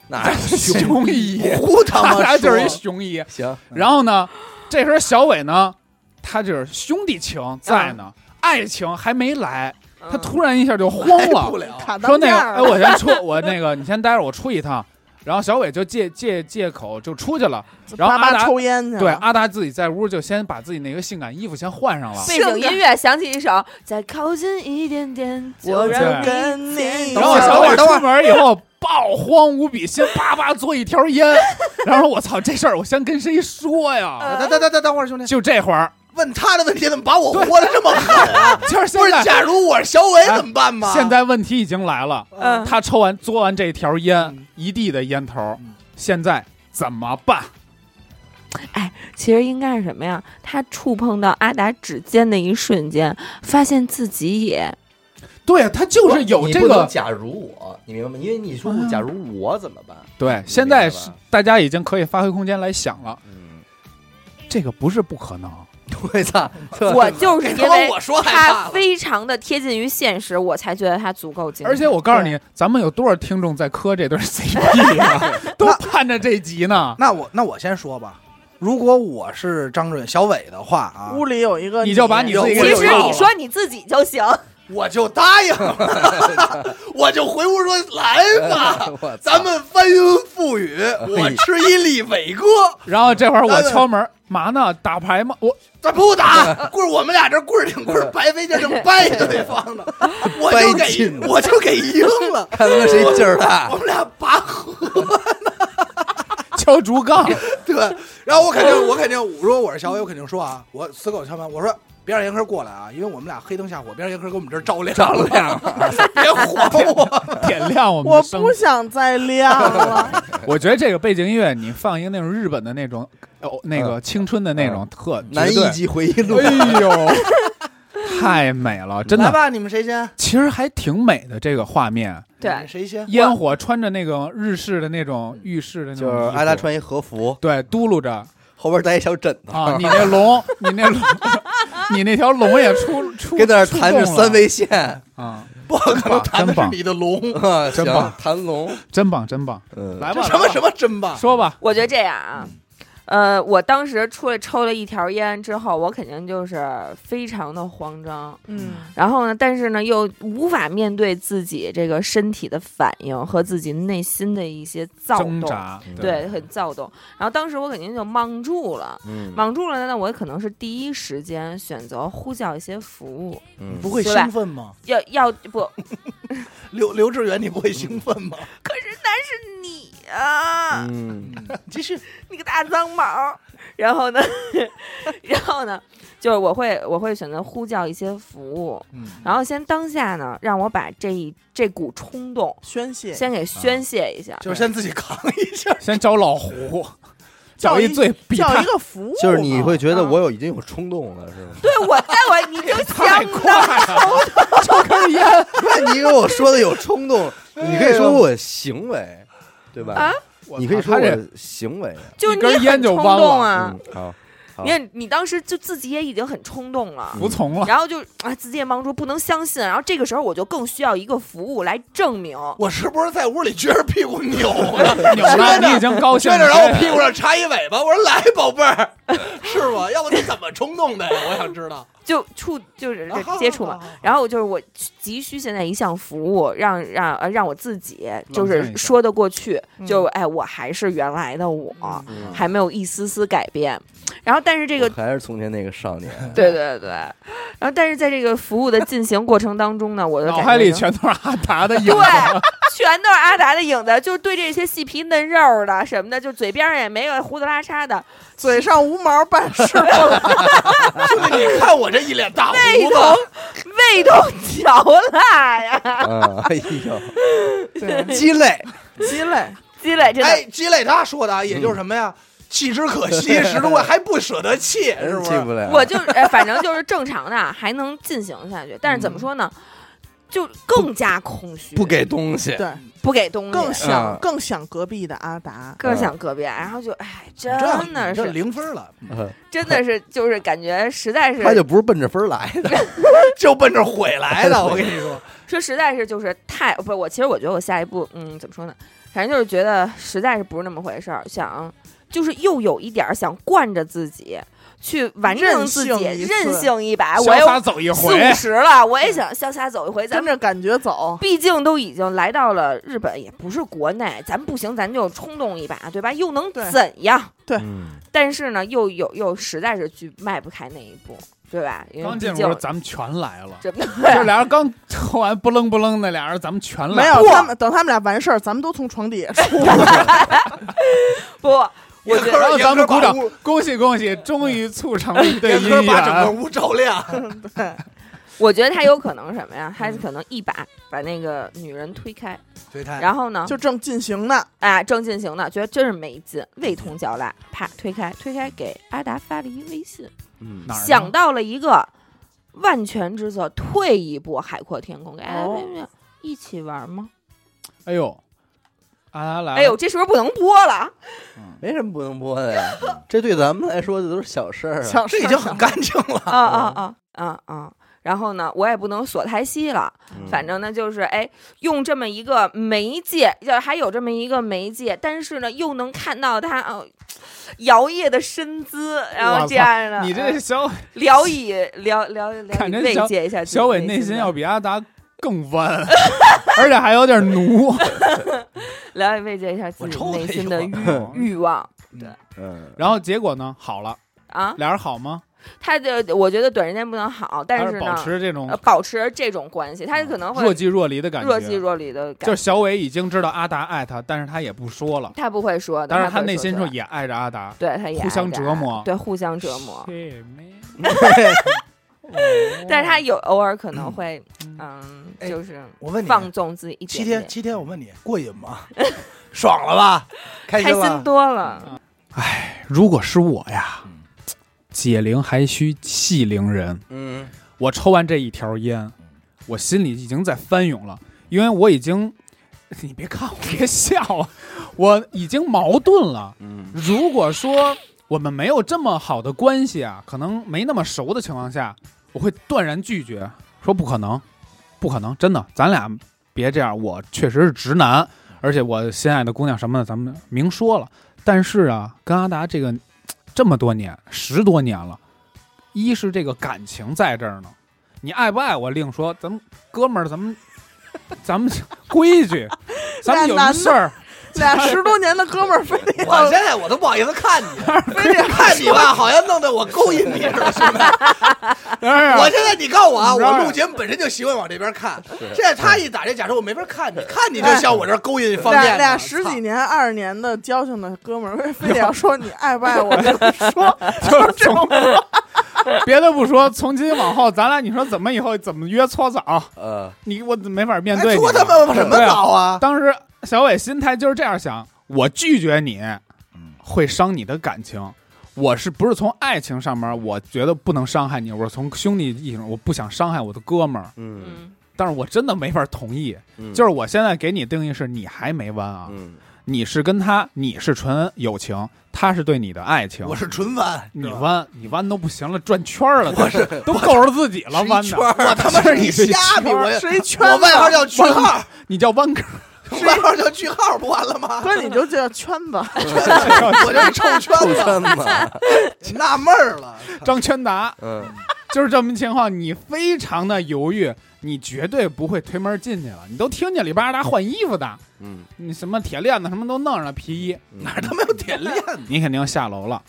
Speaker 2: 那
Speaker 5: (laughs) 熊一， (laughs)
Speaker 3: 胡他
Speaker 5: 阿
Speaker 3: 妈
Speaker 5: 达就是
Speaker 3: 说
Speaker 5: 一熊一。
Speaker 2: 行，
Speaker 5: 然后呢，这时候小伟呢，他就是兄弟情在呢，爱情还没来，他突然一下就慌了
Speaker 3: 哎不，了。
Speaker 6: 卡
Speaker 5: 说
Speaker 6: 当
Speaker 5: 那
Speaker 6: 间
Speaker 5: 个，
Speaker 6: 儿
Speaker 5: 哎，我先出， (laughs) 我那个你先待着，我出一趟。然后小伟就借借借口就出去了，然后
Speaker 6: 爸
Speaker 5: 阿
Speaker 6: 妈
Speaker 5: 达
Speaker 6: 抽烟去了，
Speaker 5: 对，阿达自己在屋就先把自己那个性感衣服先换上了。
Speaker 4: 嗯背景音乐响起一首《再靠近一点点》，就让
Speaker 5: 对
Speaker 6: 跟你
Speaker 5: 然
Speaker 3: 等
Speaker 5: 后
Speaker 3: 会儿
Speaker 5: 小
Speaker 3: 等会
Speaker 5: 伟
Speaker 3: 儿等会
Speaker 5: 出
Speaker 3: 儿
Speaker 5: 门以后暴慌无比，先叭叭嘬一条烟，然后说我操这事儿我先跟谁说呀？
Speaker 3: (laughs) 等等等等等会儿，兄弟，
Speaker 5: 就这会儿，
Speaker 3: 问他的问题怎么把我活的这么 (laughs) 狠啊？
Speaker 5: 就是现
Speaker 3: 不是，
Speaker 5: 在，
Speaker 3: 假如我是小伟怎么办嘛？
Speaker 5: 现在问题已经来了，
Speaker 4: 嗯
Speaker 5: 他抽完嘬完这条烟
Speaker 3: 嗯，
Speaker 5: 一地的烟头
Speaker 3: 嗯，
Speaker 5: 现在怎么办？
Speaker 4: 其实应该是什么呀？他触碰到阿达指尖的一瞬间，发现自己也
Speaker 3: 啊
Speaker 5: 对他就是有
Speaker 2: 你
Speaker 5: 这
Speaker 2: 不能
Speaker 5: 个
Speaker 2: 假如我，你明白吗？因为你说假如我怎么办？
Speaker 5: 对，现在是大家已经可以发挥空间来想了，
Speaker 2: 嗯，
Speaker 5: 这个不是不可能。
Speaker 2: 我
Speaker 3: (laughs)
Speaker 2: 操，
Speaker 4: 我就是
Speaker 3: 给
Speaker 4: 因
Speaker 3: 他妈
Speaker 4: 为
Speaker 3: 我说害
Speaker 4: 他
Speaker 3: 怕了。
Speaker 4: 非常的贴近于现实，我才觉得他足够精彩。
Speaker 5: 而且我告诉你，咱们有多少听众在磕这对
Speaker 3: (laughs)
Speaker 5: CP 啊，都盼着这集呢。
Speaker 3: 那我那我先说吧，如果我是张志远小伟的话啊，
Speaker 6: 屋里有一个
Speaker 5: 你就把你自己
Speaker 4: 其
Speaker 5: 给
Speaker 4: 实
Speaker 5: 套
Speaker 4: 你
Speaker 5: 了
Speaker 4: 说你自己就行，
Speaker 5: 嗯
Speaker 3: 我就答应 (laughs) 了，我就回屋说来吧，咱们翻云覆雨，我吃一粒伟哥，
Speaker 5: 然后这会儿我
Speaker 3: 咱们
Speaker 5: 敲门，嘛呢？打牌吗？我
Speaker 3: 咱不打棍儿，我们俩这棍儿顶棍 (laughs) 儿，白飞这正掰对方 (laughs) 呢，我就
Speaker 2: 掰
Speaker 3: 给
Speaker 2: 近了
Speaker 3: 我就给赢 (laughs) 了，
Speaker 2: (laughs) 看他妈谁劲儿大
Speaker 5: (laughs)
Speaker 3: 我。们俩拔河。
Speaker 5: 敲竹杠，
Speaker 3: 对，然后我肯定，我肯定，如果我是小伟，我肯定说啊，我死狗敲门，我说别让严科过来啊，因为我们俩黑灯瞎火，别让严科给我们这儿照亮，照亮， (laughs) 别晃 (laughs) 我。
Speaker 5: 点亮我们
Speaker 6: 我
Speaker 5: 的生
Speaker 6: 不
Speaker 5: 活。
Speaker 6: 想再亮了，
Speaker 5: 我觉得这个背景音乐，你放一个那种日本的那种，哦，那个青春的那种特
Speaker 2: 嗯难
Speaker 5: 绝
Speaker 2: 以及回忆录
Speaker 5: 对。哎
Speaker 2: (laughs)
Speaker 5: 呦，太美了，真
Speaker 3: 来
Speaker 5: 的。
Speaker 3: 吧，你们谁先？
Speaker 5: 其实还挺美的这个画面，
Speaker 4: 对
Speaker 3: 你们谁先？
Speaker 5: 烟火穿着那种日式的那种浴室的那
Speaker 2: 就
Speaker 5: 种
Speaker 2: 是
Speaker 5: 衣服，
Speaker 2: 阿达穿一和服，
Speaker 5: 对嘟
Speaker 2: (laughs)
Speaker 5: 噜着，
Speaker 2: 后边带一小枕头，
Speaker 5: 啊，你那龙， (laughs) 你那龙，你那条龙也出出
Speaker 2: 跟那儿弹着三
Speaker 5: 味
Speaker 2: 味线， (laughs)
Speaker 5: 啊，
Speaker 3: 不可能弹的 (laughs)
Speaker 5: 真棒
Speaker 3: 是你的龙，
Speaker 2: 啊，
Speaker 5: 真
Speaker 2: 行
Speaker 5: 棒，
Speaker 2: 谭龙，
Speaker 5: 真棒真棒，
Speaker 2: 嗯，
Speaker 5: 来吧，
Speaker 3: 这什么
Speaker 5: 来吧
Speaker 3: 什么真棒？
Speaker 5: 说吧，
Speaker 4: 我觉得这样啊，
Speaker 5: 嗯
Speaker 4: 呃，我当时出来抽了一条烟之后，我肯定就是非常的慌张，
Speaker 6: 嗯，
Speaker 4: 然后呢，但是呢，又无法面对自己这个身体的反应和自己内心的一些躁
Speaker 5: 挣
Speaker 4: 动，
Speaker 5: 扎，
Speaker 4: 对， (laughs) 很躁动。然后当时我肯定就蒙住了，
Speaker 2: 嗯
Speaker 4: 蒙住了呢，那我可能是第一时间选择呼叫一些服务，
Speaker 2: 嗯
Speaker 3: 不会兴奋吗？
Speaker 4: 要要不，
Speaker 3: 刘刘志远，你不会
Speaker 5: 嗯
Speaker 3: 兴奋吗？
Speaker 4: 可是那是你啊，
Speaker 2: 嗯
Speaker 3: 继续，
Speaker 4: 你个大脏毛儿。然后呢， (laughs) 然后呢，就是我会我会选择呼叫一些服务，
Speaker 3: 嗯
Speaker 4: 然后先当下呢，让我把这一这股冲动
Speaker 6: 宣泄，
Speaker 4: 先给宣泄一下，
Speaker 3: 就是先自己扛一下。
Speaker 5: 先找老胡，
Speaker 6: 叫
Speaker 5: 找
Speaker 6: 一
Speaker 5: 最比
Speaker 6: 叫
Speaker 5: 他
Speaker 6: 一 (laughs) 个服务嘛，
Speaker 2: 就是你会觉得
Speaker 4: 啊
Speaker 2: 我有已经有冲动了，是吗？
Speaker 4: (laughs) 对我，在我你就
Speaker 5: 太
Speaker 4: 想
Speaker 5: 快了，抽根烟，
Speaker 2: (laughs) 那你跟我说的有冲动，你可以说我行为，对吧
Speaker 4: 啊？
Speaker 2: 你可以说
Speaker 5: 他这
Speaker 2: 我行为，
Speaker 4: 就
Speaker 5: 一
Speaker 4: 你
Speaker 5: 根烟
Speaker 4: 很
Speaker 5: 就
Speaker 4: 冲
Speaker 5: 弯
Speaker 4: 动
Speaker 5: 了
Speaker 4: 啊
Speaker 2: 嗯，，好，好
Speaker 4: 你看你当时就自己也已经很冲动了。
Speaker 5: 服从了，
Speaker 4: 然后就啊，自己也忙住，不能相信。然后这个时候，我就更需要一个服务来证明。
Speaker 3: 我是不是在屋里撅着屁股扭
Speaker 5: (laughs) (laughs) 扭了，你已经高兴
Speaker 3: 撅
Speaker 5: 了，哎
Speaker 3: 着，然后 (laughs) 我屁股上插一尾巴？我 (laughs) 说来，宝贝儿， (laughs) 是吗？要不你怎么冲动的 (laughs) 呀？我想知
Speaker 4: (laughs)
Speaker 3: 道。
Speaker 4: 就触就是
Speaker 3: 啊
Speaker 4: 接触嘛。。然后就是我急需现在一项服务，让让呃让我自己就
Speaker 5: 冷静一
Speaker 4: 是
Speaker 5: 下
Speaker 4: 说得过去，
Speaker 6: 嗯
Speaker 4: 就哎我还是原来的我，
Speaker 2: 嗯
Speaker 4: 还没有一丝丝改变。然后但是这个
Speaker 2: 我还是从前那个少
Speaker 4: (laughs)
Speaker 2: 年，
Speaker 4: 对对对，然后但是在这个服务的进行过程当中呢，我就
Speaker 5: 脑
Speaker 4: 感
Speaker 5: 海
Speaker 4: 觉
Speaker 5: 里
Speaker 4: 到
Speaker 5: 全都是阿达的影子，
Speaker 4: 对，全都是阿达的影子，就是对这些细皮嫩肉的什么的，就嘴边儿也没有胡子拉碴的，
Speaker 6: 嘴上无毛办事，
Speaker 3: 啊 (laughs) 兄弟，你看我这一脸大胡
Speaker 4: 胃
Speaker 3: 子，
Speaker 4: 都胃都 (laughs) 嚼蜡呀！
Speaker 2: 啊，哎呦，
Speaker 6: 对，
Speaker 3: (laughs) 鸡肋。
Speaker 6: 鸡肋，
Speaker 4: 积累 (laughs) 真的、
Speaker 3: 哎，鸡肋他说的
Speaker 5: 嗯
Speaker 3: 啊，也就是什么呀？弃之可惜，食之无味，还不舍得
Speaker 5: (laughs)
Speaker 3: 弃，是
Speaker 2: 真
Speaker 3: 不
Speaker 2: 进
Speaker 3: 是？
Speaker 2: 不了，
Speaker 4: (laughs) 我就是、哎反正就是正常的啊还能进行下去，但是怎么说呢，就更加空虚，
Speaker 2: 不给东西，
Speaker 6: 对，
Speaker 4: 不给东西，
Speaker 6: 更想
Speaker 2: 嗯
Speaker 6: 更想隔壁的阿达，
Speaker 4: 更想个别，然后就哎，真
Speaker 3: 这样
Speaker 4: 的
Speaker 3: 你这
Speaker 4: 是
Speaker 3: 零分了， (laughs)
Speaker 2: 嗯
Speaker 4: 真的是就是感觉实在是
Speaker 2: 他就不是奔着分儿来的，
Speaker 3: 就奔着毁
Speaker 5: (laughs)
Speaker 3: 来的。我跟你说，
Speaker 4: 说实在是就是太不是我，其实我觉得我下一步，嗯，怎么说呢？反正就是觉得实在是不是那么回事儿，想就是又有一点儿想惯着自己去完成自己，
Speaker 6: 任性一次
Speaker 4: 任性一把。我
Speaker 5: 潇洒
Speaker 4: 又
Speaker 5: 走一
Speaker 4: 四
Speaker 5: 回，
Speaker 4: 五十了，我也想潇洒走一回。咱
Speaker 6: 跟
Speaker 4: 们
Speaker 6: 着感觉走，
Speaker 4: 毕竟都已经来到了日本，也不是国内，咱不行，咱就冲动一把，对吧？又能
Speaker 6: 对
Speaker 4: 怎样？
Speaker 2: 嗯
Speaker 4: 但是呢，又有又实在是去迈不开那一步，对吧？因
Speaker 5: (laughs)
Speaker 4: 为
Speaker 5: 刚
Speaker 4: 毕
Speaker 5: 进
Speaker 4: 竟
Speaker 5: 屋咱们全来了，
Speaker 4: 真的
Speaker 5: 就俩人刚抽完不楞不楞的俩人，咱们全
Speaker 6: 没
Speaker 5: 来
Speaker 6: 有
Speaker 5: 了，
Speaker 6: 他们等他们俩完事儿，咱们都从床底下出来，
Speaker 4: (laughs) 不，我觉
Speaker 5: 然
Speaker 4: 得
Speaker 5: 后咱们鼓
Speaker 3: 严
Speaker 5: 掌
Speaker 3: 哥把屋，
Speaker 5: 恭喜恭喜，终于促成了一啊对
Speaker 3: 严
Speaker 5: 姻
Speaker 3: 哥把整个
Speaker 5: 缘，
Speaker 3: 屋照亮，
Speaker 4: 我觉得他有可能什么
Speaker 5: 嗯
Speaker 4: 呀？他可能一把把那个女人推开，
Speaker 3: 对
Speaker 5: 哎
Speaker 3: 他
Speaker 4: 然后呢，
Speaker 6: 就正进行呢，
Speaker 4: 啊正进行呢，觉得真是没劲，味同嚼蜡，啪推开，推开给阿达发了一微信，
Speaker 2: 嗯
Speaker 5: 哪儿呢
Speaker 4: 想到了一个万全之策，退一步海阔天空，给阿达
Speaker 6: 哦
Speaker 4: 微信一起玩吗？
Speaker 5: 哎呦，阿达来了，
Speaker 4: 哎呦，这是不是不能播了？
Speaker 2: 没什么不能播的呀，这对咱们来说这都是小事儿啊，
Speaker 6: 想
Speaker 3: 这已经很干净了。
Speaker 4: 啊啊啊啊啊！然后呢，我也不能锁太细了，
Speaker 2: 嗯
Speaker 4: 反正呢就是哎，用这么一个媒介，要还有这么一个媒介，但是呢又能看到他哦摇曳的身姿，然
Speaker 5: 我
Speaker 4: 后
Speaker 5: 操
Speaker 4: 这样的，
Speaker 5: 你这
Speaker 4: 哎
Speaker 5: 小
Speaker 4: 聊以聊聊聊
Speaker 5: 感
Speaker 4: 以
Speaker 5: 觉
Speaker 4: 慰
Speaker 5: 小
Speaker 4: 藉一下自己
Speaker 5: 小伟
Speaker 4: 内
Speaker 5: 内心
Speaker 4: 的
Speaker 5: 要比阿达更弯， (laughs) 而且还有点奴，
Speaker 4: 聊以慰藉一下自
Speaker 3: 我
Speaker 4: 己
Speaker 3: 抽
Speaker 4: 内
Speaker 3: 他一
Speaker 4: 心的
Speaker 3: 会
Speaker 4: 欲
Speaker 5: 儿
Speaker 4: 欲望
Speaker 2: 嗯，
Speaker 5: 然后结果呢，好了，
Speaker 4: 啊。
Speaker 5: (laughs) 俩人好吗？
Speaker 4: 他的我觉得短时间不能好，但
Speaker 5: 还
Speaker 4: 是
Speaker 5: 保
Speaker 4: 呢，
Speaker 5: 持这种
Speaker 4: 呃保持这种关系，他可能会
Speaker 5: 若即若离的感觉，
Speaker 4: 若即若离的感
Speaker 5: 就
Speaker 4: 觉，
Speaker 5: 是小伟已经知道阿达爱他，但是他也不说了，
Speaker 4: 他不会说的，
Speaker 5: 但是
Speaker 4: 他
Speaker 5: 他
Speaker 4: 不会
Speaker 5: 内心
Speaker 4: 说
Speaker 5: 就
Speaker 4: 出来
Speaker 5: 也爱着阿达。
Speaker 4: 对他也
Speaker 5: 互相
Speaker 4: 爱着
Speaker 5: 折磨
Speaker 4: 对互相折 (laughs) 磨。
Speaker 5: Shit, man
Speaker 4: 但是他有偶尔可能会，
Speaker 5: 嗯
Speaker 4: 嗯，
Speaker 3: 哎
Speaker 4: 就是
Speaker 3: 我问你，
Speaker 4: 放纵自己一
Speaker 3: 七
Speaker 4: 点
Speaker 3: 天
Speaker 4: 点，
Speaker 3: 七天，我问你过瘾吗？爽了吧？开
Speaker 4: 开
Speaker 3: 心
Speaker 4: 心
Speaker 3: 吧？
Speaker 4: 多了。
Speaker 5: 如果是我呀
Speaker 3: 嗯，
Speaker 5: 解铃还须系铃人。
Speaker 2: 嗯
Speaker 5: 我抽完这一条烟，我心里已经在翻涌了，因为我已经，你别看我，别笑啊，我已经矛盾了。
Speaker 2: 嗯
Speaker 5: 如果说我们没有这么好的关系啊，可能没那么熟的情况下，我会断然拒绝，说不可能，不可能，真的，咱俩别这样，我确实是直男，而且我心爱的姑娘什么的，咱们明说了。但是啊，跟阿达这个嘖这么多年，十多年了，一是这个感情在这儿呢，你爱不爱我另说，咱们哥们儿，咱们咱们规矩，咱们有
Speaker 6: 俩男
Speaker 5: 什么
Speaker 6: 的
Speaker 5: 事儿。
Speaker 6: (laughs) 俩十多年的哥们儿，非得
Speaker 3: 我
Speaker 6: 要
Speaker 3: 现在我都不好意思看你，
Speaker 6: 非得
Speaker 3: 看你吧，好像弄得我勾引你似的。兄弟
Speaker 5: 当然啊
Speaker 3: 我现在你告诉我啊，
Speaker 5: 你知道
Speaker 3: 我
Speaker 5: 呀
Speaker 3: 录节目本身就习惯往这边看，现在他一打这假说，我没法看你，看你就像我这勾引方便
Speaker 6: 俩
Speaker 3: 的啊
Speaker 6: 俩十几年、二十年的交情的哥们儿，
Speaker 3: (laughs)
Speaker 6: 为非得要说你爱不爱我，这么
Speaker 5: (laughs)
Speaker 6: 说
Speaker 5: 就是从 (laughs) 别的不说，从今往后，咱俩你说怎么以后怎么约搓澡？
Speaker 2: 呃，
Speaker 5: 你我没法面
Speaker 3: 哎
Speaker 5: 对你
Speaker 3: 搓
Speaker 5: 了。
Speaker 3: 他妈什么
Speaker 5: 对啊
Speaker 3: 澡啊？
Speaker 5: 当时小伟心态就是这样想：我拒绝你，
Speaker 2: 嗯
Speaker 5: 会伤你的感情。我是不是从爱情上面，我觉得不能伤害你？我是从兄弟义上，我不想伤害我的哥们儿，
Speaker 2: 嗯，
Speaker 4: 嗯，
Speaker 5: 但是我真的没法同意。
Speaker 2: 嗯
Speaker 5: 就是我现在给你定义是，你还没弯啊，
Speaker 2: 嗯，
Speaker 5: 你是跟他，你是纯友情，他是对你的爱情。
Speaker 3: 我是纯弯，
Speaker 5: 你
Speaker 3: 是吧
Speaker 5: 弯，你弯都不行了，转圈儿了，
Speaker 3: 我是
Speaker 5: 都够着自己了，弯
Speaker 3: 是一圈
Speaker 5: 的，
Speaker 3: 儿我他妈是你瞎逼，我
Speaker 6: 是一圈
Speaker 3: 我
Speaker 6: 子
Speaker 3: 外号叫句号，
Speaker 5: 你叫弯哥，
Speaker 3: 外号叫句号，不完了吗？
Speaker 6: 哥你就叫圈
Speaker 3: (laughs)
Speaker 6: 子，
Speaker 3: 我就是臭
Speaker 2: 臭
Speaker 3: 圈子，
Speaker 2: 圈子，
Speaker 3: 纳闷儿了。
Speaker 5: 张全达，
Speaker 2: 嗯，
Speaker 5: 就是这么情况，你非常的犹豫，你绝对不会推门进去了，你都听见里边儿阿达换衣服的，
Speaker 2: 嗯，
Speaker 5: 你什么铁链子什么都弄上了，皮衣，
Speaker 3: 哪儿他妈有点链子？
Speaker 5: 你肯定下楼了。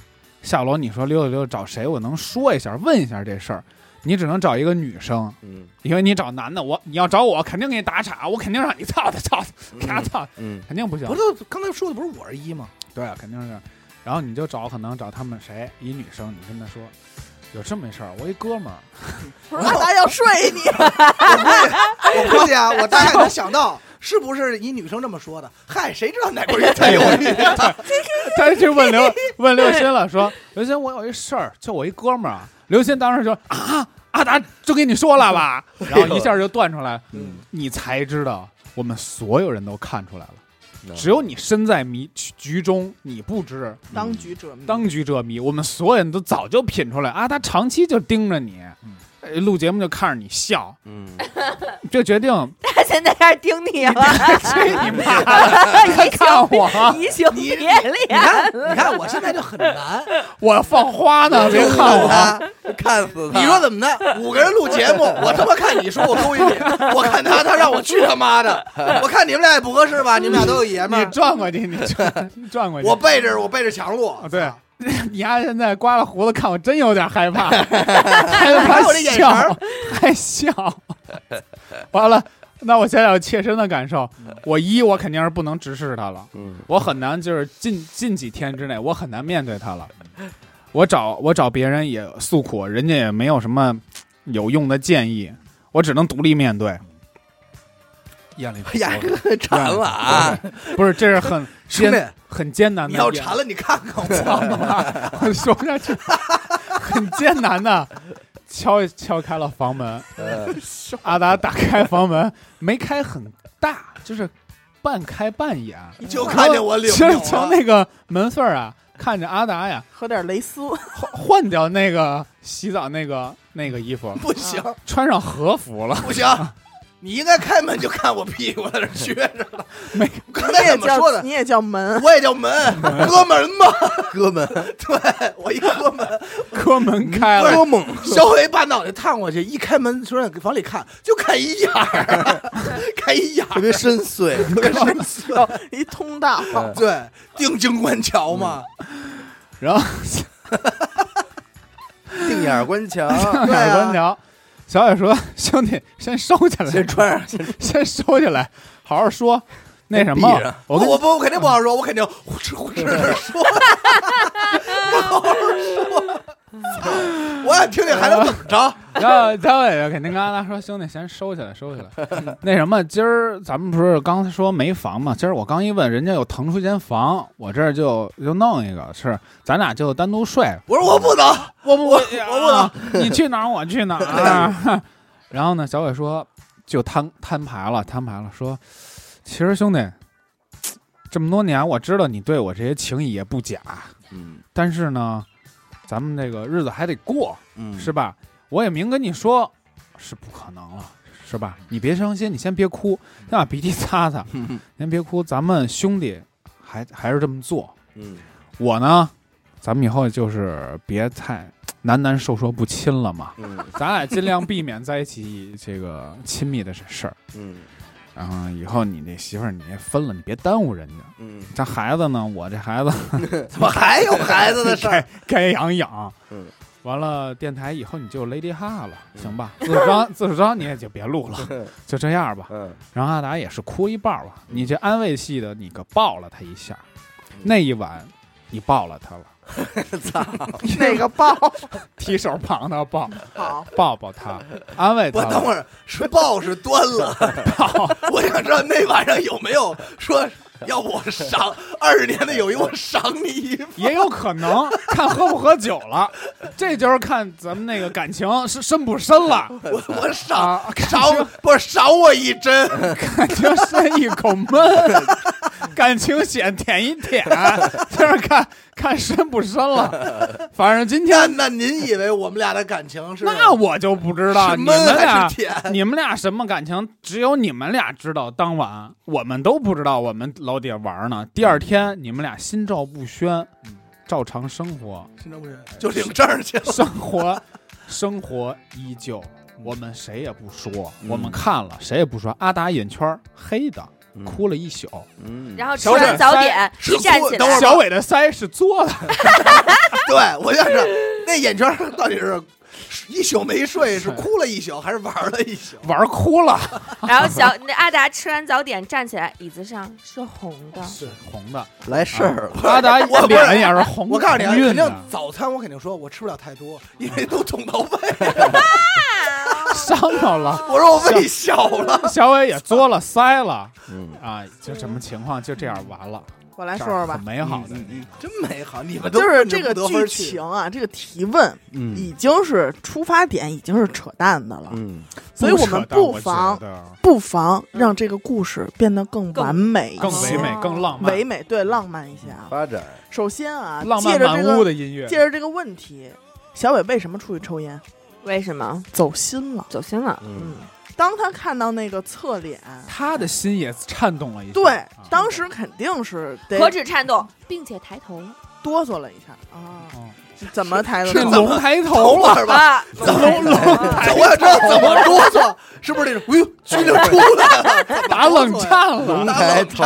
Speaker 5: 下楼你说溜达溜达找谁？我能说一下，问一下这事儿，你只能找一个女生，
Speaker 2: 嗯
Speaker 5: 因为你找男的，我你要找我肯定给你打岔，我肯定让你操他操他，给他操，
Speaker 2: 嗯
Speaker 5: 肯定不行
Speaker 3: 不。是刚才说的不是五二 (laughs) 一吗？
Speaker 5: 对，啊肯定是。然后你就找可能找他们谁一女生，你跟她说有这么一事儿，我一哥们儿，
Speaker 6: 不是阿达要睡你，
Speaker 3: 我估计啊，我大概能想到是不是一女生这么说的。嗨，谁知道哪块儿才有你？
Speaker 5: 他去问刘问刘鑫了，说刘鑫，我有一事儿，就我一哥们儿啊。刘鑫当时就啊，阿达就跟你说了吧，然后一下就断出来，
Speaker 2: 嗯，
Speaker 5: 你才知道，我们所有人都看出来了，
Speaker 2: 嗯
Speaker 5: 只有你身在迷局局中，你不知
Speaker 6: 当局者迷。
Speaker 5: 当局者迷，我们所有人都早就品出来啊，他长期就盯着你，呃录节目就看着你笑，
Speaker 2: 嗯，
Speaker 5: 就决定
Speaker 4: 他现在开始盯你了，
Speaker 5: 去你妈的！你还看我，啊
Speaker 4: (laughs) 移情
Speaker 3: 你
Speaker 4: 别
Speaker 3: 你看，
Speaker 4: 恋
Speaker 3: 你看，我现在就很难。
Speaker 5: 我放花呢，别看我。
Speaker 2: 我，啊看死他，
Speaker 3: (laughs) 你说怎么的？五个人录节 (laughs) 目，我他妈看你说我勾引你，我看他他让我去他妈的， (laughs) 我看你们俩也不合适吧？你们俩都有爷们
Speaker 5: 你
Speaker 3: 儿，
Speaker 5: 转过去，你转，你转过去。
Speaker 3: 我背着我背着墙录
Speaker 5: 啊，，对，你丫现在刮了胡子，看我真有点害怕，还
Speaker 3: 还
Speaker 5: 怕
Speaker 3: 有我这眼神
Speaker 5: 笑
Speaker 3: 儿，
Speaker 5: 还笑。完了，那我现在有切身的感受，我一我肯定是不能直视他了，
Speaker 2: 嗯
Speaker 5: 我很难就是近近几天之内，我很难面对他了。我找我找别人也诉苦，人家也没有什么有用的建议，我只能独立面对。眼里
Speaker 3: 哎呀，哥馋了啊！
Speaker 5: 不是，这是 (laughs) 很
Speaker 3: 兄弟
Speaker 5: 艰，很艰难的
Speaker 3: 你
Speaker 5: 一
Speaker 3: 要
Speaker 5: 个。
Speaker 3: 馋了，你看 (laughs) 看
Speaker 5: 操
Speaker 3: 我。
Speaker 5: 你妈！ (laughs) 我说不下去，啊很艰难的敲敲开了房门，
Speaker 2: 呃
Speaker 5: 阿达打开房门，没开很大，就是半开半掩，
Speaker 3: 你就看见我领
Speaker 5: 其
Speaker 3: 着
Speaker 5: 实
Speaker 3: 我
Speaker 5: 从那个门缝儿啊，看着阿达呀，
Speaker 6: 喝点蕾丝，
Speaker 5: 换换掉那个洗澡那个那个衣服，
Speaker 3: 不行
Speaker 5: 穿上和
Speaker 3: (laughs)
Speaker 5: 服了，
Speaker 3: 不行，你应该开门就看我屁股在那撅着了。
Speaker 5: 没
Speaker 3: 刚
Speaker 6: 你
Speaker 3: 才
Speaker 6: 也
Speaker 3: 怎么说
Speaker 6: 叫
Speaker 3: 的
Speaker 6: 你？也
Speaker 3: (laughs)
Speaker 6: 叫门，
Speaker 3: 我也叫门，哥门嘛，
Speaker 2: 哥们，
Speaker 3: (laughs) 对我一哥们，
Speaker 5: 哎哥门开
Speaker 3: 不
Speaker 5: 了
Speaker 3: 是，猛，小伟把脑袋探过去，一开门，说往里看，就看一眼儿，看一眼
Speaker 2: 特
Speaker 3: 儿，
Speaker 2: 别深邃，
Speaker 3: 特别深邃。
Speaker 6: 一通道。
Speaker 3: (laughs) 对，定睛观瞧嘛，
Speaker 5: 然后
Speaker 2: 定眼观瞧，
Speaker 5: (laughs) 上
Speaker 6: 对
Speaker 5: 海
Speaker 6: 啊
Speaker 5: 关桥。小野说：“兄弟，先收起来，
Speaker 2: 先穿上，先
Speaker 5: 先收起来，好好说。那什
Speaker 2: 闭
Speaker 5: 么
Speaker 2: 上，
Speaker 5: 我跟
Speaker 3: 哦我不我肯定不好说，我肯定呼哧呼哧的说，不好好说。 (laughs) 我想听听还能怎么着？
Speaker 5: 然后张伟伟肯定跟阿达说：“兄弟，先收起来，收起来。那什么，今儿咱们不是刚才说没房嘛？今儿我刚一问，人家有腾出一间房，我这儿就就弄一个，是咱俩就单独睡。
Speaker 3: 我说我不能，
Speaker 5: 我不，我
Speaker 3: 我
Speaker 5: 不哎能，你去哪儿我去哪 (laughs) 儿啊。然后呢，小伟说就摊摊牌了，摊牌了，说其实兄弟，这么多年我知道你对我这些情谊也不假，
Speaker 2: 嗯
Speaker 5: 但是呢，咱们这个日子还得过，
Speaker 2: 嗯，
Speaker 5: 是吧？我也明跟你说，是不可能了，是吧？你别伤心，你先别哭，先把鼻涕擦 (laughs) 擦，先别哭，咱们兄弟还还是这么做。
Speaker 2: 嗯，
Speaker 5: 我呢，咱们以后就是别太男男授受不亲了嘛，
Speaker 2: 嗯
Speaker 5: (laughs) 咱俩尽量避免在一起这个 (laughs) 亲密的事儿。
Speaker 2: 嗯
Speaker 5: 然后以后你那媳妇儿你也分了，你别耽误人家。
Speaker 2: 嗯
Speaker 5: 这孩子呢，我这孩子
Speaker 3: (laughs) 怎么还有孩子的事
Speaker 5: (laughs)
Speaker 3: 儿？
Speaker 5: 该该养养。
Speaker 2: 嗯，
Speaker 5: 完了，电台以后你就 Lady Ha 了，
Speaker 2: 嗯
Speaker 5: 行吧？自主张 (laughs) 自主张你也就别录了，
Speaker 2: 嗯
Speaker 5: (laughs) 就这样吧。
Speaker 2: 嗯，
Speaker 5: 然后阿达也是哭一半了，你这安慰系的你可抱了他一下，
Speaker 2: 嗯
Speaker 5: 那一晚你抱了他了，
Speaker 2: (laughs)
Speaker 6: (laughs)
Speaker 2: 操，
Speaker 6: 那个
Speaker 5: (laughs)
Speaker 6: 抱
Speaker 5: 提手旁的抱
Speaker 6: 好，
Speaker 5: 抱抱他，安慰
Speaker 3: 不，
Speaker 5: 他
Speaker 3: 等
Speaker 5: 了。
Speaker 3: 会儿是抱是端了， (laughs) 我想知道那晚上有没有说，要不我赏二十年的友谊，我赏你一
Speaker 2: (laughs)
Speaker 3: 份
Speaker 5: 也有可能看喝不喝酒了，这就是看咱们那个感情是深不深了
Speaker 3: 我我赏
Speaker 5: 啊，感
Speaker 3: 赏
Speaker 5: 情
Speaker 3: 不是赏我一针，
Speaker 5: 感情深一口闷， (laughs) 感情险舔一舔，就是看看深不深了。反正今
Speaker 3: 那
Speaker 5: 天
Speaker 3: 那您以为我们俩的感情是？啊
Speaker 5: 那我就不知道
Speaker 3: 是
Speaker 5: 你
Speaker 3: 闷
Speaker 5: 们俩
Speaker 3: 还是甜？
Speaker 5: 你们俩什么感情，只有你们俩知道。当晚我们都不知道，我们老底下玩呢。第二天你们俩心照不宣，照常生活。
Speaker 3: 听着不是就领证儿去了。
Speaker 5: 生活， (laughs) 生活依旧，我们谁也不说，
Speaker 2: 嗯
Speaker 5: 我们看了谁也不说。阿达眼圈儿黑的，哭了一宿。
Speaker 2: 嗯，
Speaker 4: 然后吃
Speaker 5: 小
Speaker 4: 完
Speaker 5: 沈
Speaker 4: 早
Speaker 5: 三
Speaker 4: 点
Speaker 3: 是
Speaker 4: 一站
Speaker 3: 哭
Speaker 4: 起
Speaker 3: 等会
Speaker 4: 来
Speaker 3: 儿，
Speaker 5: 小伟的腮是作的，
Speaker 3: 对我就是那眼圈儿到底是一宿没睡，是哭了一宿还是玩了一宿？
Speaker 5: 玩哭了，
Speaker 4: 然后
Speaker 3: (laughs)
Speaker 4: 小那阿达吃完早点站起来，椅子上是红的。
Speaker 5: 是红的。
Speaker 2: 来事儿了，
Speaker 5: 阿达
Speaker 3: 我
Speaker 5: 脸也是红，
Speaker 3: 我告诉你啊，
Speaker 5: 哦晕
Speaker 3: 肯定
Speaker 5: 的，
Speaker 3: 早餐我肯定说我吃不了太多，因为都捅到胃。
Speaker 5: 伤着了。
Speaker 3: 我说我胃小 (laughs) 了，
Speaker 5: (laughs) 小伟也作了腮了
Speaker 2: 嗯，
Speaker 5: 啊，就什么情况？就这样完了，
Speaker 6: 我来
Speaker 5: 这
Speaker 6: 说
Speaker 5: 样
Speaker 6: 说吧
Speaker 5: 很。美好的。
Speaker 3: 真美好。你们都
Speaker 6: 就是这个
Speaker 3: 得分
Speaker 6: 剧
Speaker 3: 去
Speaker 6: 情啊，这个提问
Speaker 2: 嗯
Speaker 6: 已经是出发点，已经是扯淡的了，
Speaker 2: 嗯
Speaker 6: 所以我们
Speaker 5: 扯淡
Speaker 6: 不
Speaker 5: 我觉
Speaker 6: 妨
Speaker 5: 得
Speaker 6: 不妨让这个故事变得更完美一
Speaker 5: 更
Speaker 6: 些
Speaker 5: 唯美、更浪漫
Speaker 6: 嗯唯、美对浪漫一些啊。
Speaker 2: 发展，
Speaker 6: 首先啊，
Speaker 5: 浪
Speaker 6: 借
Speaker 5: 漫
Speaker 6: 着
Speaker 5: 满
Speaker 6: 这
Speaker 5: 屋
Speaker 6: 个
Speaker 5: 的音乐。
Speaker 6: 借着这个问题，小伟为什么出去抽烟？
Speaker 4: 为什么
Speaker 6: 走心了。
Speaker 4: 走心了？
Speaker 2: 嗯
Speaker 6: 嗯，当他看到那个侧脸，
Speaker 5: 他的心也颤动了一下。
Speaker 6: 对
Speaker 5: 嗯啊，
Speaker 6: 当时肯定是得
Speaker 4: 何止颤动，并且抬头
Speaker 6: 哆嗦了一下啊，
Speaker 5: 哦
Speaker 6: 怎么抬的
Speaker 5: 是
Speaker 6: 头？
Speaker 5: 龙抬头
Speaker 3: 等会 (laughs)
Speaker 5: 了，
Speaker 3: 儿吧。
Speaker 4: 啊！
Speaker 5: 龙龙
Speaker 3: (laughs) 走我想知道怎么啰嗦，是不是那种？哎呦，剧就出来了， (laughs) 怎么
Speaker 5: 打冷
Speaker 3: 啰嗦呀
Speaker 5: 战
Speaker 2: 龙
Speaker 5: 了，
Speaker 2: 抬头，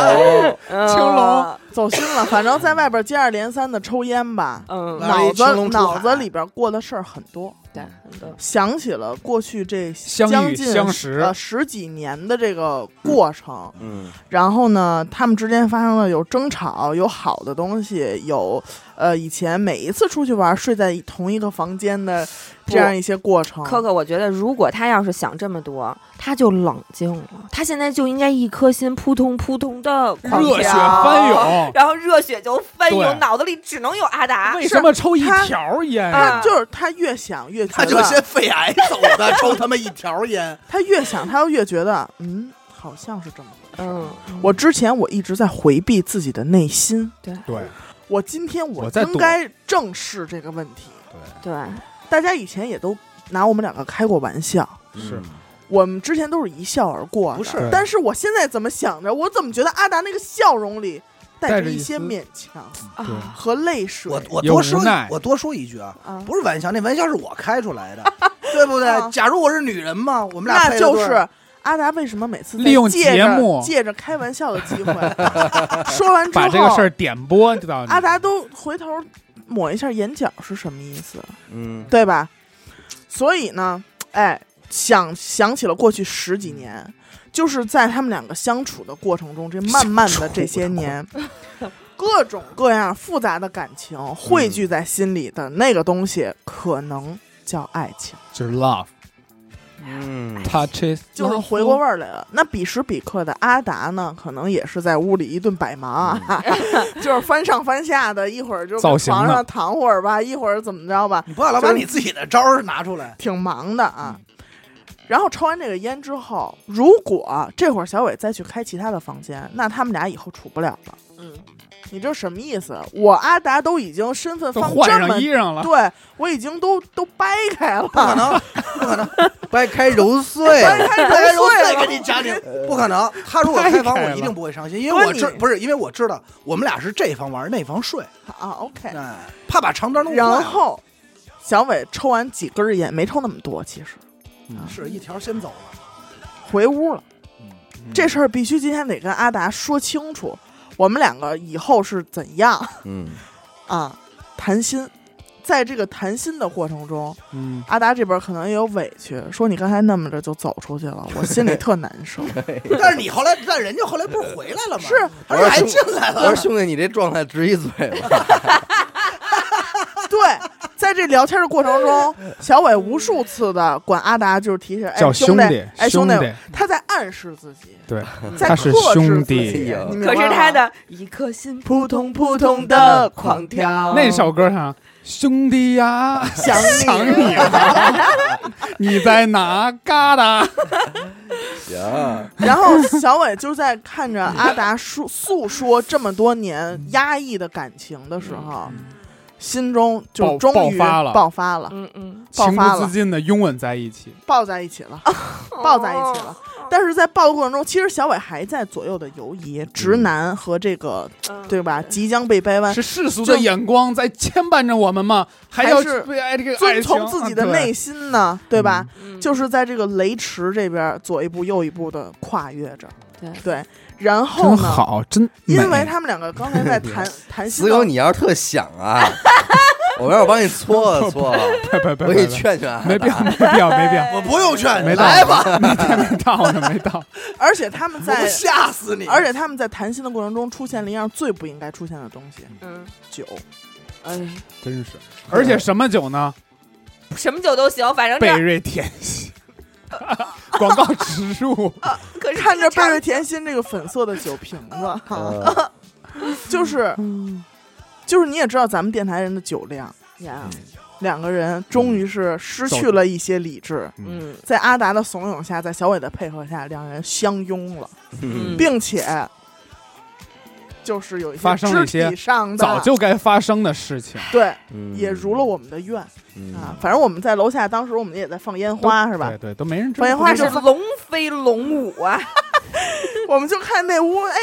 Speaker 4: 青
Speaker 5: 龙，
Speaker 6: 走心了，反正在外边接二连三的抽烟吧，
Speaker 4: 嗯，
Speaker 2: 哪里
Speaker 6: 脑
Speaker 2: 青
Speaker 6: 子
Speaker 2: 龙出
Speaker 6: 脑子
Speaker 2: 海
Speaker 6: 里边过的事儿很多，
Speaker 4: 对，很多。
Speaker 6: 想起了过去这
Speaker 5: 相遇
Speaker 6: 将近
Speaker 5: 相识
Speaker 6: 呃十几年的这个过程，
Speaker 2: 嗯
Speaker 6: 然后呢，他们之间发生了有争吵，有好的东西，有呃以前每一次出去玩睡在同一个房间的这样一些过程。
Speaker 4: 可可，我觉得如果他要是想这么多，他就冷静了。他现在就应该一颗心扑通扑通的狂
Speaker 5: 热血
Speaker 4: 跳
Speaker 5: 翻，涌。
Speaker 4: 然后热血就翻
Speaker 5: 对
Speaker 4: 涌，脑子里只能有阿达。
Speaker 5: 为什么抽一
Speaker 6: 他
Speaker 5: 条烟
Speaker 4: 啊
Speaker 5: 呀？
Speaker 6: 就是他越想越觉
Speaker 3: 他
Speaker 6: 得，
Speaker 3: 就先肺癌走的，抽他妈一条烟。
Speaker 6: (laughs) 他越想他就越觉得，嗯，好像是这么回事。
Speaker 4: 嗯，
Speaker 6: 我之前我一直在回避自己的内心，
Speaker 5: 对
Speaker 6: 我今天我
Speaker 5: 我在
Speaker 6: 应该正视这个问题。
Speaker 4: 对，
Speaker 6: 大家以前也都拿我们两个开过玩笑，
Speaker 2: 嗯
Speaker 5: 是
Speaker 6: 我们之前都是一笑而过的。
Speaker 3: 不是
Speaker 6: 但是我现在怎么想着，我怎么觉得阿达那个笑容里带
Speaker 5: 带
Speaker 6: 着
Speaker 5: 着
Speaker 6: 一
Speaker 5: 一
Speaker 6: 些
Speaker 5: 丝
Speaker 6: 勉强
Speaker 5: 对
Speaker 4: 啊，
Speaker 6: 和泪水？
Speaker 3: 我我
Speaker 5: 有
Speaker 3: 多说
Speaker 5: 无奈
Speaker 3: 我多说一句啊，
Speaker 4: 啊
Speaker 3: 不是玩笑，那玩笑是我开出来的，对不
Speaker 6: 啊
Speaker 3: 对？假如我是女人嘛，我们俩
Speaker 6: 那
Speaker 3: 配得
Speaker 6: 就
Speaker 3: 对
Speaker 6: 是阿达为什么每次在
Speaker 5: 利用
Speaker 6: 借
Speaker 5: 节
Speaker 6: 着
Speaker 5: 目
Speaker 6: 借着开玩笑的机
Speaker 5: (laughs)
Speaker 6: 会说完之
Speaker 5: 把这个事
Speaker 6: 后
Speaker 5: 儿，点播到你
Speaker 6: 阿达都回头抹一下眼角是什么意思？
Speaker 2: 嗯
Speaker 6: 对吧？所以呢，哎，想想起了过去十几年，就是在他们两个相处的过程中，这慢慢的这些年，各种各样复杂的感情
Speaker 5: 嗯
Speaker 6: 汇聚在心里的那个东西，可能叫爱情，
Speaker 5: 就是 love
Speaker 2: 嗯
Speaker 5: touches，
Speaker 6: 就是回过味儿来了。那彼时彼刻的阿达呢，可能也是在屋里一顿
Speaker 5: 嗯
Speaker 6: 百忙啊， (laughs) 就是翻上翻下的，一会儿就
Speaker 5: 造
Speaker 6: 跟
Speaker 5: 型呢
Speaker 6: 床上躺会儿吧，一会儿怎么着吧，
Speaker 3: 你不要老把你自己的招儿拿出来，
Speaker 6: 挺忙的啊。然后抽完这个烟之后，如果这会儿小伟再去开其他的房间，那他们俩以后处不了了。
Speaker 4: 嗯，
Speaker 6: 你这什么意思？我阿达都已经身份
Speaker 5: 都
Speaker 6: 放
Speaker 5: 换
Speaker 6: 这么
Speaker 5: 上，衣裳了，
Speaker 6: 对我已经都都掰开
Speaker 3: 不可
Speaker 5: (laughs)
Speaker 6: 了，
Speaker 3: 能，不可能，掰开揉碎，
Speaker 6: 掰开揉碎
Speaker 3: 掰揉
Speaker 6: 了
Speaker 3: 给你夹进，不可能。他如果开房，我一定不会伤心，因为我知
Speaker 6: 关你
Speaker 3: 不是因为我知道我们俩是这房玩那房睡，
Speaker 6: 啊，OK。
Speaker 3: 哎，怕把床单弄坏了。
Speaker 6: 然后小伟抽完几根烟，没抽那么多，其实
Speaker 3: 是一条先走了，
Speaker 6: 回屋了。
Speaker 5: 嗯
Speaker 6: 这事儿必须今天得跟阿达说清楚，我们两个以后是怎样
Speaker 4: (laughs)
Speaker 2: 嗯，
Speaker 6: 啊谈心。在这个谈心的过程中，
Speaker 5: 嗯，
Speaker 6: 阿达这边可能也有委屈，说你刚才那么着就走出去
Speaker 5: (laughs)
Speaker 6: 了，我心里特难受。
Speaker 3: 但是你后来，但人家后来不是回来了吗？
Speaker 6: 是，
Speaker 3: 而且还进来
Speaker 2: (laughs) 我说
Speaker 3: 了。
Speaker 2: 兄弟，你这状态直一嘴巴，
Speaker 6: 对，在这聊天的过程中，小伟无数次的管阿达就是提示，哎
Speaker 5: 叫
Speaker 6: 兄
Speaker 5: 兄弟
Speaker 6: 哎兄
Speaker 5: 兄弟
Speaker 6: 他在暗示自己，
Speaker 5: 对，
Speaker 6: 在
Speaker 5: 他是
Speaker 6: 克制
Speaker 5: 兄弟
Speaker 6: 自己
Speaker 2: 哎呦
Speaker 6: 你明白
Speaker 4: 可是
Speaker 6: 吗
Speaker 4: 他的一颗心扑通扑通的狂跳，
Speaker 5: 那首歌上，兄
Speaker 6: (laughs)
Speaker 5: 弟呀，
Speaker 6: 想你
Speaker 5: 想
Speaker 6: (laughs)
Speaker 5: 你了，你在哪嘎达？
Speaker 2: (laughs) 行， (laughs)
Speaker 6: (laughs) 然后小伟就在看着阿达诉诉说这么多年
Speaker 5: 嗯
Speaker 6: 压抑的感情的时候，心中就
Speaker 5: 爆
Speaker 6: 终于
Speaker 5: 爆发了
Speaker 6: 爆发了，
Speaker 4: 嗯嗯，
Speaker 6: 爆
Speaker 5: 情
Speaker 6: 发
Speaker 5: 不
Speaker 6: 了
Speaker 5: 自，禁的拥吻在一起，
Speaker 6: 抱在一起
Speaker 4: (laughs)
Speaker 6: 了，抱在一起
Speaker 4: 哦
Speaker 6: 了。但是在抱的过程中，其实小伟还在左右的游移，直男和这个
Speaker 4: 嗯，
Speaker 6: 对吧，即将被掰弯，
Speaker 5: 嗯是世俗
Speaker 6: 就
Speaker 5: 的眼光在牵绊着我们吗？还
Speaker 6: 嗯还
Speaker 5: 要
Speaker 6: 是
Speaker 5: 为爱这个
Speaker 6: 遵
Speaker 5: 爱情啊
Speaker 6: 从自己的内
Speaker 5: 心，
Speaker 6: 心呢，对吧？
Speaker 4: 嗯
Speaker 6: 就是在这个雷池这边左一步右一步的跨越着，
Speaker 4: 对
Speaker 6: 对。然后
Speaker 5: 真
Speaker 6: 呢，
Speaker 5: 好，真
Speaker 6: 因为
Speaker 5: (laughs) 美
Speaker 6: 他们两个刚才在
Speaker 5: (laughs)
Speaker 6: 谈谈心
Speaker 2: 死
Speaker 6: 的
Speaker 2: 狗，你要是特想 (laughs) 啊，我让我帮你搓啊搓搓，
Speaker 5: 拜拜拜
Speaker 2: 我给你
Speaker 5: 拜拜。
Speaker 2: 劝劝啊，
Speaker 5: 没必要，没必要，没必要，
Speaker 3: 我不用劝，
Speaker 5: 没到
Speaker 3: 来吧，
Speaker 5: 没到没到呢，没到。
Speaker 6: 而且他们
Speaker 3: 我不
Speaker 6: 在
Speaker 3: 吓死你。
Speaker 6: 而且他们在谈心的过程中出现了一样最不应该出现的东西
Speaker 4: 嗯，
Speaker 6: ——酒。
Speaker 4: 哎，
Speaker 5: 真是，而且什么酒呢？
Speaker 4: 嗯什么酒都行，反正这
Speaker 5: (laughs) 贝
Speaker 4: 样
Speaker 5: 瑞甜心， (laughs) 广告植
Speaker 3: (laughs)
Speaker 5: 入，
Speaker 4: 可是
Speaker 6: 看着贝
Speaker 4: 贝
Speaker 6: 瑞甜心这个粉色的酒瓶子，哈，
Speaker 2: 呃
Speaker 6: 就是
Speaker 5: 嗯
Speaker 6: 就是你也知道咱们电台人的酒量，
Speaker 4: 呀，
Speaker 6: 两个人终于是失去了一些理智，
Speaker 4: 嗯
Speaker 6: 在阿达的怂恿下，在小伟的配合下，两人相拥了，
Speaker 4: 嗯，
Speaker 6: 并且就是有一些
Speaker 5: 发生了
Speaker 6: 肢
Speaker 5: 一些
Speaker 6: 体上的
Speaker 5: 早就该发生的事情，
Speaker 6: 对，
Speaker 2: 嗯
Speaker 6: 也如了我们的愿
Speaker 2: 嗯
Speaker 6: 啊。反正我们在楼下，当时我们也在放烟花，是吧？
Speaker 5: 对对，都没人知
Speaker 6: 放烟
Speaker 5: 道。
Speaker 6: 花
Speaker 4: 那
Speaker 6: 就是
Speaker 4: 龙飞龙舞啊，
Speaker 6: (laughs) 我们就看那屋，哎，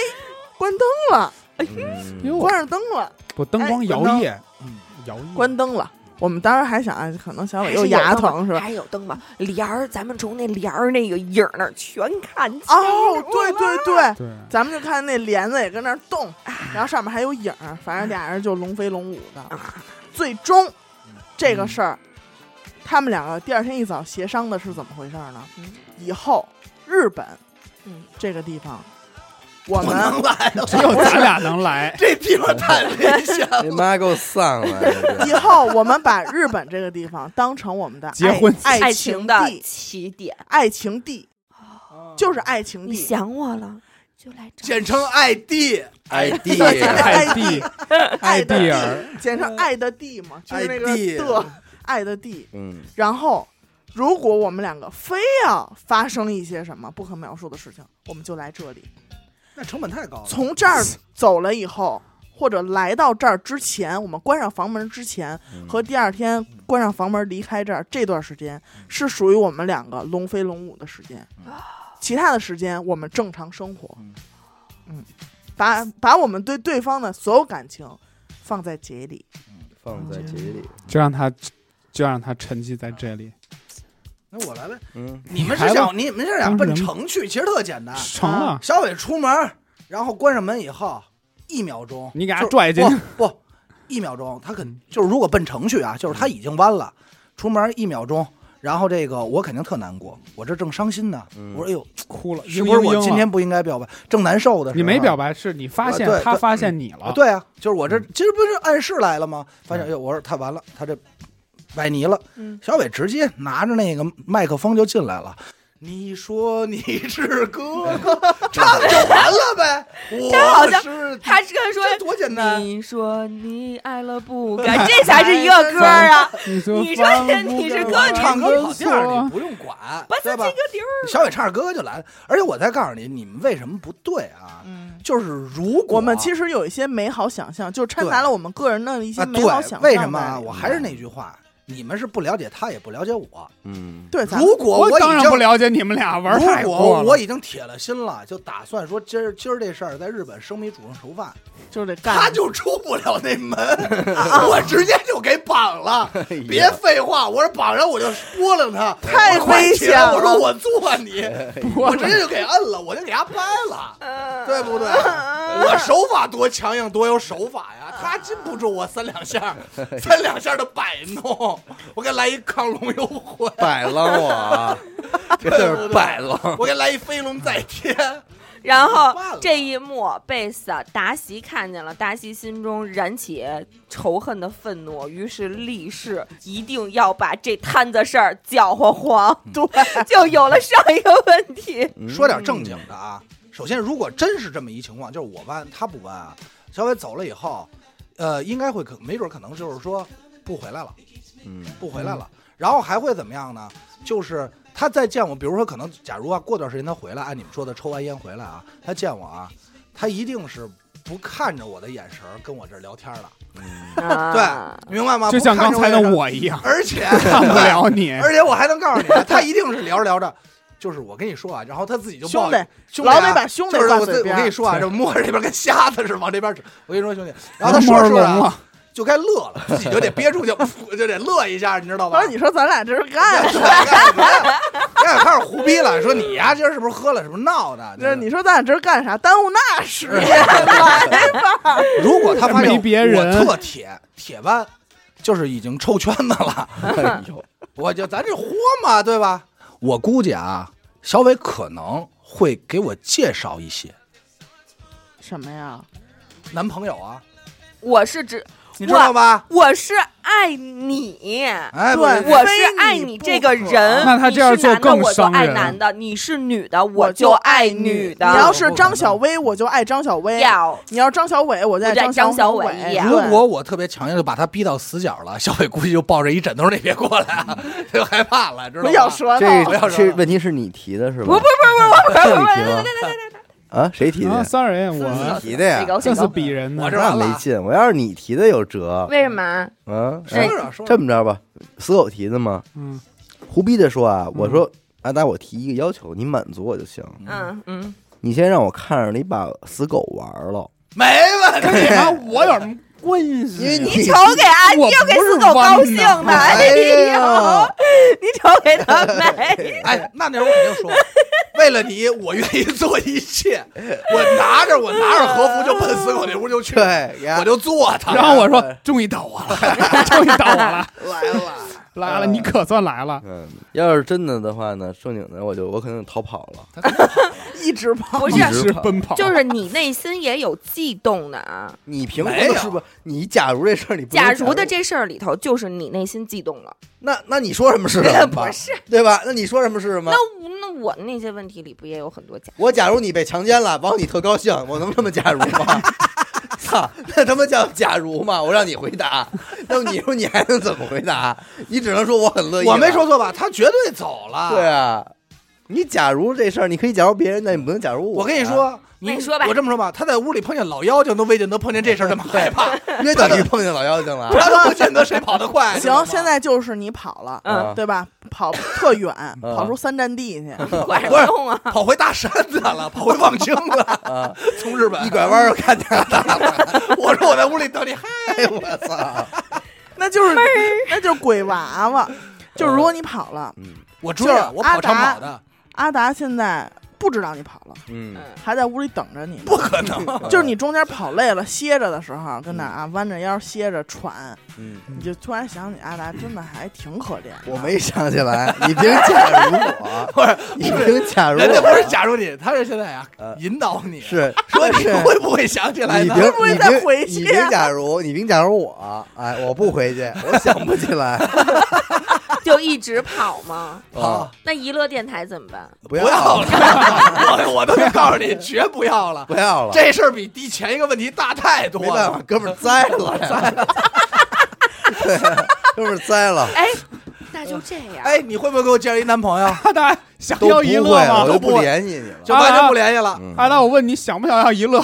Speaker 6: 关灯了，
Speaker 2: 嗯
Speaker 5: 哟
Speaker 6: 关上灯了，
Speaker 5: 不，灯光
Speaker 6: 哎
Speaker 5: 摇
Speaker 6: 关
Speaker 5: 曳，嗯，摇曳，
Speaker 6: 关灯了。我们当时还想，哎，可能小伟
Speaker 4: 还
Speaker 6: 又
Speaker 4: 是有
Speaker 6: 牙
Speaker 4: 灯吧
Speaker 6: 疼是吧？
Speaker 4: 还有灯吧，帘儿，咱们从那帘儿那个影儿那儿全看清楚
Speaker 6: 哦，对
Speaker 4: 了
Speaker 6: 对
Speaker 3: (laughs)
Speaker 6: 对，
Speaker 5: 对， (laughs)
Speaker 6: 咱们就看那帘子也跟那儿动，
Speaker 4: 啊
Speaker 6: 然后上面还有影儿，反正俩人就龙飞龙舞的。
Speaker 4: 啊
Speaker 6: 最终，
Speaker 4: 嗯
Speaker 6: 这个事儿，他们两个第二天一早协商的是怎么回事儿呢
Speaker 4: 嗯？
Speaker 6: 以后日本
Speaker 4: 嗯
Speaker 6: 这个地方，我
Speaker 3: 不
Speaker 6: 们
Speaker 3: 能来了，。
Speaker 5: 只有咱俩能来
Speaker 3: (laughs) 这地方太危险了。
Speaker 2: 你哎妈给我丧了，这
Speaker 6: 以
Speaker 2: 是
Speaker 6: 后我们把日本这个地方当成我们
Speaker 4: (laughs)
Speaker 6: 的
Speaker 5: 结
Speaker 6: 爱
Speaker 5: 婚
Speaker 6: 爱
Speaker 4: 爱
Speaker 6: 情
Speaker 4: 情
Speaker 6: 地
Speaker 4: 的。起点。
Speaker 6: 爱情地，就是爱情
Speaker 4: 你
Speaker 6: 地，
Speaker 4: 想我了，就来找
Speaker 3: (laughs) 简称爱弟，
Speaker 2: 爱哎弟，
Speaker 3: 哎
Speaker 5: 爱弟，
Speaker 6: 爱的
Speaker 5: 地儿，
Speaker 6: 简称爱的地嘛，就是那
Speaker 3: 爱地
Speaker 6: 个的爱的地。
Speaker 2: 嗯
Speaker 6: 然后，如果我们两个非要发生一些什么不可描述的事情，我们就来这里。
Speaker 3: 那成本太高了。
Speaker 6: 从这儿走了以后，或者来到这儿之前，我们关上房门之前
Speaker 3: 嗯
Speaker 6: 和第二天关上房门离开这儿这段时间，是属于我们两个龙飞龙舞的时间。其他的时间我们正常生活
Speaker 3: 嗯，
Speaker 6: 嗯，把把我们对对方的所有感情放在节里，
Speaker 2: 放在嘴里，
Speaker 5: 就让他，就让他沉寂在这里。
Speaker 3: 那我来了，
Speaker 2: 嗯，
Speaker 3: 你们是
Speaker 5: 还不
Speaker 3: 想你们是想奔
Speaker 5: 当人
Speaker 3: 城去，其实特简单。
Speaker 5: (laughs) 成了，
Speaker 3: 小伟出门，然后关上门以后，一秒钟，
Speaker 5: 你给他
Speaker 3: 就
Speaker 5: 拽进去
Speaker 3: 不不，一秒钟，他肯就是如果奔城去啊，就是他已经弯了，出门一秒钟，然后这个我肯定特难过，我这正伤心呢，
Speaker 2: 嗯
Speaker 3: 我说哎呦，
Speaker 5: 哭了，
Speaker 3: 是
Speaker 5: 嘤
Speaker 3: 不是
Speaker 5: 嘤
Speaker 3: 我
Speaker 5: 嘤
Speaker 3: 今
Speaker 5: 了
Speaker 3: 天不应该表白，正难受的时候，
Speaker 5: 你没表白，是你发现
Speaker 3: 啊对
Speaker 5: 他
Speaker 3: 对
Speaker 5: 发现你
Speaker 3: 啊
Speaker 5: 了。
Speaker 3: 对啊，就是我这其实不是暗示来了吗？发现哎呦，我说他完了，他这崴泥了。
Speaker 6: 嗯
Speaker 3: 小伟直接拿着那个麦克风就进来了。你说你是 (laughs) 哥哥，唱就完了 (laughs) 呗。
Speaker 4: 这好
Speaker 3: 我
Speaker 4: 像
Speaker 3: 是
Speaker 4: 他这个说
Speaker 3: 这多简单，
Speaker 4: 你说你爱了 (laughs) 不该，这才是一 (laughs) 个歌啊！
Speaker 5: 你说
Speaker 4: 你说
Speaker 5: 放不
Speaker 4: 你是
Speaker 5: 下
Speaker 4: 哥哥
Speaker 3: 唱歌跑调儿，你
Speaker 5: 我
Speaker 3: 不用管
Speaker 4: 我，
Speaker 3: 对
Speaker 4: 自己
Speaker 3: 吧？
Speaker 4: 个丢儿。
Speaker 3: 小伟唱着歌哥就来了，而且我再告诉你，你们为什么不对啊？
Speaker 6: 嗯。
Speaker 3: 就是如果
Speaker 6: 我们其实有一些美好想象，就掺杂了我们个人的一些
Speaker 3: 啊，
Speaker 6: 美好想
Speaker 3: 对，啊为
Speaker 6: 象。
Speaker 3: 什么啊？我还是那句话，你们是不了解他，也不了解我。
Speaker 2: 嗯，
Speaker 6: 对，咱
Speaker 3: 如果
Speaker 5: 我
Speaker 3: 我
Speaker 5: 当
Speaker 3: 已
Speaker 5: 然不
Speaker 3: 经
Speaker 5: 了解你们俩玩儿太
Speaker 3: 如
Speaker 5: 过
Speaker 3: 果我
Speaker 5: 了。
Speaker 3: 已经铁了心了，就打算说今儿今儿这事儿在日本生米煮成熟饭，
Speaker 6: 就是得干，
Speaker 3: 他就出不了那门， (laughs) 我直接就给绑了。别废话，我说绑上我就拨了他，
Speaker 6: 太
Speaker 3: 我快
Speaker 6: 危
Speaker 3: 起来
Speaker 6: 险了
Speaker 3: 我说我做你，我直接就给摁了，我就给他掰了，对不对？我手法多强硬，多有手法呀！他禁不住我三两下，三两下的摆弄，我给来一亢龙有悔，
Speaker 2: 摆了我 (laughs) 啊，这就是摆了。
Speaker 3: 我给来一飞龙在天。
Speaker 4: 然后
Speaker 3: 办了
Speaker 4: 这一幕被萨达西看见了，达西心中燃起仇恨的愤怒，于是立誓一定要把这摊子事儿搅和黄，对， (laughs) 就有了上一个问题。
Speaker 2: 嗯
Speaker 3: 说点
Speaker 5: 嗯
Speaker 3: 正经的啊，首先，如果真是这么一情况，就是我弯他不弯啊，小伟走了以后，呃，应该会可没准可能就是说不回来了，
Speaker 2: 嗯，
Speaker 3: 不回来了，然后还会怎么样呢？就是他再见我，比如说可能假如啊，过段时间他回来，按你们说的抽完烟回来啊，他见我啊，他一定是。不看着我的眼神儿跟我这儿聊天了，
Speaker 4: 啊
Speaker 3: 对，明白吗？
Speaker 5: 就像刚才的
Speaker 3: 不看着
Speaker 5: 我一样，
Speaker 3: 我眼
Speaker 5: (laughs)
Speaker 3: 神儿，
Speaker 5: 看不
Speaker 3: 而且
Speaker 5: 了你。
Speaker 3: (laughs) 而且我还能告诉你，啊他一定是聊着聊着，就是我跟你说啊，然后他自己就
Speaker 6: 兄
Speaker 3: 抱
Speaker 6: 弟
Speaker 3: 怨，兄弟啊
Speaker 6: 老得把兄弟
Speaker 3: 就是
Speaker 6: 挂
Speaker 3: 我
Speaker 6: 嘴
Speaker 3: 自
Speaker 6: 边
Speaker 3: 我
Speaker 6: 儿。
Speaker 3: 跟你说啊，
Speaker 5: 对
Speaker 3: 这摸着这边跟瞎子似的往这边指。我跟你说，兄弟，然后他说
Speaker 5: (laughs) 摸
Speaker 3: 着
Speaker 5: 着
Speaker 3: 说
Speaker 5: 聋
Speaker 3: 着啊
Speaker 5: 了，
Speaker 3: 就该乐了，自己就得憋住就 (laughs) 就得乐一下，你知道吧
Speaker 6: 然后？你说咱俩这是
Speaker 3: (laughs)
Speaker 6: 干
Speaker 3: 对，
Speaker 6: 什么？
Speaker 3: 干什么呀？开始开始胡逼了，说你呀、今儿是不是喝了？是不是闹的？
Speaker 6: 就是你说咱 (laughs) 俩这是干啥？耽误那时间，
Speaker 3: (laughs) 如果他发现
Speaker 5: 没别人
Speaker 3: 我特铁铁腕，就是已经抽圈子了，
Speaker 2: 哎呦，
Speaker 3: 我就咱这豁嘛，对吧？我估计啊，小伟可能会给我介绍一些
Speaker 6: 什么呀？
Speaker 3: 男朋友啊，
Speaker 4: 我是指
Speaker 3: 你知道吧？
Speaker 4: 我是爱你。
Speaker 3: 哎，
Speaker 6: 对
Speaker 3: 不
Speaker 4: 我是爱你这个人，
Speaker 5: 那他这样做更伤人
Speaker 4: 你是男的我就爱男的，你是女的我
Speaker 6: 就
Speaker 4: 就爱女的。
Speaker 6: 你要是张小薇，我就爱张小薇；
Speaker 4: 要
Speaker 6: 你要张小伟，我就爱
Speaker 4: 我就爱
Speaker 6: 张
Speaker 4: 张小
Speaker 6: 伟
Speaker 4: 伟。
Speaker 6: 对
Speaker 3: 如果我特别强硬，就把他逼到死角了，小伟估计就抱着一枕头，你别过来 (laughs) 啊，他就害怕了，知道
Speaker 6: (laughs) 不
Speaker 3: 吗？
Speaker 6: 咬舌头，
Speaker 2: 这
Speaker 3: 不要说
Speaker 2: 这
Speaker 3: 了
Speaker 2: 问题是你提的是吧？
Speaker 4: 不
Speaker 2: 不
Speaker 4: 不
Speaker 2: 不不不
Speaker 4: 不
Speaker 2: 你提吗？啊，谁提
Speaker 5: 啊
Speaker 2: 的？
Speaker 5: ，sorry，
Speaker 2: 你
Speaker 5: 我
Speaker 2: 提的呀
Speaker 4: 这？个
Speaker 5: 这
Speaker 4: 这
Speaker 5: 是
Speaker 4: 个
Speaker 5: 鄙人呢
Speaker 3: 我。这
Speaker 2: 那
Speaker 3: 完了
Speaker 2: 没劲，我要是你提的有辙。
Speaker 4: 为什么？
Speaker 2: 嗯，
Speaker 4: 是
Speaker 2: 哎
Speaker 3: 说着说着
Speaker 2: 这么着吧，死狗提的吗？
Speaker 5: 嗯，
Speaker 2: 胡逼的说啊，我说阿达，我提一个要求，你满足我就行。
Speaker 4: 嗯嗯，
Speaker 2: 你先让我看着你把死狗玩了，
Speaker 3: 没问
Speaker 5: 跟
Speaker 3: 题。
Speaker 5: 你妈我有什么关系？
Speaker 2: 因为你
Speaker 4: 你瞅给阿，你
Speaker 5: 我
Speaker 4: 又给
Speaker 5: 不是
Speaker 4: 死狗高
Speaker 5: 弯
Speaker 4: 兴
Speaker 5: 的
Speaker 4: 的，哎呦，你瞅给他美。
Speaker 3: 哎，那那会儿我肯定说，为了你，我愿意做一切。我拿着我拿着和服就奔死狗那屋就去，
Speaker 2: 对呀
Speaker 3: 我就做他。
Speaker 5: 然后我说，终于到我了， (laughs) 终于到我
Speaker 4: (laughs)
Speaker 5: 了，
Speaker 3: 来了，
Speaker 5: 来了，你可算来了。
Speaker 2: 嗯，要是真的的话呢，正经的我就我可能逃跑了。
Speaker 6: 一直跑。
Speaker 4: 不
Speaker 5: 一
Speaker 4: 是，
Speaker 5: 直奔跑，(laughs)
Speaker 4: (laughs) 就是你内心也有悸动的啊。
Speaker 2: 你凭
Speaker 3: 没
Speaker 2: 什
Speaker 3: 有
Speaker 2: 么是不？你假如这事儿你不能
Speaker 4: 假如的
Speaker 2: 入
Speaker 4: 这事儿里头，就是你内心悸动了，
Speaker 2: 那那你说什么是什么
Speaker 3: (laughs)
Speaker 2: 吧？
Speaker 4: 不是
Speaker 2: 对吧？那你说什么是什么
Speaker 4: 那？那我那些问题里不也有很多假？
Speaker 2: 我假如你被强奸了，完后你特高兴，我能这么假如
Speaker 3: (laughs)
Speaker 2: 吗？操，那他妈叫假如吗？我让你回答，那么你说你还能怎么回答？你只能说我很乐意。啊
Speaker 3: 我没说。错吧？他绝对走了。
Speaker 2: 对啊，你假如这事儿，你可以假如别人，但你不能假如我
Speaker 3: 我跟你
Speaker 2: 啊，
Speaker 3: 说，你
Speaker 4: 那你说吧
Speaker 3: 我这么说吧，他在屋里碰见老妖精都未见得碰见这事儿这么害怕，
Speaker 2: 约等
Speaker 3: (laughs)
Speaker 2: 于碰见老妖精了。
Speaker 3: 他都不见得谁跑得快。知道吗
Speaker 6: 行，现在就是你跑了，
Speaker 2: 嗯
Speaker 6: 对吧？跑特远，跑出三站地去。
Speaker 4: 管
Speaker 3: 不是
Speaker 4: 用啊！
Speaker 3: 跑回大山子 (laughs) 了，跑回望京了，从日本
Speaker 2: 一拐弯儿就看见了，
Speaker 3: 我说我在屋里等你，嗨，
Speaker 2: 哎我操！
Speaker 6: 那就是那就是鬼娃娃，就是如果你跑了，
Speaker 3: 我知道我跑长跑的，
Speaker 6: 阿达现在不知道你跑了，
Speaker 2: 嗯
Speaker 6: 还在屋里等着你。
Speaker 3: 不可能。
Speaker 6: 就是你中间跑累了歇着的时候，跟那儿啊弯着腰歇着喘，
Speaker 2: 嗯，
Speaker 6: 你就突然想起阿达真的还挺可怜的。
Speaker 2: 我没想起来，你凭假如
Speaker 3: (laughs) 不
Speaker 2: 我，
Speaker 3: 是，
Speaker 2: 你凭假如
Speaker 3: 人家不是
Speaker 2: 我，
Speaker 3: 假如你，他是现在啊
Speaker 2: 呃
Speaker 3: 引导你，
Speaker 2: 是
Speaker 3: 说你
Speaker 2: 是
Speaker 3: 会不会想起
Speaker 2: (laughs)
Speaker 3: 来
Speaker 2: 你
Speaker 3: 呢
Speaker 2: 凭？
Speaker 6: 会不会
Speaker 2: 你
Speaker 6: 再
Speaker 2: 凭
Speaker 6: 回
Speaker 2: 你
Speaker 6: 去
Speaker 2: (laughs)
Speaker 6: 啊
Speaker 2: 凭假如你凭假如我，哎，我不回去，我想不起 (laughs) 来。
Speaker 4: (laughs)
Speaker 2: 啊
Speaker 4: 就一直跑吗？
Speaker 3: 好，
Speaker 4: 那娱乐电台怎么办？
Speaker 2: 不
Speaker 3: 不要
Speaker 2: 要
Speaker 3: 了，我我都告诉你，绝不要了。
Speaker 2: 不要了，
Speaker 3: 这事儿比第前一个问题大太多
Speaker 2: 没办法，
Speaker 3: 了。
Speaker 2: 哥们儿栽了， (laughs) 栽了，哥们儿栽了，
Speaker 4: 哎，那就这样。
Speaker 3: 哎，你会不会给我介绍一男朋友？ (laughs)
Speaker 5: 阿达想
Speaker 2: 都不
Speaker 5: 要
Speaker 2: 会
Speaker 5: 一乐
Speaker 2: 了，我
Speaker 5: 吗
Speaker 2: 就？不联系你了。
Speaker 3: 就完全不联系了。
Speaker 5: 阿啊达，我问你想不想要一乐？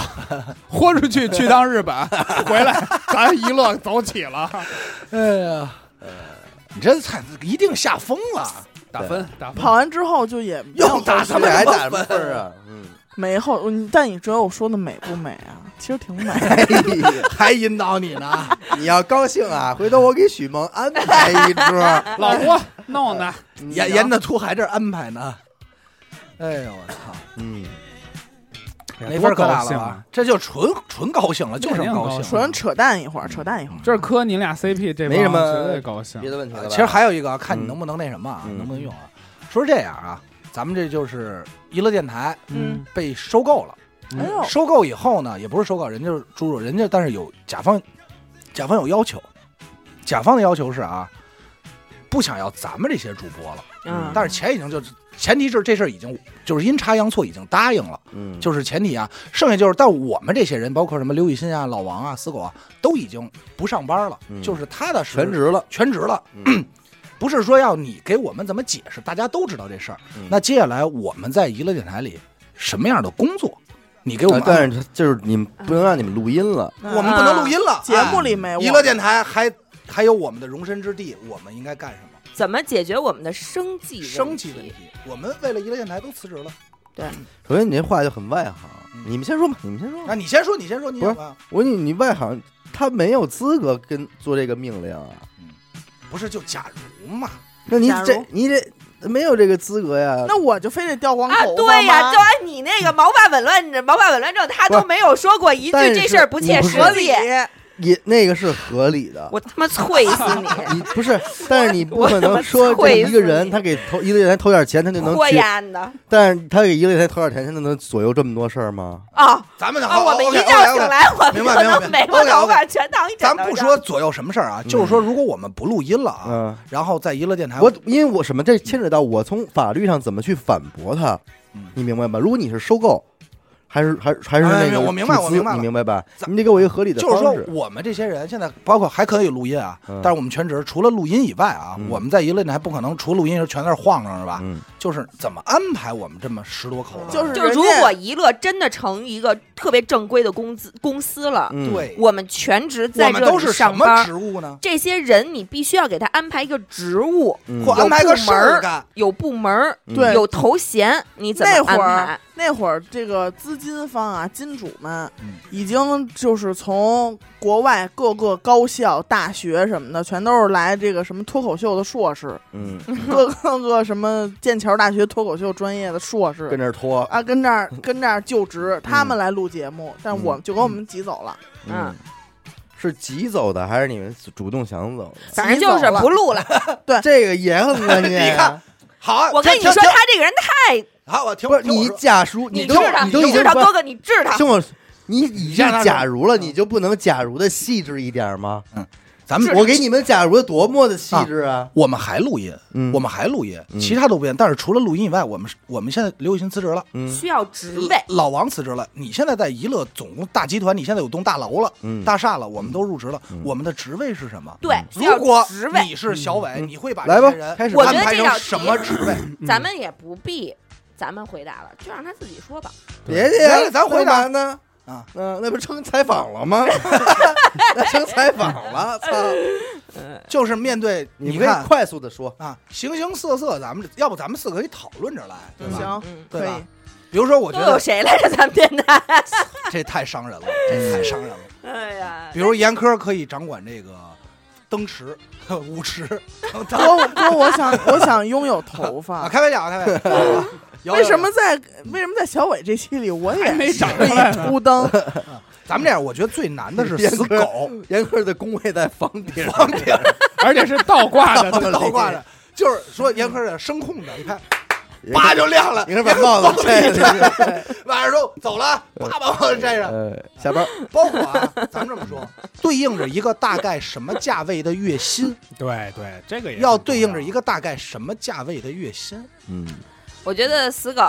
Speaker 5: 豁出去去 (laughs) 趟日本，回来咱一乐走起了。
Speaker 3: 哎呀，你这菜一定下风了，
Speaker 5: 打分打分
Speaker 6: 跑完之后就也没有
Speaker 3: 又打
Speaker 6: 后续
Speaker 3: 他
Speaker 2: 你
Speaker 3: 们
Speaker 2: 还
Speaker 3: 俩
Speaker 2: 打什么分啊？ (laughs) 嗯，
Speaker 6: 没后，嗯但你觉得我说的美不美啊？其实挺美。
Speaker 3: 还引导你呢。
Speaker 2: 哎你要高兴啊，回头我给许萌安排一 (laughs) 桌。嗯
Speaker 5: 老郭弄的，
Speaker 3: 沿沿着图还这安排呢。哎呦我操，
Speaker 2: 嗯，
Speaker 3: 哎没法
Speaker 5: 多
Speaker 3: 可打
Speaker 5: 高兴
Speaker 3: 了
Speaker 5: 啊
Speaker 3: 吧？！这就纯纯高兴了，就是
Speaker 5: 肯定
Speaker 3: 高
Speaker 5: 高兴
Speaker 3: 兴。
Speaker 6: 纯扯淡一会儿，扯淡一会儿。
Speaker 5: 这磕你俩 CP 这帮
Speaker 2: 没什么
Speaker 5: 绝对高兴
Speaker 2: 别。的问题了吧。
Speaker 3: 其实还有一个啊，看你
Speaker 2: 嗯
Speaker 3: 能不能那什么啊，
Speaker 2: 嗯
Speaker 3: 能不能用啊？说是这样啊，咱们这就是娱乐电台
Speaker 5: 嗯，
Speaker 3: 被收购了。
Speaker 5: 嗯
Speaker 6: 哎呦，
Speaker 3: 收购以后呢，也不是收购，人家是猪肉，人家但是有甲方，甲方有要求，甲方的要求是啊，不想要咱们这些主播了，
Speaker 4: 嗯，
Speaker 3: 但是钱已经就是前提是这事儿已经就是阴差阳错已经答应了。
Speaker 2: 嗯，
Speaker 3: 就是前提啊，剩下就是，但我们这些人，包括什么刘雨欣啊、老王啊、死狗啊，都已经不上班了，
Speaker 2: 嗯
Speaker 3: 就是踏踏实实
Speaker 2: 全职了。
Speaker 3: 全职了，
Speaker 2: 嗯
Speaker 3: (clears throat) 不是说要你给我们怎么解释，大家都知道这事儿。
Speaker 2: 嗯
Speaker 3: 那接下来我们在娱乐电台里什么样的工作，你给我
Speaker 2: 啊
Speaker 3: 们安排，
Speaker 2: 但是就是你们不能让你们录音了，
Speaker 3: 我们不能录音
Speaker 4: 啊
Speaker 3: 了，
Speaker 6: 嗯节目里没
Speaker 3: 哎
Speaker 6: 我
Speaker 3: 娱乐电台还还有我们的容身之地，我们应该干什么？
Speaker 4: 怎么解决我们的生计？
Speaker 3: 生计问题，，我们为了娱乐电台都辞职了。
Speaker 2: 首先你这话就很外行
Speaker 3: 嗯。
Speaker 2: 你们先说吧，你们先说吧
Speaker 3: 那。你先说，你先说，你啊
Speaker 2: 不是
Speaker 3: 有吧？
Speaker 2: 我说你你外行，他没有资格跟做这个命令啊。
Speaker 3: 不是，就假如嘛，
Speaker 2: 那你
Speaker 6: 假如
Speaker 2: 这你这没有这个资格呀。
Speaker 6: 那我就非得掉光头
Speaker 4: 啊，
Speaker 6: 发吗
Speaker 4: 对呀、就按你那个毛发紊乱、毛发紊乱症，他都
Speaker 2: 不是
Speaker 4: 没有说过一句
Speaker 2: 但是
Speaker 4: 这事儿不切
Speaker 2: 你不
Speaker 4: 实
Speaker 2: 是
Speaker 6: 合理。
Speaker 2: 也那个是合理的。
Speaker 4: 我他妈啐死你！
Speaker 2: 你不
Speaker 3: (laughs)
Speaker 2: 是，但是你不
Speaker 4: 我
Speaker 2: 可
Speaker 4: 他妈
Speaker 2: 能说
Speaker 4: 愧
Speaker 2: 这一个
Speaker 4: 死
Speaker 2: 人
Speaker 4: 你
Speaker 2: 他给投一个人投点钱，他就
Speaker 3: (laughs)
Speaker 2: 能
Speaker 4: 豁
Speaker 2: 举，
Speaker 4: 烟的
Speaker 2: 但是他给一个人投点钱，他就能左右这么多事儿吗？
Speaker 4: 啊！
Speaker 3: 咱们
Speaker 4: 啊，
Speaker 3: 好
Speaker 4: 我们一
Speaker 3: OK，OK，OK
Speaker 4: 觉醒来，我
Speaker 3: 明
Speaker 4: 们
Speaker 3: 白
Speaker 4: 可
Speaker 3: 明白
Speaker 4: 能美
Speaker 3: 明白
Speaker 4: 国头发
Speaker 3: OK，OK
Speaker 4: 全当一枕
Speaker 3: 咱
Speaker 4: 头
Speaker 3: 不
Speaker 4: 上
Speaker 3: 说左右什么事儿啊，就是说，如果我们不录音了啊，
Speaker 2: 嗯，
Speaker 3: 然后在娱乐电台，
Speaker 2: 我因为我什么这牵扯到我从法律上怎么去反驳他
Speaker 3: 嗯，
Speaker 2: 你明白吧？如果你是收购，还是还是还是
Speaker 3: 哎
Speaker 2: 那
Speaker 3: 明
Speaker 2: 个
Speaker 3: 我明白
Speaker 2: 注
Speaker 3: 我
Speaker 2: 资
Speaker 3: 明白了
Speaker 2: 你明白吧？
Speaker 3: 咱
Speaker 2: 你得给我一个合理的
Speaker 3: 就是
Speaker 2: 方
Speaker 3: 说
Speaker 2: 式。
Speaker 3: 我们这些人现在包括还可以录音啊，
Speaker 2: 嗯
Speaker 3: 但是我们全职除了录音以外啊，
Speaker 2: 嗯
Speaker 3: 我们在娱乐电台不可能除录音时候全在那儿晃荡是吧？
Speaker 2: 嗯，
Speaker 3: 就是怎么安排我们这么十多口子，
Speaker 6: 就是
Speaker 4: 就是
Speaker 6: 人
Speaker 4: 如
Speaker 6: 家
Speaker 4: 果娱乐真的成一个特别正规的公司公司了，
Speaker 2: 嗯，
Speaker 3: 对，
Speaker 4: 我们全职
Speaker 3: 我
Speaker 4: 在
Speaker 3: 们
Speaker 4: 这
Speaker 3: 都
Speaker 4: 里
Speaker 3: 是什
Speaker 4: 上
Speaker 3: 么
Speaker 4: 班
Speaker 3: 职，务呢？
Speaker 4: 这些人你必须要给他安排一个职务，
Speaker 2: 嗯
Speaker 3: 或安排个事儿干，
Speaker 4: 有部门儿，
Speaker 2: 嗯
Speaker 6: 对
Speaker 4: 有头衔，你怎
Speaker 6: 那
Speaker 4: 么
Speaker 6: 会
Speaker 4: 安
Speaker 6: 儿
Speaker 4: 排？
Speaker 6: 那会儿这个资金方啊，金主们
Speaker 3: 嗯
Speaker 6: 已经就是从国外各个高校、大学什么的，全都是来这个什么脱口秀的硕
Speaker 4: (laughs)
Speaker 6: 士，
Speaker 2: 嗯，
Speaker 6: 各各个什么剑桥大学脱口秀专业的硕士
Speaker 2: 跟这儿拖，
Speaker 6: 啊，跟这儿
Speaker 3: 嗯
Speaker 6: 跟这儿就职，他们来录节目，但我们就给我们挤走了。
Speaker 4: 嗯，
Speaker 2: 是急走的还是你们主动想走的？
Speaker 4: 反正就是不录了。
Speaker 2: (laughs) 这个也很关键。
Speaker 3: 你看，好啊，
Speaker 4: 我跟你
Speaker 3: 停
Speaker 4: 说，
Speaker 3: 停停
Speaker 4: 他这个人太
Speaker 3: 好，我听
Speaker 2: 不是
Speaker 3: 听我
Speaker 2: 你
Speaker 3: 说
Speaker 2: 假如你
Speaker 4: 治
Speaker 2: 都
Speaker 4: 他，
Speaker 2: 都已
Speaker 4: 治
Speaker 2: 经
Speaker 4: 他
Speaker 2: 不
Speaker 4: 哥哥，你治他。
Speaker 2: 听我说，你已经
Speaker 3: 让他说
Speaker 2: 假如了，你就不能假如的细致一点吗？
Speaker 3: 咱们
Speaker 2: 我给你们假如的多么的细致啊！
Speaker 3: 我们还录音，
Speaker 2: 嗯
Speaker 3: 我们还录音，
Speaker 2: 嗯
Speaker 3: 其他都不变，但是除了录音以外，我们是我们现在刘雨欣辞职了。
Speaker 2: 嗯
Speaker 4: 需要职位，
Speaker 3: 老王辞职了，你现在在娱乐总共大集团，你现在有栋大楼了，
Speaker 2: 嗯
Speaker 3: 大厦了，我们都入职了，
Speaker 2: 嗯
Speaker 3: 我们的职位是什么？
Speaker 4: 对，需
Speaker 3: 如
Speaker 4: 要
Speaker 3: 果
Speaker 4: 职位。
Speaker 3: 你是小伟，
Speaker 2: 嗯嗯
Speaker 3: 你会把
Speaker 2: 来
Speaker 3: 这
Speaker 2: 吧
Speaker 3: 些人
Speaker 2: 开始
Speaker 4: 我觉
Speaker 3: 安
Speaker 4: 得
Speaker 3: 排
Speaker 4: 这
Speaker 3: 成
Speaker 4: 道题
Speaker 3: 什么职位？
Speaker 2: (laughs)
Speaker 4: 咱们也不必，咱们回答了，就让他自己说吧。
Speaker 2: 别
Speaker 3: 来
Speaker 2: 介，
Speaker 3: 了咱回
Speaker 2: 干
Speaker 3: 答
Speaker 2: 嘛呢？
Speaker 3: 啊，
Speaker 2: 嗯，那不成采访了吗？ (laughs) 那成采访了，操！
Speaker 3: 就是面对
Speaker 2: 你可以
Speaker 3: 看
Speaker 2: 快速的说，
Speaker 3: 啊，形形色色，咱们这要不咱们四个一讨论着来，对吧？
Speaker 6: 行，
Speaker 4: 嗯，
Speaker 3: 对
Speaker 6: 可
Speaker 3: 吧
Speaker 6: 以。
Speaker 3: 比如说，我
Speaker 4: 都
Speaker 3: 觉
Speaker 4: 有
Speaker 3: 得
Speaker 4: 谁来着？咱们电台？
Speaker 3: 这太伤
Speaker 2: (laughs)
Speaker 3: 人了，这太伤人了。
Speaker 4: 哎呀
Speaker 3: 比，如严科可以掌管这个灯池、 (laughs) 舞
Speaker 4: (laughs)
Speaker 3: 池，
Speaker 6: 哥，我哥，我想我想拥有
Speaker 3: (laughs)
Speaker 6: 头
Speaker 3: 啊，
Speaker 6: 发。
Speaker 3: 开玩笑，开玩
Speaker 4: (laughs)
Speaker 3: 笑。啊有有
Speaker 6: 为什么在为什么在小伟这期里我也
Speaker 4: 嗯
Speaker 5: 还没长
Speaker 6: 是一秃灯？
Speaker 3: 咱们这样？我觉得最难的是
Speaker 2: (laughs) 严
Speaker 3: 死
Speaker 2: 苛
Speaker 3: 狗，
Speaker 2: 严科的工位在房顶上，
Speaker 3: 放顶
Speaker 5: 而且是倒挂的，
Speaker 3: 上 (laughs) 倒挂着，就是说严科的声控的，你看，叭就亮了。
Speaker 2: 你看把帽子摘了，
Speaker 3: (laughs) 晚上说走了，
Speaker 2: 嗯
Speaker 3: 叭把帽子摘上。
Speaker 2: 呃，下班
Speaker 3: 包括啊，咱们这么说，对应着一个大概什么价位的月薪，
Speaker 2: (laughs)
Speaker 5: 对对，这个也
Speaker 3: 要对应着一
Speaker 5: 个。
Speaker 3: 个大概什么价位的月薪。
Speaker 2: 嗯，
Speaker 4: 我觉得死狗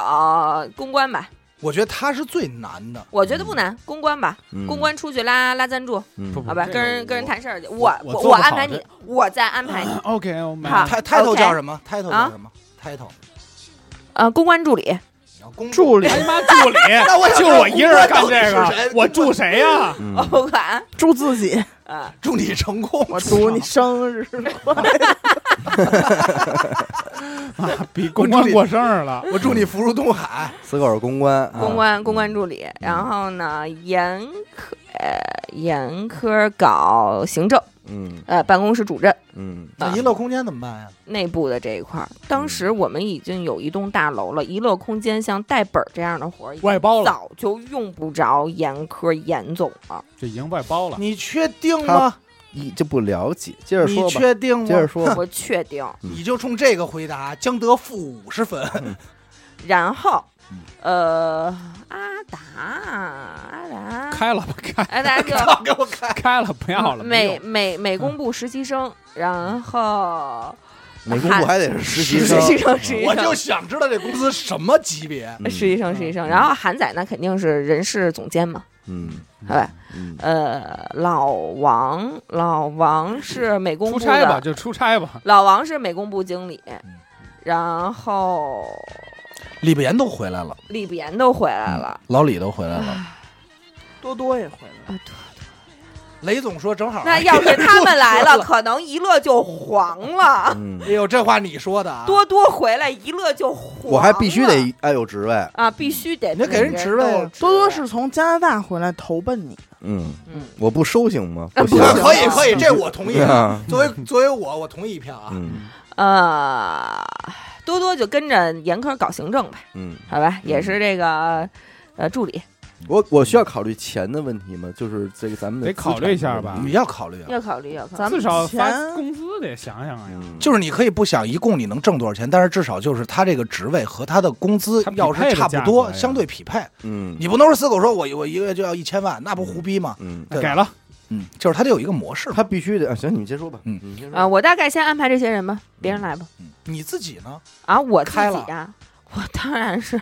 Speaker 4: 公关吧，
Speaker 3: 我觉得它是最难的。
Speaker 4: 我觉得不难，公关吧，公关出去拉拉赞助，
Speaker 2: 嗯
Speaker 5: 不
Speaker 4: 好吧，
Speaker 5: 这个
Speaker 4: 跟人
Speaker 5: 我
Speaker 4: 跟人谈事儿去。
Speaker 5: 我我
Speaker 4: 我
Speaker 5: 做不好
Speaker 4: 安排
Speaker 5: 这
Speaker 4: 你，我再安排你。
Speaker 5: OK，我买
Speaker 2: 啊
Speaker 4: 好
Speaker 5: 了。
Speaker 3: 它 title
Speaker 4: OK
Speaker 3: 叫什么？title
Speaker 4: 啊
Speaker 3: 叫什么？title
Speaker 4: 呃，公关助理，
Speaker 3: 你要公
Speaker 6: 助理
Speaker 5: 他哎妈助理，
Speaker 3: (laughs) 那我想
Speaker 5: 就
Speaker 3: 知道
Speaker 5: 我一人干这
Speaker 3: 公关到底是
Speaker 5: 个
Speaker 3: 谁，嗯
Speaker 5: 我助谁呀？
Speaker 4: 我管
Speaker 3: (laughs)
Speaker 6: 祝自己，
Speaker 4: 啊，
Speaker 3: 祝你成功， (laughs)
Speaker 6: 我祝你生日快乐。
Speaker 5: 比
Speaker 3: 嗯
Speaker 5: 公关过生日了，
Speaker 3: 我祝你福如东海，
Speaker 2: 死狗是公关，啊
Speaker 4: 公关公关助理，
Speaker 5: 嗯
Speaker 4: 然后呢，严科呃严科搞行政，
Speaker 2: 嗯
Speaker 4: 呃办公室主任
Speaker 2: 嗯
Speaker 3: 那娱乐空间怎么办呀？
Speaker 4: 内部的这一块儿。当
Speaker 5: 嗯
Speaker 4: 时我们已经有一栋大楼了，娱乐空间像带本儿这样的活儿，
Speaker 5: 外包了，
Speaker 4: 早就用不着严科严总
Speaker 5: (laughs)
Speaker 4: 了。
Speaker 5: 这已经外包了。
Speaker 3: 你确定吗？
Speaker 2: 一就不了解，啊接着
Speaker 3: 你
Speaker 2: 说吧，
Speaker 3: 确定
Speaker 2: 接着
Speaker 3: 吗？
Speaker 2: 说 (laughs) 吧，
Speaker 4: 我确定。
Speaker 3: 你就冲这个回答，将得负五十分。
Speaker 4: 然后，
Speaker 5: 嗯
Speaker 4: 呃，阿达，阿达，
Speaker 5: 开了吧，开
Speaker 4: 阿
Speaker 5: (laughs)
Speaker 4: 达就
Speaker 3: 给我看，
Speaker 5: 开了，不要了。没
Speaker 4: 美
Speaker 5: 有
Speaker 4: 美美工部实习生，然后
Speaker 2: 美工部还得是实习
Speaker 4: 实
Speaker 2: 生，
Speaker 4: 习生，实习
Speaker 3: 我
Speaker 4: 生。
Speaker 3: 就想知道这公司什么级别。
Speaker 2: 嗯
Speaker 4: 实习生，实习生。然后韩仔呢，肯定是人事总监嘛，
Speaker 2: 嗯
Speaker 4: 好吧？
Speaker 2: 嗯，
Speaker 4: 呃，老王，老王是美工
Speaker 5: 出
Speaker 4: 部
Speaker 5: 差吧，
Speaker 4: 的，
Speaker 5: 就出差吧。
Speaker 4: 老王是美工部经理，然后
Speaker 3: 李岩都回来了，
Speaker 4: 李岩都回来了，
Speaker 3: 老李都回来了。
Speaker 6: 多多也回来了。
Speaker 3: 雷总说正好，
Speaker 4: 啊那要
Speaker 3: (laughs)
Speaker 4: 是他们来了，
Speaker 3: 了
Speaker 4: 可能一乐就黄了。
Speaker 2: 嗯
Speaker 3: 哎，呦，这话你说的啊？
Speaker 4: 多多回来，一乐就黄了。
Speaker 2: 我还必须得按有职位，
Speaker 4: 啊，必须得
Speaker 3: 你得给人职位啊
Speaker 4: 每人都有
Speaker 6: 多多是从加拿大回来投奔你，
Speaker 2: 嗯，
Speaker 4: 嗯，
Speaker 2: 我不收行吗？(laughs)
Speaker 4: 啊
Speaker 2: 不行
Speaker 4: 不行
Speaker 3: 可以可以，这我同意。
Speaker 2: 啊，
Speaker 3: 作为作为我，我同意一票啊。
Speaker 2: 嗯
Speaker 4: 呃，多多就跟着严科搞行政呗，
Speaker 2: 嗯，
Speaker 4: 好吧，也是这个呃助理
Speaker 2: 我我需要考虑钱的问题吗？就是这个咱们的
Speaker 5: 得
Speaker 2: 资产
Speaker 5: 考虑一下吧
Speaker 2: 问题
Speaker 3: 你要考虑啊，
Speaker 4: 要考虑要考虑。
Speaker 6: 咱
Speaker 5: 至
Speaker 6: 们
Speaker 5: 少发
Speaker 6: 钱
Speaker 5: 工资得想想啊呀。
Speaker 2: 嗯
Speaker 3: 就是你可以不想一共你能挣多少钱，但是至少就是他这个职位和他的工资
Speaker 5: 他匹配
Speaker 3: 要是差不多，
Speaker 5: 的价格呀
Speaker 3: 相对匹配。
Speaker 2: 嗯
Speaker 3: 你不能说死狗说我我一个月就要一千万，那不胡逼吗？
Speaker 2: 嗯，
Speaker 5: 那
Speaker 3: 对
Speaker 5: 改了，
Speaker 3: 嗯，就是他得有一个模式嘛。
Speaker 2: 他必须得啊行，你们先说吧，
Speaker 3: 嗯
Speaker 2: 你们先
Speaker 4: 啊，
Speaker 2: 说吧，
Speaker 4: 我大概先安排这些人吧，别人来吧。
Speaker 3: 嗯你自己呢？
Speaker 4: 啊，我自
Speaker 3: 开
Speaker 4: 己
Speaker 3: 了
Speaker 4: 啊，我当然是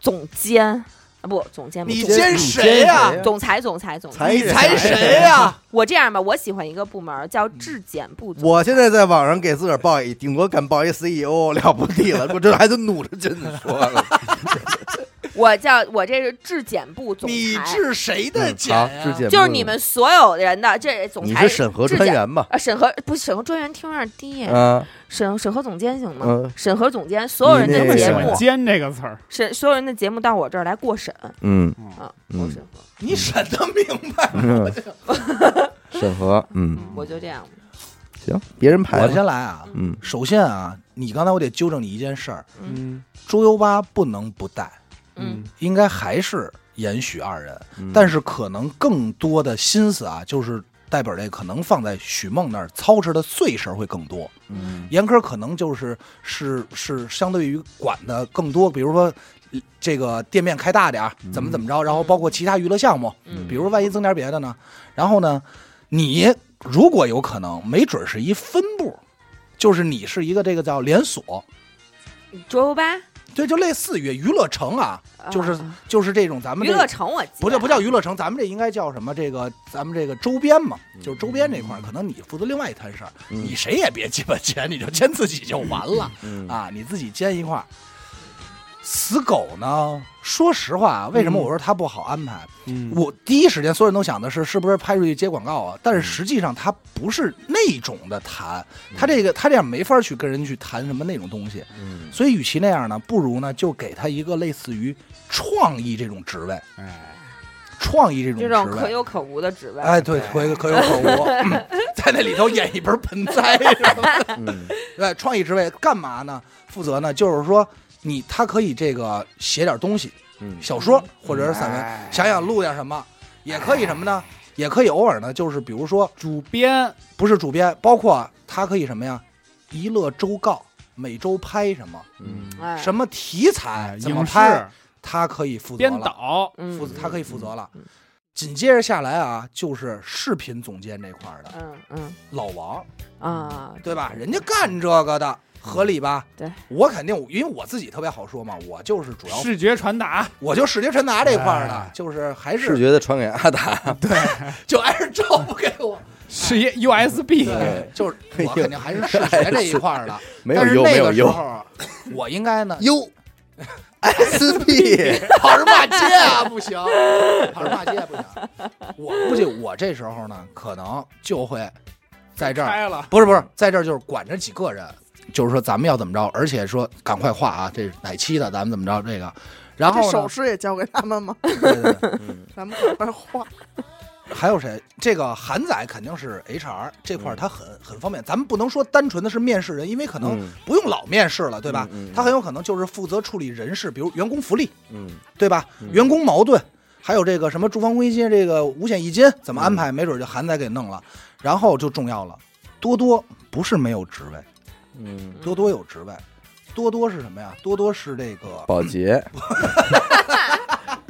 Speaker 4: 总监啊，不，总监不
Speaker 3: 你
Speaker 4: 总
Speaker 2: 监
Speaker 3: 先
Speaker 2: 你
Speaker 3: 谁
Speaker 2: 先谁
Speaker 3: 呀
Speaker 2: 哎呀
Speaker 4: 总裁，总裁，总裁。
Speaker 2: 才
Speaker 3: 你才谁呀？
Speaker 4: 我这样吧，我喜欢一个部门儿叫质检部
Speaker 2: 嗯
Speaker 4: 总。
Speaker 2: 我现在在网上给自个儿报一，顶多敢报一 CEO 了不地了，我这还得努着劲说了。
Speaker 4: 我叫我这是质检部总
Speaker 3: 你
Speaker 4: 裁，
Speaker 3: 治谁的检
Speaker 2: 嗯好，
Speaker 3: 呀
Speaker 2: 质检
Speaker 4: 就是
Speaker 2: 部
Speaker 4: 你们所有人的这总
Speaker 2: 你
Speaker 4: 裁
Speaker 2: 是审核
Speaker 4: 质
Speaker 2: 专
Speaker 4: 检嗯
Speaker 2: 员吧？
Speaker 4: 啊，审核不审核专员听着低，
Speaker 2: 啊，
Speaker 4: 审审核总监行吗？
Speaker 2: 嗯
Speaker 4: 审核总监，所有人
Speaker 2: 你那
Speaker 4: 的
Speaker 2: 个
Speaker 4: 节
Speaker 5: 喜
Speaker 4: 目
Speaker 5: 欢“奸”这个词儿，
Speaker 4: 审所有人的节目到我这儿来过审
Speaker 2: 嗯
Speaker 4: 啊，
Speaker 2: 嗯
Speaker 4: 过审核，
Speaker 3: 你审得明白？
Speaker 2: 嗯，审核，嗯，
Speaker 4: 我就这样。
Speaker 2: 行，别人排
Speaker 3: 我
Speaker 2: 吧，
Speaker 3: 先来啊。
Speaker 2: 嗯
Speaker 3: 首先啊，你刚才我得纠正你一件事儿，
Speaker 5: 嗯
Speaker 3: 周优八不能不带，
Speaker 4: 嗯，
Speaker 3: 应该还是延许二人，
Speaker 2: 嗯
Speaker 3: 但是可能更多的心思啊，就是代本这可能放在许梦那儿操持的碎事儿会更多。
Speaker 2: 嗯
Speaker 3: 严科可能就是是是相对于管的更多，比如说呃这个店面开大点儿，
Speaker 2: 嗯
Speaker 3: 怎么怎么着，然后包括其他娱乐项目，
Speaker 4: 嗯
Speaker 3: 比如万一增点别的呢，然后呢，你如果有可能，没准是一分部，就是你是一个这个叫连锁，
Speaker 4: 周游吧，
Speaker 3: 对，就类似于娱乐城啊，就是
Speaker 4: 啊
Speaker 3: 就是这种咱们
Speaker 4: 娱
Speaker 3: 这
Speaker 4: 乐城，我记
Speaker 3: 不
Speaker 4: 得
Speaker 3: 叫
Speaker 4: 啊
Speaker 3: 不叫娱乐城，咱们这应该叫什么？这个咱们这个周边嘛，就是周边这块儿，可能你负责另外一摊事儿，
Speaker 2: 嗯
Speaker 3: 你谁也别鸡巴签，你就签自己就完了。
Speaker 2: 嗯
Speaker 3: 啊，你自己煎一块儿。死狗呢？说实话，啊为
Speaker 2: 嗯
Speaker 3: 什么我说它不好安排？
Speaker 5: 嗯
Speaker 3: 我第一时间所有人都想的是，是不是拍出去接广告啊？但是
Speaker 2: 嗯
Speaker 3: 实际上它不是那种的谈，它这个它这样没法去跟人去谈什么那种东西。
Speaker 2: 嗯
Speaker 3: 所以与其那样呢，不如呢就给他一个类似于创意这种职位，
Speaker 5: 哎，
Speaker 3: 创意这种
Speaker 4: 这种
Speaker 3: 职
Speaker 4: 可
Speaker 3: 位。
Speaker 4: 有可无的职位，
Speaker 3: 哎，对，可有可有可无， (laughs) 嗯在那里头演一盆盆
Speaker 5: (laughs)
Speaker 3: 栽，是吧
Speaker 2: 嗯
Speaker 3: 对，创意职位干嘛呢？负责呢，就是说你他可以这个写点东西，
Speaker 2: 嗯
Speaker 3: 小说或者是散
Speaker 5: 哎
Speaker 3: 文，想想录点什么，也可以什么呢？也可以偶尔呢，就是比如说
Speaker 5: 主编
Speaker 3: 不是主编，包括他可以什么呀？娱乐周告，每周拍什么，
Speaker 2: 嗯
Speaker 4: 哎
Speaker 3: 什么题
Speaker 5: 哎
Speaker 3: 材，怎么
Speaker 5: 影视
Speaker 3: 拍，他可以负责
Speaker 5: 编
Speaker 3: 了，
Speaker 5: 导，
Speaker 4: 嗯
Speaker 3: 负责他可以负责了
Speaker 4: 嗯。
Speaker 3: 紧接着下来啊，就是视频总监这块儿的
Speaker 4: 嗯嗯
Speaker 3: 老王，
Speaker 4: 啊，
Speaker 3: 对吧？人家干这个的，合理吧？
Speaker 4: 嗯对，
Speaker 3: 我肯定，因为我自己特别好说嘛，我就是主要，
Speaker 5: 视觉传达，
Speaker 3: 我就视觉传达这块儿的
Speaker 5: 哎，
Speaker 3: 就是还
Speaker 2: 视
Speaker 3: 是
Speaker 2: 觉的传给阿达，
Speaker 3: 就挨着照不给
Speaker 2: (laughs)
Speaker 3: 我，
Speaker 5: 是一 USB，
Speaker 3: 对，就是我肯定还是视觉这一块儿的。
Speaker 2: (laughs) 没有
Speaker 3: 但是
Speaker 2: 优，没
Speaker 3: 那
Speaker 2: 有
Speaker 3: 个时
Speaker 2: 优，
Speaker 3: 候，我应该呢
Speaker 2: 优 SP，
Speaker 3: 跑人骂街啊，不
Speaker 2: (laughs)
Speaker 3: 行，跑人骂街不行。我估计我这时候呢，可能就会。在这儿
Speaker 5: 开了，
Speaker 3: 不是不是，在这儿就是管着几个人，就是说咱们要怎么着，而且说赶快画啊，这是哪期的，咱们怎么着这个，然
Speaker 6: 这
Speaker 3: 后
Speaker 6: 首
Speaker 3: 呢，
Speaker 6: 诗也交给他们吗？
Speaker 3: 对对对
Speaker 2: 嗯
Speaker 6: 咱们赶快画。
Speaker 3: 还有谁？这个韩仔肯定是 HR 这块儿，他很很方便，咱们不能说单纯的是面试人，因为可能
Speaker 2: 嗯
Speaker 3: 不用老面试了，对吧
Speaker 2: 嗯嗯嗯？
Speaker 3: 他很有可能就是负责处理人事，比如员工福利，
Speaker 2: 嗯，
Speaker 3: 对吧
Speaker 2: 嗯？
Speaker 3: 员工矛盾，还有这个什么住房公积金这个五险一金怎么安
Speaker 2: 嗯
Speaker 3: 排，没准就韩仔给弄了。然后就重要了，多多不是没有职位，
Speaker 2: 嗯，
Speaker 3: 多多有职位，多多是什么呀？多多是这
Speaker 6: (laughs)
Speaker 3: 个
Speaker 2: 保洁，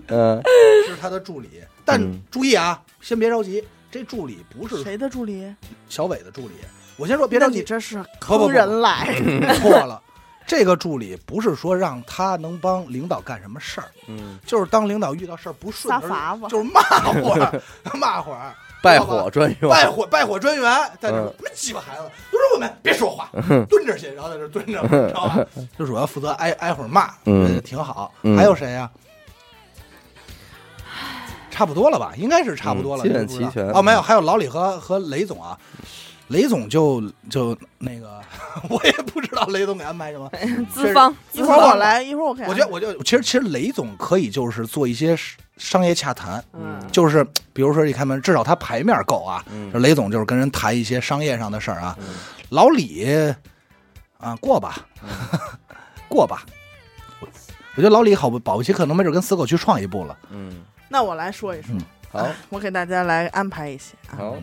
Speaker 2: 嗯，
Speaker 3: 是他的助理，但
Speaker 2: 嗯
Speaker 3: 注意啊，先别着急，这助理不是
Speaker 6: 谁的助理？
Speaker 3: 小伟的助理。我先说，别着
Speaker 6: 那你
Speaker 3: 急，
Speaker 6: 这是
Speaker 3: 不不
Speaker 6: 坑人来。
Speaker 3: 错了。这个助理不是说让他能帮领导干什么事儿，
Speaker 2: 嗯，
Speaker 3: 就是当领导遇到事儿不顺
Speaker 6: 撒
Speaker 3: 的时
Speaker 6: 法
Speaker 3: 候，
Speaker 6: 子
Speaker 3: (laughs) 就是骂会儿，
Speaker 2: (laughs)
Speaker 3: 骂会儿，
Speaker 2: 拜火专用，
Speaker 3: 拜火拜火专员，在这
Speaker 2: 嗯
Speaker 3: 什么鸡巴孩子，都是我们别说话，蹲着去，然后在这蹲着，你知道
Speaker 2: (laughs)
Speaker 3: 吧？就主要负责挨挨会儿骂，
Speaker 2: 嗯
Speaker 3: 觉得挺好。
Speaker 2: 嗯
Speaker 3: 还有谁呀、差不多了吧？应该是差不多了，
Speaker 2: 嗯基本
Speaker 3: 不知道
Speaker 2: 齐全
Speaker 3: 哦。没有，还有老李和和雷总啊，雷总就就那个， (laughs) 我也不知道雷总给安排什么。
Speaker 4: 资方
Speaker 6: 一会儿我来，一会儿我给。
Speaker 3: 我觉得，我就其实其实雷总可以就是做一些商业洽谈，
Speaker 4: 嗯，
Speaker 3: 就是比如说你看嘛，至少他牌面够啊。
Speaker 2: 嗯
Speaker 3: 这雷总就是跟人谈一些商业上的事儿啊。老李啊，过吧， (laughs) 过吧。我我觉得老李好不保不齐可能没准跟死狗去创一步了。
Speaker 2: 嗯，
Speaker 6: 那我来说一说，
Speaker 2: 好，
Speaker 6: 我给大家来安排一些啊。
Speaker 2: 好，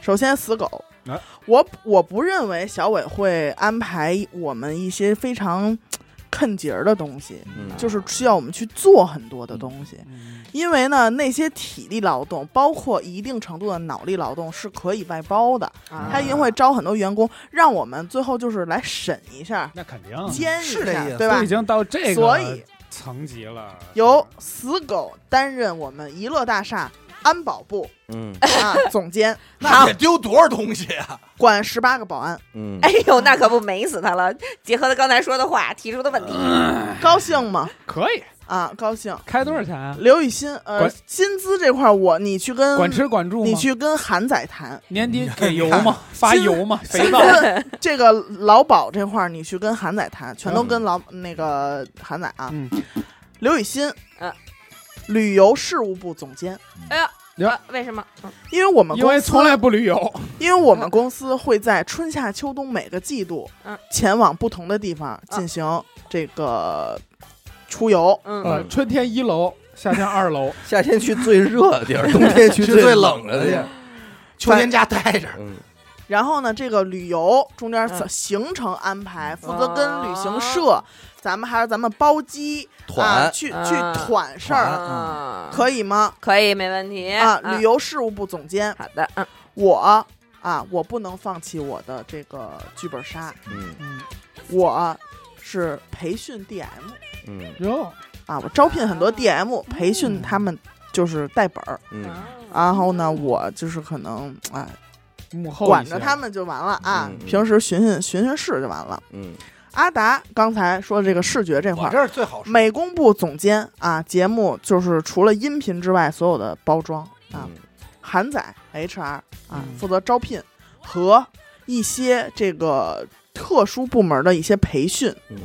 Speaker 6: 首先，死狗
Speaker 5: 啊，
Speaker 6: 我我不认为小伟会安排我们一些非常坑节儿的东西，
Speaker 2: 嗯
Speaker 6: 就是需要我们去做很多的东西。因为呢，那些体力劳动，包括一定程度的脑力劳动，是可以外包的。
Speaker 4: 啊
Speaker 6: 他一定会招很多员工，让我们最后就是来审一下、
Speaker 5: 那肯定
Speaker 6: 监一
Speaker 3: 是这意
Speaker 6: 下，
Speaker 3: 思
Speaker 6: 对吧
Speaker 5: 都已？经到嗯这个
Speaker 6: 所以
Speaker 5: 层级了，
Speaker 6: 由死狗担任我们娱乐大厦安保部
Speaker 2: 嗯
Speaker 6: 啊总监，
Speaker 3: (laughs) 那得丢多少东西 (laughs) 啊？
Speaker 6: 管十八个保安，
Speaker 2: 嗯，
Speaker 4: 哎呦，那可不美死他了！结合他刚才说的话，提出的问题，
Speaker 6: 高兴吗？
Speaker 5: 可以
Speaker 6: 啊，高兴。
Speaker 5: 开多少钱
Speaker 3: 嗯
Speaker 5: 啊？
Speaker 6: 刘雨欣，呃
Speaker 5: 管，
Speaker 6: 薪资这块儿我你去跟
Speaker 5: 管吃管住吗？
Speaker 6: 你去跟韩仔谈，
Speaker 5: 年底给油 (laughs) 吗？发油吗？肥皂？
Speaker 6: (laughs) 这个劳保这块儿你去跟韩仔谈，全都跟劳、那个韩仔啊。
Speaker 5: 嗯，
Speaker 6: 刘雨欣，
Speaker 4: 嗯
Speaker 6: 旅游事务部总监，
Speaker 4: 哎呀，
Speaker 5: 呀
Speaker 4: 啊为什么？
Speaker 6: 因为我们
Speaker 5: 因
Speaker 6: 公
Speaker 5: 为
Speaker 6: 司，
Speaker 5: 从来不旅 (laughs) 游，
Speaker 6: 因为我们公司会在春夏秋冬每个季度
Speaker 4: 嗯，
Speaker 6: 前往不同的地方进行这个出游。
Speaker 4: 嗯，
Speaker 5: 呃，春天一楼，夏天二楼，
Speaker 2: 夏天去最热的地儿，冬天去
Speaker 3: 去
Speaker 2: 最
Speaker 3: 最冷
Speaker 2: 的
Speaker 3: 的
Speaker 2: 地
Speaker 3: 地
Speaker 2: 儿
Speaker 3: 儿，秋天家待着，
Speaker 2: 嗯
Speaker 6: 然后呢，这个旅游中间
Speaker 4: 嗯
Speaker 6: 行程安排，负责跟旅行社，咱们还是咱们包机
Speaker 2: 团
Speaker 6: 啊，去
Speaker 4: 啊
Speaker 6: 去团事儿，
Speaker 4: 啊，
Speaker 6: 可以吗？
Speaker 4: 可以，没问题
Speaker 6: 啊，旅游事务部总监，
Speaker 4: 好的，嗯，
Speaker 6: 我啊，我不能放弃我的这个剧本杀，
Speaker 2: 嗯
Speaker 6: 我是培训 DM
Speaker 2: 嗯
Speaker 5: 哟，
Speaker 6: 啊，我招聘很多 DM 培训他们，就是带本儿，
Speaker 2: 嗯
Speaker 4: 啊
Speaker 6: 然后呢，我就是可能啊，
Speaker 5: 幕后
Speaker 6: 管
Speaker 5: 一些
Speaker 6: 着他，们就完了啊
Speaker 2: 嗯，嗯
Speaker 6: 平时巡巡巡巡视就完了。
Speaker 2: 嗯
Speaker 6: 阿达刚才说这个视觉这块
Speaker 3: 我
Speaker 6: 儿，
Speaker 3: 这儿最好说。
Speaker 6: 美工部总监啊，节目就是除了音频之外，所有的包装啊，
Speaker 2: 嗯
Speaker 6: 韩仔 HR 啊，
Speaker 5: 嗯
Speaker 6: 负责招聘和一些这个特殊部门的一些培训
Speaker 2: 嗯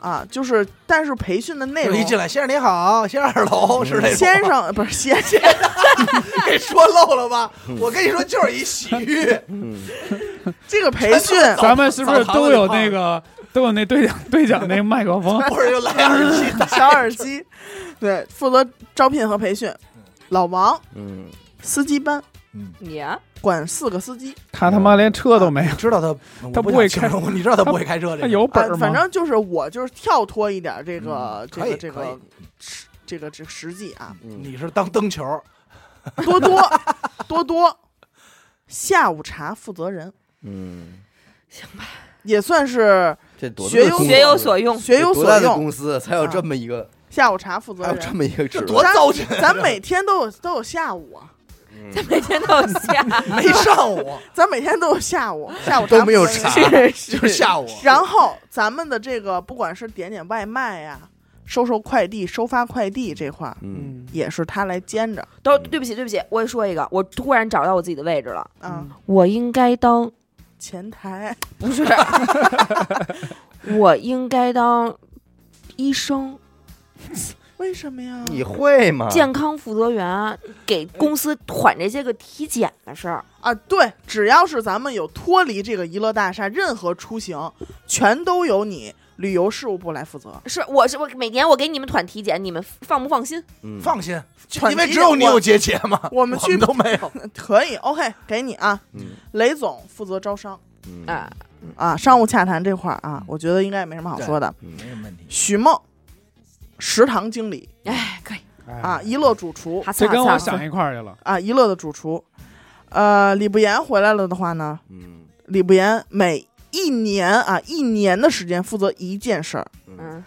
Speaker 6: 啊，就是但是培训的内
Speaker 3: 就是一进
Speaker 6: 容，
Speaker 3: 来，先生你好，先生二楼是那种
Speaker 6: 先生不是先生，
Speaker 3: 给说漏了吧？我跟你说，就是一洗 (laughs) 浴，
Speaker 2: 嗯
Speaker 3: (laughs)
Speaker 6: 这个培训
Speaker 5: 咱们是不
Speaker 3: 澡
Speaker 5: 是
Speaker 3: 堂子
Speaker 5: 都
Speaker 3: 里
Speaker 5: 有
Speaker 3: 泡
Speaker 5: 那个 (laughs) 都有那对讲对讲那个麦克风？
Speaker 3: 不是就来耳机戴
Speaker 6: 小耳机，对，负责招聘和培训。老王
Speaker 2: 嗯，
Speaker 6: 司机班
Speaker 4: 你啊
Speaker 6: 管四个司机，
Speaker 5: 他他妈连车都没有，
Speaker 3: 知道他
Speaker 5: 他
Speaker 3: 我
Speaker 5: 不会
Speaker 3: 想
Speaker 5: 开
Speaker 3: 形容你知道他不会开车这
Speaker 5: 他
Speaker 3: 个，
Speaker 5: 有本
Speaker 6: 啊
Speaker 5: 儿，吗？
Speaker 6: 反正就是我就是跳脱一点这个、这
Speaker 3: 可以
Speaker 6: 个这
Speaker 3: 可以
Speaker 6: 个实这个这个实际啊，
Speaker 2: 嗯
Speaker 3: 你是当灯球，
Speaker 6: 多多多多下午茶负责人
Speaker 2: 嗯，
Speaker 6: 也算是
Speaker 2: 这多
Speaker 6: 学有
Speaker 4: 学有所用， (laughs)
Speaker 6: 学有
Speaker 2: 多
Speaker 6: 所
Speaker 2: 大的
Speaker 6: 用，
Speaker 2: 公司才有这么一个，
Speaker 6: 下午茶负责
Speaker 2: 还有这
Speaker 6: 人。
Speaker 2: 么一个职
Speaker 3: 这
Speaker 2: 位，
Speaker 3: 多
Speaker 6: 咱
Speaker 3: 糟践，
Speaker 2: 啊
Speaker 6: 咱每天都有都有下午啊，
Speaker 2: 嗯
Speaker 4: 每天都有下，
Speaker 3: 没上午
Speaker 6: 咱每天都有下午，下午
Speaker 2: 都没有
Speaker 6: 茶
Speaker 2: 茶
Speaker 6: 负责人。
Speaker 3: 就是下午，
Speaker 6: 然后咱们的这个不管是点点外卖呀、收收快递、收发快递这块儿
Speaker 2: 嗯，
Speaker 6: 也是他来兼着
Speaker 4: (laughs) 都对不起，对不起，我也说一个，我突然找到我自己的位置了，
Speaker 2: 嗯
Speaker 6: 啊。
Speaker 4: 我应该当
Speaker 6: 前台
Speaker 4: 不是，我应该当医生、
Speaker 6: 为什么呀？
Speaker 2: 你会
Speaker 5: 啊
Speaker 2: 吗？
Speaker 4: 健康负责员，给公司管这些个体检的事儿。
Speaker 6: 啊，对，只要是咱们有脱离这个娱乐大厦，任何出行全都由你旅游事务部来负责。
Speaker 4: 是，我是我每年我给你们团体检，你们放不放心？
Speaker 2: 嗯，
Speaker 3: 放心，就 (laughs)
Speaker 6: 喘
Speaker 3: 因为
Speaker 6: 息
Speaker 3: 只有你
Speaker 6: 我
Speaker 3: 有结节嘛，
Speaker 6: 我
Speaker 3: 我
Speaker 6: 们去
Speaker 3: 都没有。
Speaker 6: 可以，OK，给你啊。
Speaker 2: 嗯
Speaker 6: 雷总负责招商
Speaker 2: 嗯
Speaker 4: 啊，
Speaker 6: 啊，商务洽谈这块儿
Speaker 3: 嗯
Speaker 6: 啊，我觉得应该也没什么好说的。
Speaker 2: 嗯
Speaker 3: (laughs) 没什么问题。
Speaker 6: 许梦，食堂经理
Speaker 4: 哎，可以，
Speaker 6: 啊，，一乐主厨
Speaker 4: 哈
Speaker 5: 这
Speaker 4: 萨
Speaker 5: 跟
Speaker 4: 哈
Speaker 5: 我
Speaker 4: 萨
Speaker 5: 想一块儿去了。
Speaker 6: 啊，一乐的主厨。呃，李不言回来了的话呢，
Speaker 2: 嗯
Speaker 6: 李不言每一年啊，一年的时间负责一件事儿，
Speaker 2: 嗯
Speaker 4: 嗯，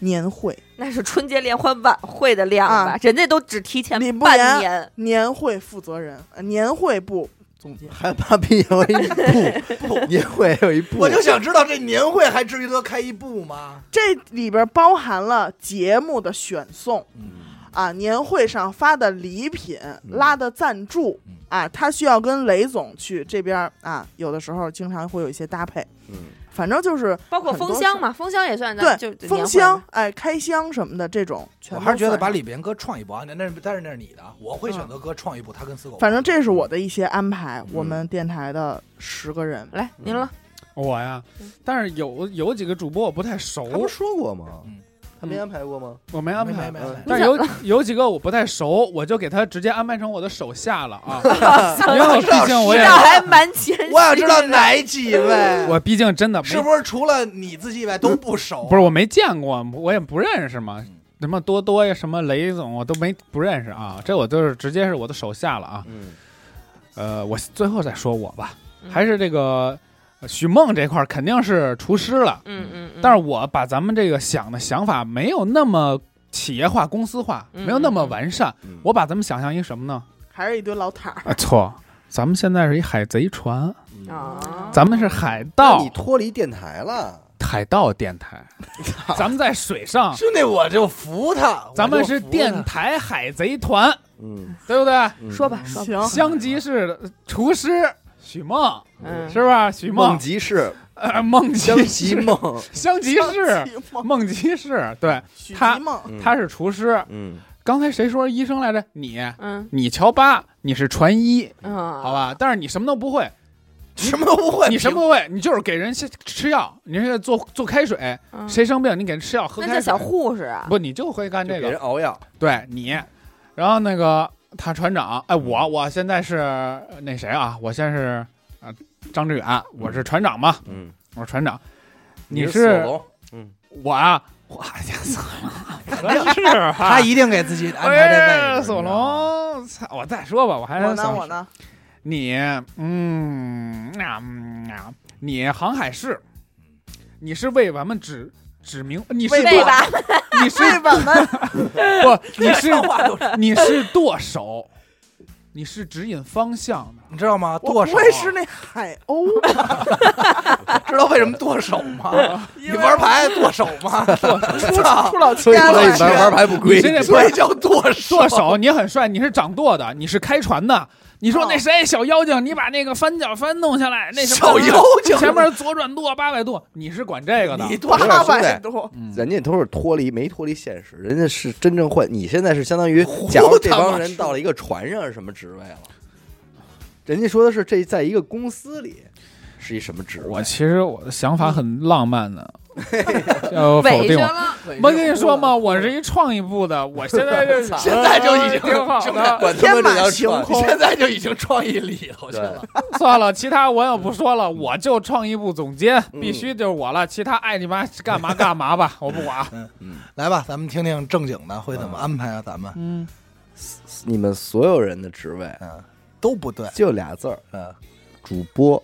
Speaker 6: 年会。
Speaker 4: 那是春节联欢晚会的量吧？
Speaker 6: 啊
Speaker 4: 人家都只提前
Speaker 6: 李不
Speaker 4: 半
Speaker 6: 言
Speaker 4: 年。
Speaker 6: 年会负责人，呃年会部总监。
Speaker 2: 还芭比有一部，不，也会有一部，
Speaker 3: 我就想知道这年会还至于得开一部吗？
Speaker 6: 这里边包含了节目的选送
Speaker 2: 嗯
Speaker 6: 啊，年会上发的礼品、拉的赞助
Speaker 3: 嗯
Speaker 6: 啊，他需要跟雷总去这边啊，有的时候经常会有一些搭配，
Speaker 2: 嗯
Speaker 6: 反正就是
Speaker 4: 包括封箱嘛，封箱也算咱就
Speaker 6: 对
Speaker 4: 就
Speaker 6: 封
Speaker 4: 年会
Speaker 6: 箱
Speaker 4: 嘛，
Speaker 6: 哎开箱什么的这种，全
Speaker 3: 我
Speaker 6: 都
Speaker 3: 还是觉得
Speaker 6: 算
Speaker 3: 把
Speaker 6: 上
Speaker 3: 李边哥创一部啊，那那是但是那是你的啊，我会选择哥创一部，他跟死狗。
Speaker 6: 反正这是我的一些安排
Speaker 2: 嗯，
Speaker 6: 我们电台的十个人，
Speaker 4: 来您了，
Speaker 5: 我呀，但是有有几个主播我不太
Speaker 2: 他不
Speaker 5: 熟
Speaker 2: 是，说过吗
Speaker 3: 嗯？
Speaker 2: 他没安排过吗？
Speaker 5: 我没安
Speaker 3: 没没
Speaker 5: 排。
Speaker 3: 没
Speaker 2: 嗯
Speaker 3: 没
Speaker 5: 但是有有几个我不太熟，我就给他直接安排成我的手下了啊，
Speaker 4: 呃
Speaker 5: 因
Speaker 4: (laughs)
Speaker 5: 为我
Speaker 3: 知道
Speaker 5: 毕竟我也
Speaker 4: 这还蛮前期的，
Speaker 3: 我想知道哪几位，
Speaker 5: 我毕竟真的没
Speaker 3: 是不是除了你自己以外都不熟？
Speaker 5: 不是我没见过，我也不认识嘛
Speaker 3: 嗯。
Speaker 5: 什么多多呀，什么雷总，我都没不认识啊。这我就是直接是我的手下了啊。
Speaker 2: 嗯
Speaker 5: 呃，我最后再说我吧，
Speaker 4: 嗯
Speaker 5: 还是这个呃许梦这块儿肯定是厨师了，
Speaker 4: 嗯嗯嗯，
Speaker 5: 但是我把咱们这个想的想法没有那么企业化、公司化，
Speaker 4: 嗯
Speaker 5: 没有那么完善。
Speaker 2: 嗯
Speaker 5: 我把咱们想象一什么呢？
Speaker 6: 还是一堆老塔儿，
Speaker 5: 啊，错，咱们现在是一海贼船，
Speaker 2: 嗯
Speaker 4: 啊，
Speaker 5: 咱们是海
Speaker 2: 那
Speaker 5: 盗
Speaker 2: 你，脱离电台了，
Speaker 5: 海盗电台， (laughs) 咱们在水上，
Speaker 3: 啊兄弟，我就服他。
Speaker 5: 咱们是
Speaker 3: 我就服他
Speaker 5: 电台海贼团，
Speaker 2: 嗯，
Speaker 5: 对不对？
Speaker 2: 嗯
Speaker 4: 说吧说吧，
Speaker 6: 行，
Speaker 5: 香吉是厨师许梦，
Speaker 4: 嗯，
Speaker 5: 是吧？许
Speaker 2: 梦
Speaker 5: 梦，
Speaker 2: 吉是
Speaker 5: 呃，梦吉
Speaker 2: 江吉
Speaker 5: 是，
Speaker 2: 梦，
Speaker 5: (laughs) 香吉是，
Speaker 6: 徐梦
Speaker 5: 梦吉是，对，
Speaker 6: 许
Speaker 5: 他
Speaker 6: 吉梦，
Speaker 2: 嗯
Speaker 5: 他是厨师。
Speaker 2: 嗯
Speaker 5: 刚才谁说医生来着？你，
Speaker 4: 嗯
Speaker 5: 你乔巴，你是传医，
Speaker 4: 嗯，
Speaker 5: 好
Speaker 4: 好，
Speaker 5: 吧？但是你什么都不会，
Speaker 3: 什么都不会，
Speaker 5: 你什么都不会，你就是给人吃吃药，你是做做开水，
Speaker 4: 嗯
Speaker 5: 谁生病你给人吃药喝
Speaker 4: 那
Speaker 5: 开
Speaker 4: 叫小
Speaker 5: 水，
Speaker 4: 护士啊，
Speaker 5: 不，你就会干
Speaker 2: 就给
Speaker 5: 这
Speaker 2: 人
Speaker 5: 个，
Speaker 2: 熬药，
Speaker 5: 对你。然后那个他船长，哎，我我现在是呃那谁啊？我现在是啊张志远，我是船长嘛，
Speaker 2: 嗯，
Speaker 5: 我是船长。你
Speaker 2: 是索隆，嗯，
Speaker 5: 我啊，我呀， (laughs) 索隆合适啊，
Speaker 3: 他一定给自己安排这位
Speaker 5: 哎，
Speaker 3: 置。
Speaker 5: 索隆，操我再说吧，我还
Speaker 6: 我
Speaker 5: 是
Speaker 6: 呢
Speaker 5: 想
Speaker 6: 我呢，
Speaker 5: 你，嗯啊嗯啊，你航海士，你是为咱们指指明，你是
Speaker 4: 喂
Speaker 5: 舵
Speaker 4: 吧，
Speaker 2: (laughs)
Speaker 5: 你是
Speaker 6: 对吧？
Speaker 2: 啊
Speaker 3: (laughs)
Speaker 6: 那
Speaker 5: 不，你是
Speaker 3: 这话都是
Speaker 5: 你是舵手，你是指引方向的。
Speaker 3: 你知道吗？
Speaker 6: 我
Speaker 3: 剁手啊
Speaker 6: 不会是那海鸥
Speaker 2: (laughs)
Speaker 6: 吧？
Speaker 3: 知道为什么剁手 (laughs) 吗？你玩牌剁手吗？
Speaker 6: 出老
Speaker 2: 所以
Speaker 6: 千
Speaker 2: 说
Speaker 6: 了
Speaker 2: 你，玩玩牌不
Speaker 5: 你
Speaker 2: 归，
Speaker 5: 现在
Speaker 3: 所以叫剁手。
Speaker 5: 舵手，你很帅，你是掌舵的，你是开船的。你说
Speaker 6: 哦
Speaker 5: 那谁小妖精，你把那个翻脚翻弄下来，那什
Speaker 3: 小
Speaker 5: 么
Speaker 3: 妖精
Speaker 5: 前面左转舵八百度，你是管这个的。
Speaker 3: 你剁手
Speaker 6: 八百多，
Speaker 5: 嗯
Speaker 2: 人家都是脱离没脱离现实，人家是真正会。你现在是相当于，假如这帮人到了一个船上是什么职位了？人家说的是这在一个公司里是一什么职位？
Speaker 5: 我其实我的想法很浪漫
Speaker 3: (laughs)
Speaker 5: 的，要否
Speaker 4: 尾
Speaker 5: 定
Speaker 4: 着
Speaker 5: 我。
Speaker 4: 了，
Speaker 5: 没跟你说吗？我是一创意部的，我现在就
Speaker 3: 现在就已经
Speaker 5: 挺好
Speaker 3: 兄
Speaker 5: 的。
Speaker 3: 弟
Speaker 2: 管他妈这
Speaker 6: 天马
Speaker 2: 叫
Speaker 6: 行
Speaker 2: 船
Speaker 6: 空
Speaker 3: (laughs) 现在就已经创意里头去
Speaker 2: 对
Speaker 3: 了。
Speaker 5: (laughs) 算了，其他我也不说了，我就创意部总监，
Speaker 2: 嗯
Speaker 5: 必须就是我了。其他爱你妈干嘛干嘛吧，我不管。
Speaker 4: 嗯
Speaker 3: 来吧，咱们听听正经的会怎么安排啊？咱们
Speaker 5: 嗯，
Speaker 2: 你们所有人的职位
Speaker 3: 嗯都不对，
Speaker 2: 就俩字儿：
Speaker 3: 嗯，
Speaker 2: 主播。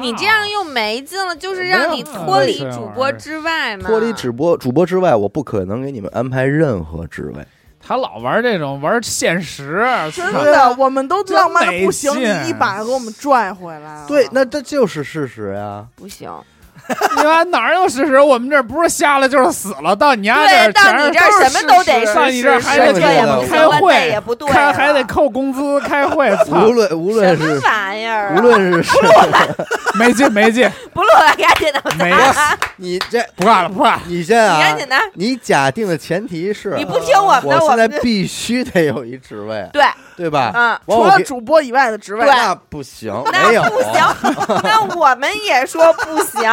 Speaker 4: 你这样又没劲了，就是让
Speaker 5: 啊
Speaker 4: 你脱离主播之外嘛，
Speaker 2: 脱离主播主播之外，我不可能给你们安排任何职位。
Speaker 5: 他老玩这种玩现实，
Speaker 6: 真
Speaker 5: 操
Speaker 6: 的，我们都浪漫
Speaker 5: 真
Speaker 6: 的
Speaker 5: 没
Speaker 6: 不行，
Speaker 5: 劲
Speaker 6: 你一把给我们拽回来了。
Speaker 2: 对，那这就是事实呀、
Speaker 4: 不行，
Speaker 5: 你妈哪有事实？我们这不是瞎了就是死了，到你家这
Speaker 4: 对，
Speaker 5: 儿
Speaker 4: 到
Speaker 5: 全
Speaker 4: 你
Speaker 5: 是
Speaker 4: 这儿什么都得
Speaker 5: 事实到你这儿还
Speaker 4: 是
Speaker 5: 得
Speaker 4: 这
Speaker 5: 给
Speaker 4: 也
Speaker 5: 我
Speaker 4: 不
Speaker 5: 们
Speaker 4: 行
Speaker 5: 开
Speaker 4: 了那
Speaker 5: 会，
Speaker 4: 也不对啊
Speaker 5: 开
Speaker 4: 了，
Speaker 2: (laughs)
Speaker 5: 还得扣工资，开会，
Speaker 2: 无
Speaker 5: 操，
Speaker 2: 论无
Speaker 4: 什
Speaker 2: 论
Speaker 4: 么
Speaker 2: 是
Speaker 4: 玩意儿啊？
Speaker 2: 无论是是
Speaker 5: 没劲没劲，
Speaker 4: 不录了，赶紧的，
Speaker 5: 没
Speaker 2: 你这
Speaker 5: 不干了不干了，
Speaker 2: 你先
Speaker 4: 你赶
Speaker 2: 啊
Speaker 4: 紧，的，
Speaker 2: 你假定的前提是
Speaker 4: 你不听我们的，
Speaker 2: 我
Speaker 4: 我
Speaker 2: 现在
Speaker 4: 们
Speaker 2: 必须得有一职位，
Speaker 4: 对，
Speaker 2: 对吧？
Speaker 4: 嗯。
Speaker 2: 完
Speaker 6: 除
Speaker 2: 我
Speaker 6: 了
Speaker 2: 给
Speaker 6: 主播以外的职位，
Speaker 2: 那不行，
Speaker 4: 那
Speaker 2: 没有啊
Speaker 4: 不行，那我们也说不
Speaker 2: (laughs)
Speaker 4: 行，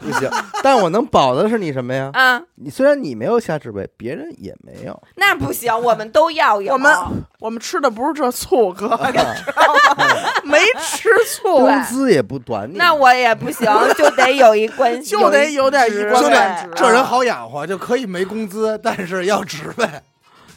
Speaker 2: 不行。但我能保的是你什么呀？
Speaker 4: 嗯，
Speaker 2: 你虽然你没有下职位，别人也没有。
Speaker 4: 那不行，我们都要有。
Speaker 6: 我们我们吃的不是这醋，哥，
Speaker 2: (laughs)
Speaker 6: (laughs) 没吃醋，
Speaker 2: 工资也不短你，
Speaker 4: 那我也不行，就得有一关，
Speaker 6: 就得有点一
Speaker 4: 职
Speaker 6: 官
Speaker 3: 兄弟
Speaker 4: 位
Speaker 6: 半职，
Speaker 3: 这人好养活，就可以没工资，但是要职位。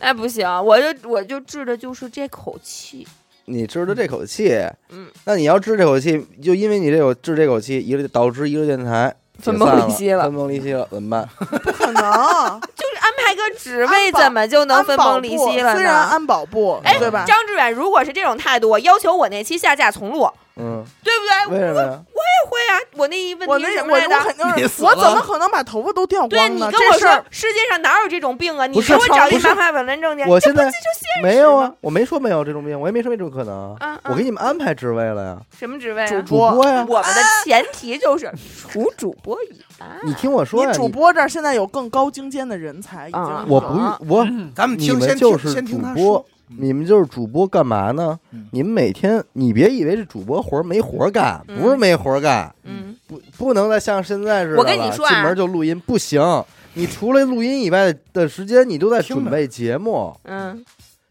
Speaker 4: 那不行，我就我就治的就是这口气，
Speaker 2: 你知道这口气，
Speaker 4: 嗯，
Speaker 2: 那你要治这口气，就因为你这口治这口气，一个导致一个电台
Speaker 4: 分崩
Speaker 2: 解散
Speaker 4: 离析了
Speaker 2: 分崩离析了，怎么办？
Speaker 6: 不
Speaker 2: (laughs)
Speaker 6: 可能。
Speaker 4: 就是安排个职
Speaker 6: 安
Speaker 4: 位，
Speaker 6: 保
Speaker 4: 怎么就能分
Speaker 6: 安保
Speaker 4: 崩离析
Speaker 6: 部
Speaker 4: 了
Speaker 6: 虽然
Speaker 4: 呢？
Speaker 6: 安保部，
Speaker 4: 哎
Speaker 6: 对吧？
Speaker 4: 张志远如果是这种态度，我要求我那期下架重录，
Speaker 2: 嗯，
Speaker 4: 对不
Speaker 2: 为
Speaker 4: 对？
Speaker 2: 什么呀？
Speaker 4: 不会啊，我那一问
Speaker 6: 我
Speaker 4: 题
Speaker 6: 那
Speaker 4: 是什
Speaker 6: 我
Speaker 4: 么来
Speaker 6: 我
Speaker 4: 着？
Speaker 6: 肯定是
Speaker 3: 你死了
Speaker 6: 我怎么可能把头发都掉
Speaker 4: 对
Speaker 6: 光
Speaker 4: 你
Speaker 6: 呢？
Speaker 4: 跟
Speaker 6: 这
Speaker 4: 我
Speaker 6: 事儿
Speaker 4: 说，世界上哪有这种病啊？你
Speaker 2: 不
Speaker 4: 给
Speaker 2: 是
Speaker 4: 我找
Speaker 2: 不
Speaker 4: 一
Speaker 2: 是
Speaker 4: 办法稳论证件，
Speaker 2: 我
Speaker 4: 这
Speaker 2: 现
Speaker 4: 不这
Speaker 2: 在
Speaker 4: 就现实
Speaker 2: 没有啊
Speaker 4: 吗？，
Speaker 2: 我没说没有这种病，我也没说没这种可能。
Speaker 4: 嗯嗯
Speaker 2: 我给你们安排职位了呀，
Speaker 4: 什么职位啊？
Speaker 6: 主
Speaker 2: 主
Speaker 6: 播
Speaker 2: 播呀。
Speaker 4: 我们的前提就是除主播以外，
Speaker 2: 你听我说呀，
Speaker 6: 你主
Speaker 2: 你
Speaker 6: 播这儿现在有更高精尖的人才，已经
Speaker 4: 啊
Speaker 2: 我
Speaker 6: 有
Speaker 2: 不
Speaker 6: 了
Speaker 2: 用我
Speaker 3: 咱们
Speaker 2: 嗯你
Speaker 3: 嗯听，
Speaker 2: 们
Speaker 3: 先
Speaker 2: 就
Speaker 3: 听，
Speaker 2: 是
Speaker 3: 先
Speaker 2: 主
Speaker 3: 听他
Speaker 2: 播
Speaker 3: 说。，
Speaker 2: 你们就是主播干嘛呢？
Speaker 3: 嗯
Speaker 2: 你们每天，你别以为是主播活儿没活儿干，
Speaker 4: 嗯
Speaker 2: 不是没活儿干，
Speaker 4: 嗯，
Speaker 2: 不不能再像现在似的了，
Speaker 4: 我跟你说啊
Speaker 2: 进门就录音不行。你除了录音以外的时间，你都在
Speaker 3: 听着
Speaker 2: 准备节目，
Speaker 4: 嗯，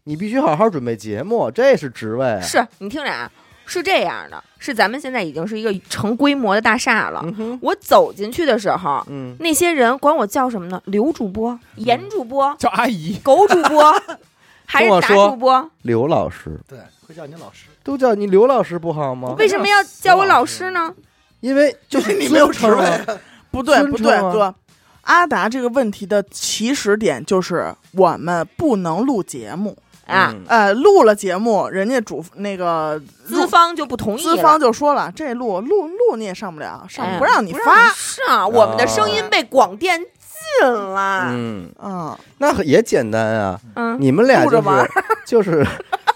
Speaker 2: 你必须好好准备节目，这是职位。
Speaker 4: 是你听着啊，是这样的，是咱们现在已经是一个成规模的大厦了。
Speaker 2: 嗯哼，
Speaker 4: 我走进去的时候，
Speaker 2: 嗯，
Speaker 4: 那些人管我叫什么呢？刘主播、严主播、
Speaker 5: 叫阿姨，
Speaker 4: 狗主播，还是
Speaker 2: 跟我
Speaker 4: 达
Speaker 2: 说
Speaker 4: 主播？
Speaker 2: 刘老师
Speaker 3: 对，会叫你老师，
Speaker 2: 都叫你刘老师不好吗？
Speaker 4: 为什么要叫我老师呢？
Speaker 2: 因为就是
Speaker 3: 你没有职
Speaker 2: 尊称啊
Speaker 3: 位，
Speaker 6: 不对
Speaker 2: 尊
Speaker 6: 不对，
Speaker 2: 重啊
Speaker 6: 哥，阿达这个问题的起始点就是我们不能录节目，
Speaker 4: 啊，
Speaker 2: 嗯
Speaker 6: 呃，录了节目，人家主那个
Speaker 4: 资方就不同意了，
Speaker 6: 啊资方就说了，这录录录你也上不了，
Speaker 4: 哎
Speaker 6: 上不让你
Speaker 4: 不让
Speaker 6: 发
Speaker 4: 你，上，我们的声音被广电禁了。
Speaker 2: 嗯，
Speaker 6: 嗯，
Speaker 2: 那很也简单啊。
Speaker 4: 嗯
Speaker 2: 你们俩
Speaker 6: 顾着
Speaker 2: 就
Speaker 6: 玩
Speaker 2: 是 (laughs) 就是
Speaker 6: (laughs)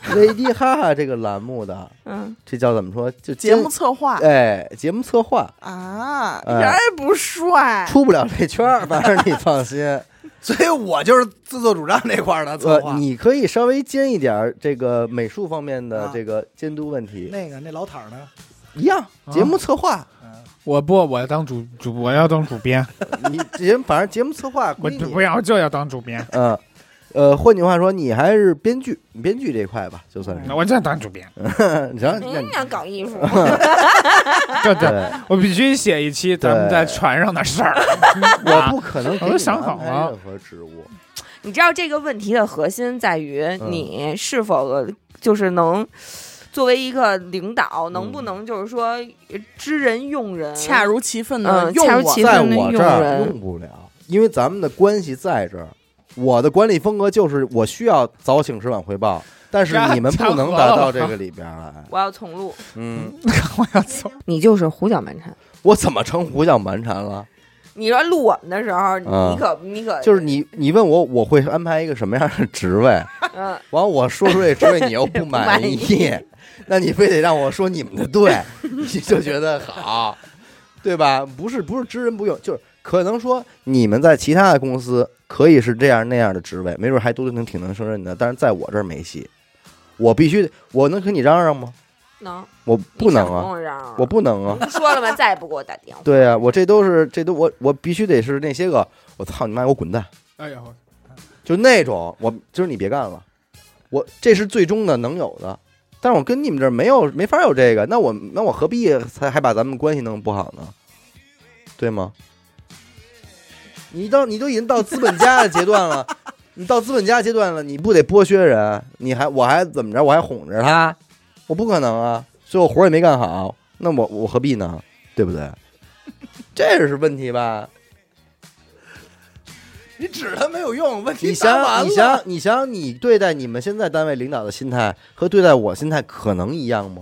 Speaker 2: Lady 哈哈这个栏目的，
Speaker 4: 嗯，
Speaker 2: 这叫怎么说？就
Speaker 6: 节
Speaker 2: 兼
Speaker 6: 目策划
Speaker 2: 哎，节目策划
Speaker 6: 啊，一
Speaker 2: 哎
Speaker 6: 点儿也不帅，
Speaker 2: 出不了这圈儿，反正你放
Speaker 6: (laughs)
Speaker 2: 心。
Speaker 3: 所以我就是自作主张那块儿的策划
Speaker 2: 呃，。你可以稍微兼一点儿这个美术方面的
Speaker 3: 啊
Speaker 2: 这个监督问题，
Speaker 3: 那个那老塔儿呢？
Speaker 2: 一样
Speaker 3: 啊
Speaker 2: 节目策划，
Speaker 5: 我不，我当主主，我要当主编，
Speaker 2: 你节反正节目策划
Speaker 5: 我
Speaker 2: 归
Speaker 5: 就
Speaker 2: 你
Speaker 5: 不，要，我就要当主
Speaker 4: (laughs)
Speaker 5: 编，
Speaker 2: 嗯。呃，换句话说，你还是编剧，编剧这块吧，就算是
Speaker 5: 那。我就要当主编，
Speaker 2: 然后，
Speaker 4: 你想哎搞艺术？
Speaker 5: 对对，
Speaker 2: 对，
Speaker 5: 我必须写一期咱们在船上的事儿，
Speaker 2: (laughs)
Speaker 5: 啊
Speaker 2: 我不可能给
Speaker 5: 我
Speaker 2: 你
Speaker 5: 都想好
Speaker 2: 安排
Speaker 5: 了
Speaker 2: 任何职务。
Speaker 4: 嗯你知道这个问题的核心在于你是否呃就是能作为一个领导，能不能就是说呃知人用人，
Speaker 6: 恰如其分的
Speaker 4: 嗯
Speaker 6: 用
Speaker 4: 恰如
Speaker 6: 我
Speaker 4: 其
Speaker 2: 在
Speaker 4: 分的
Speaker 2: 我
Speaker 4: 用
Speaker 2: 这儿
Speaker 4: 人。
Speaker 2: 用不了，因为咱们的关系在这儿。我的管理风格就是我需要早请迟晚汇报，但是你们不能达到这个里边儿来。
Speaker 4: 我要重录， (laughs)
Speaker 2: 嗯，
Speaker 5: 我要走，
Speaker 4: 你就是胡搅蛮缠。
Speaker 2: 我怎么成胡搅蛮缠了？
Speaker 4: 你说录我们的时候，
Speaker 2: 嗯
Speaker 4: 你可你可
Speaker 2: 就是你，你问我我会安排一个什么样的职位，
Speaker 4: 嗯，
Speaker 2: 完我说出这职位你又不满
Speaker 4: 满意
Speaker 2: 意，那你非得让我说你们的对，你就觉得好，对吧？ (laughs) 不是不是知人不用，就是可能说你们在其他的公司可以是这样那样的职位，没准还都能挺能胜任的，但是在我这儿没戏，我必须我能跟你嚷嚷吗？
Speaker 4: 能
Speaker 2: 我不能
Speaker 4: 你想跟
Speaker 2: 啊，
Speaker 4: 我嚷嚷
Speaker 2: 我不能啊。
Speaker 4: 不说了吗？再也不给我打电话。
Speaker 2: 对啊，我这都是这都我我必须得是那些个我操你妈给我滚蛋，
Speaker 5: 哎呦，
Speaker 2: 就那种我就是你别干了，我这是最终的能有的，但是我跟你们这儿没有没法有这个，那我那我何必才还把咱们关系弄不好呢？对吗？你到你都已经到资本家的阶段了，你到资本家阶段了，你不得剥削人？你还我还怎么着？我还哄着他？我不可能啊！所以我活儿也没干好，那我我何必呢？对不对？这是问题吧？
Speaker 3: 你指他没有用，问题
Speaker 2: 你
Speaker 3: 答
Speaker 2: 想，
Speaker 3: 完
Speaker 2: 你
Speaker 3: 了
Speaker 2: 想，你想，你对待你们现在单位领导的心态和对待我心态可能一样吗？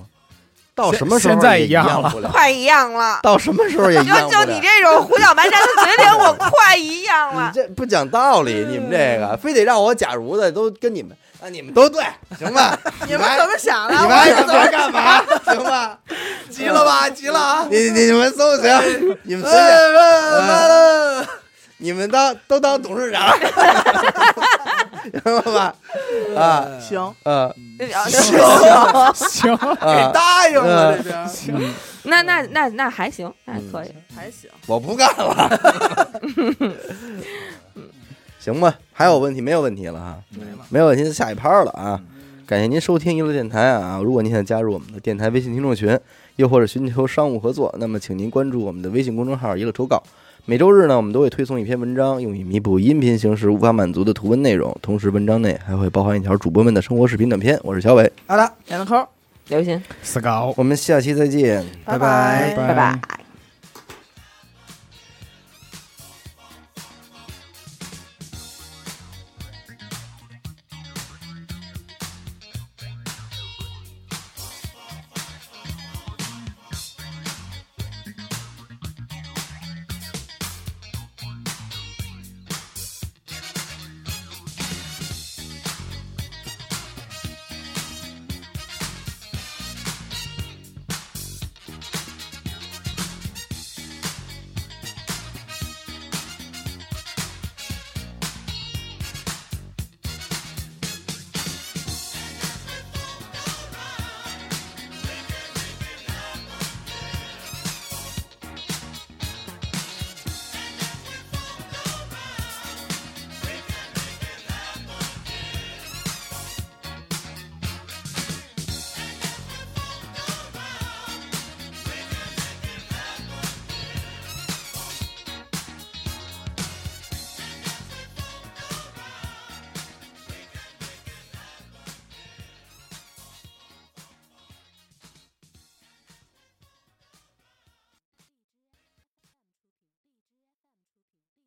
Speaker 2: 到什么时候
Speaker 5: 现在
Speaker 2: 也
Speaker 5: 一
Speaker 2: 一
Speaker 5: 样了
Speaker 2: 不了，
Speaker 4: 快一样了。
Speaker 2: 到什么时
Speaker 4: (laughs)
Speaker 2: 候也一
Speaker 4: 就
Speaker 2: 样不
Speaker 4: 就
Speaker 2: 了。
Speaker 4: 你这种胡搅蛮缠的嘴脸，我快一样
Speaker 2: 你 (laughs)
Speaker 4: 了。
Speaker 2: 这不讲道理，你们这
Speaker 3: 嗯
Speaker 2: 个非得让我假如的都跟你们，啊，你们都
Speaker 3: (laughs)
Speaker 2: 对，行吧？
Speaker 6: 你们怎么
Speaker 4: (laughs)
Speaker 6: 想的？
Speaker 2: 你们
Speaker 6: 我
Speaker 2: 还想干
Speaker 3: (laughs)
Speaker 2: 嘛？行吧？急了吧？急了啊！你你你们搜行，你们随便，
Speaker 3: 哎
Speaker 2: 呃你们当都当董事
Speaker 3: (laughs)
Speaker 2: 长，行吧？啊，
Speaker 6: 行，
Speaker 2: 呃，
Speaker 5: 行，
Speaker 2: 啊
Speaker 3: 答应了
Speaker 2: 呃
Speaker 3: 这边。
Speaker 4: 那那那那还行，那还可以。
Speaker 2: 嗯
Speaker 6: 还行。
Speaker 2: 我不干了， (laughs) 行吧？还有问题没有问题了啊？没有问题，下一趴了啊！感谢您收听一路电台啊！如果您想加入我们的电台微信听众群，又或者寻求商务合作，那么请您关注我们的微信公众号“一路投稿”。每周日呢，我们都会推送一篇文章，用以弥补音频形式无法满足的图文内容。同时，文章内还会包含一条主播们的生活视频短片。我是小伟，
Speaker 3: 好了，
Speaker 6: 点个扣，
Speaker 4: 刘鑫，
Speaker 5: 死搞，
Speaker 2: 我们下期再见。
Speaker 5: 拜
Speaker 6: 拜
Speaker 4: 拜拜。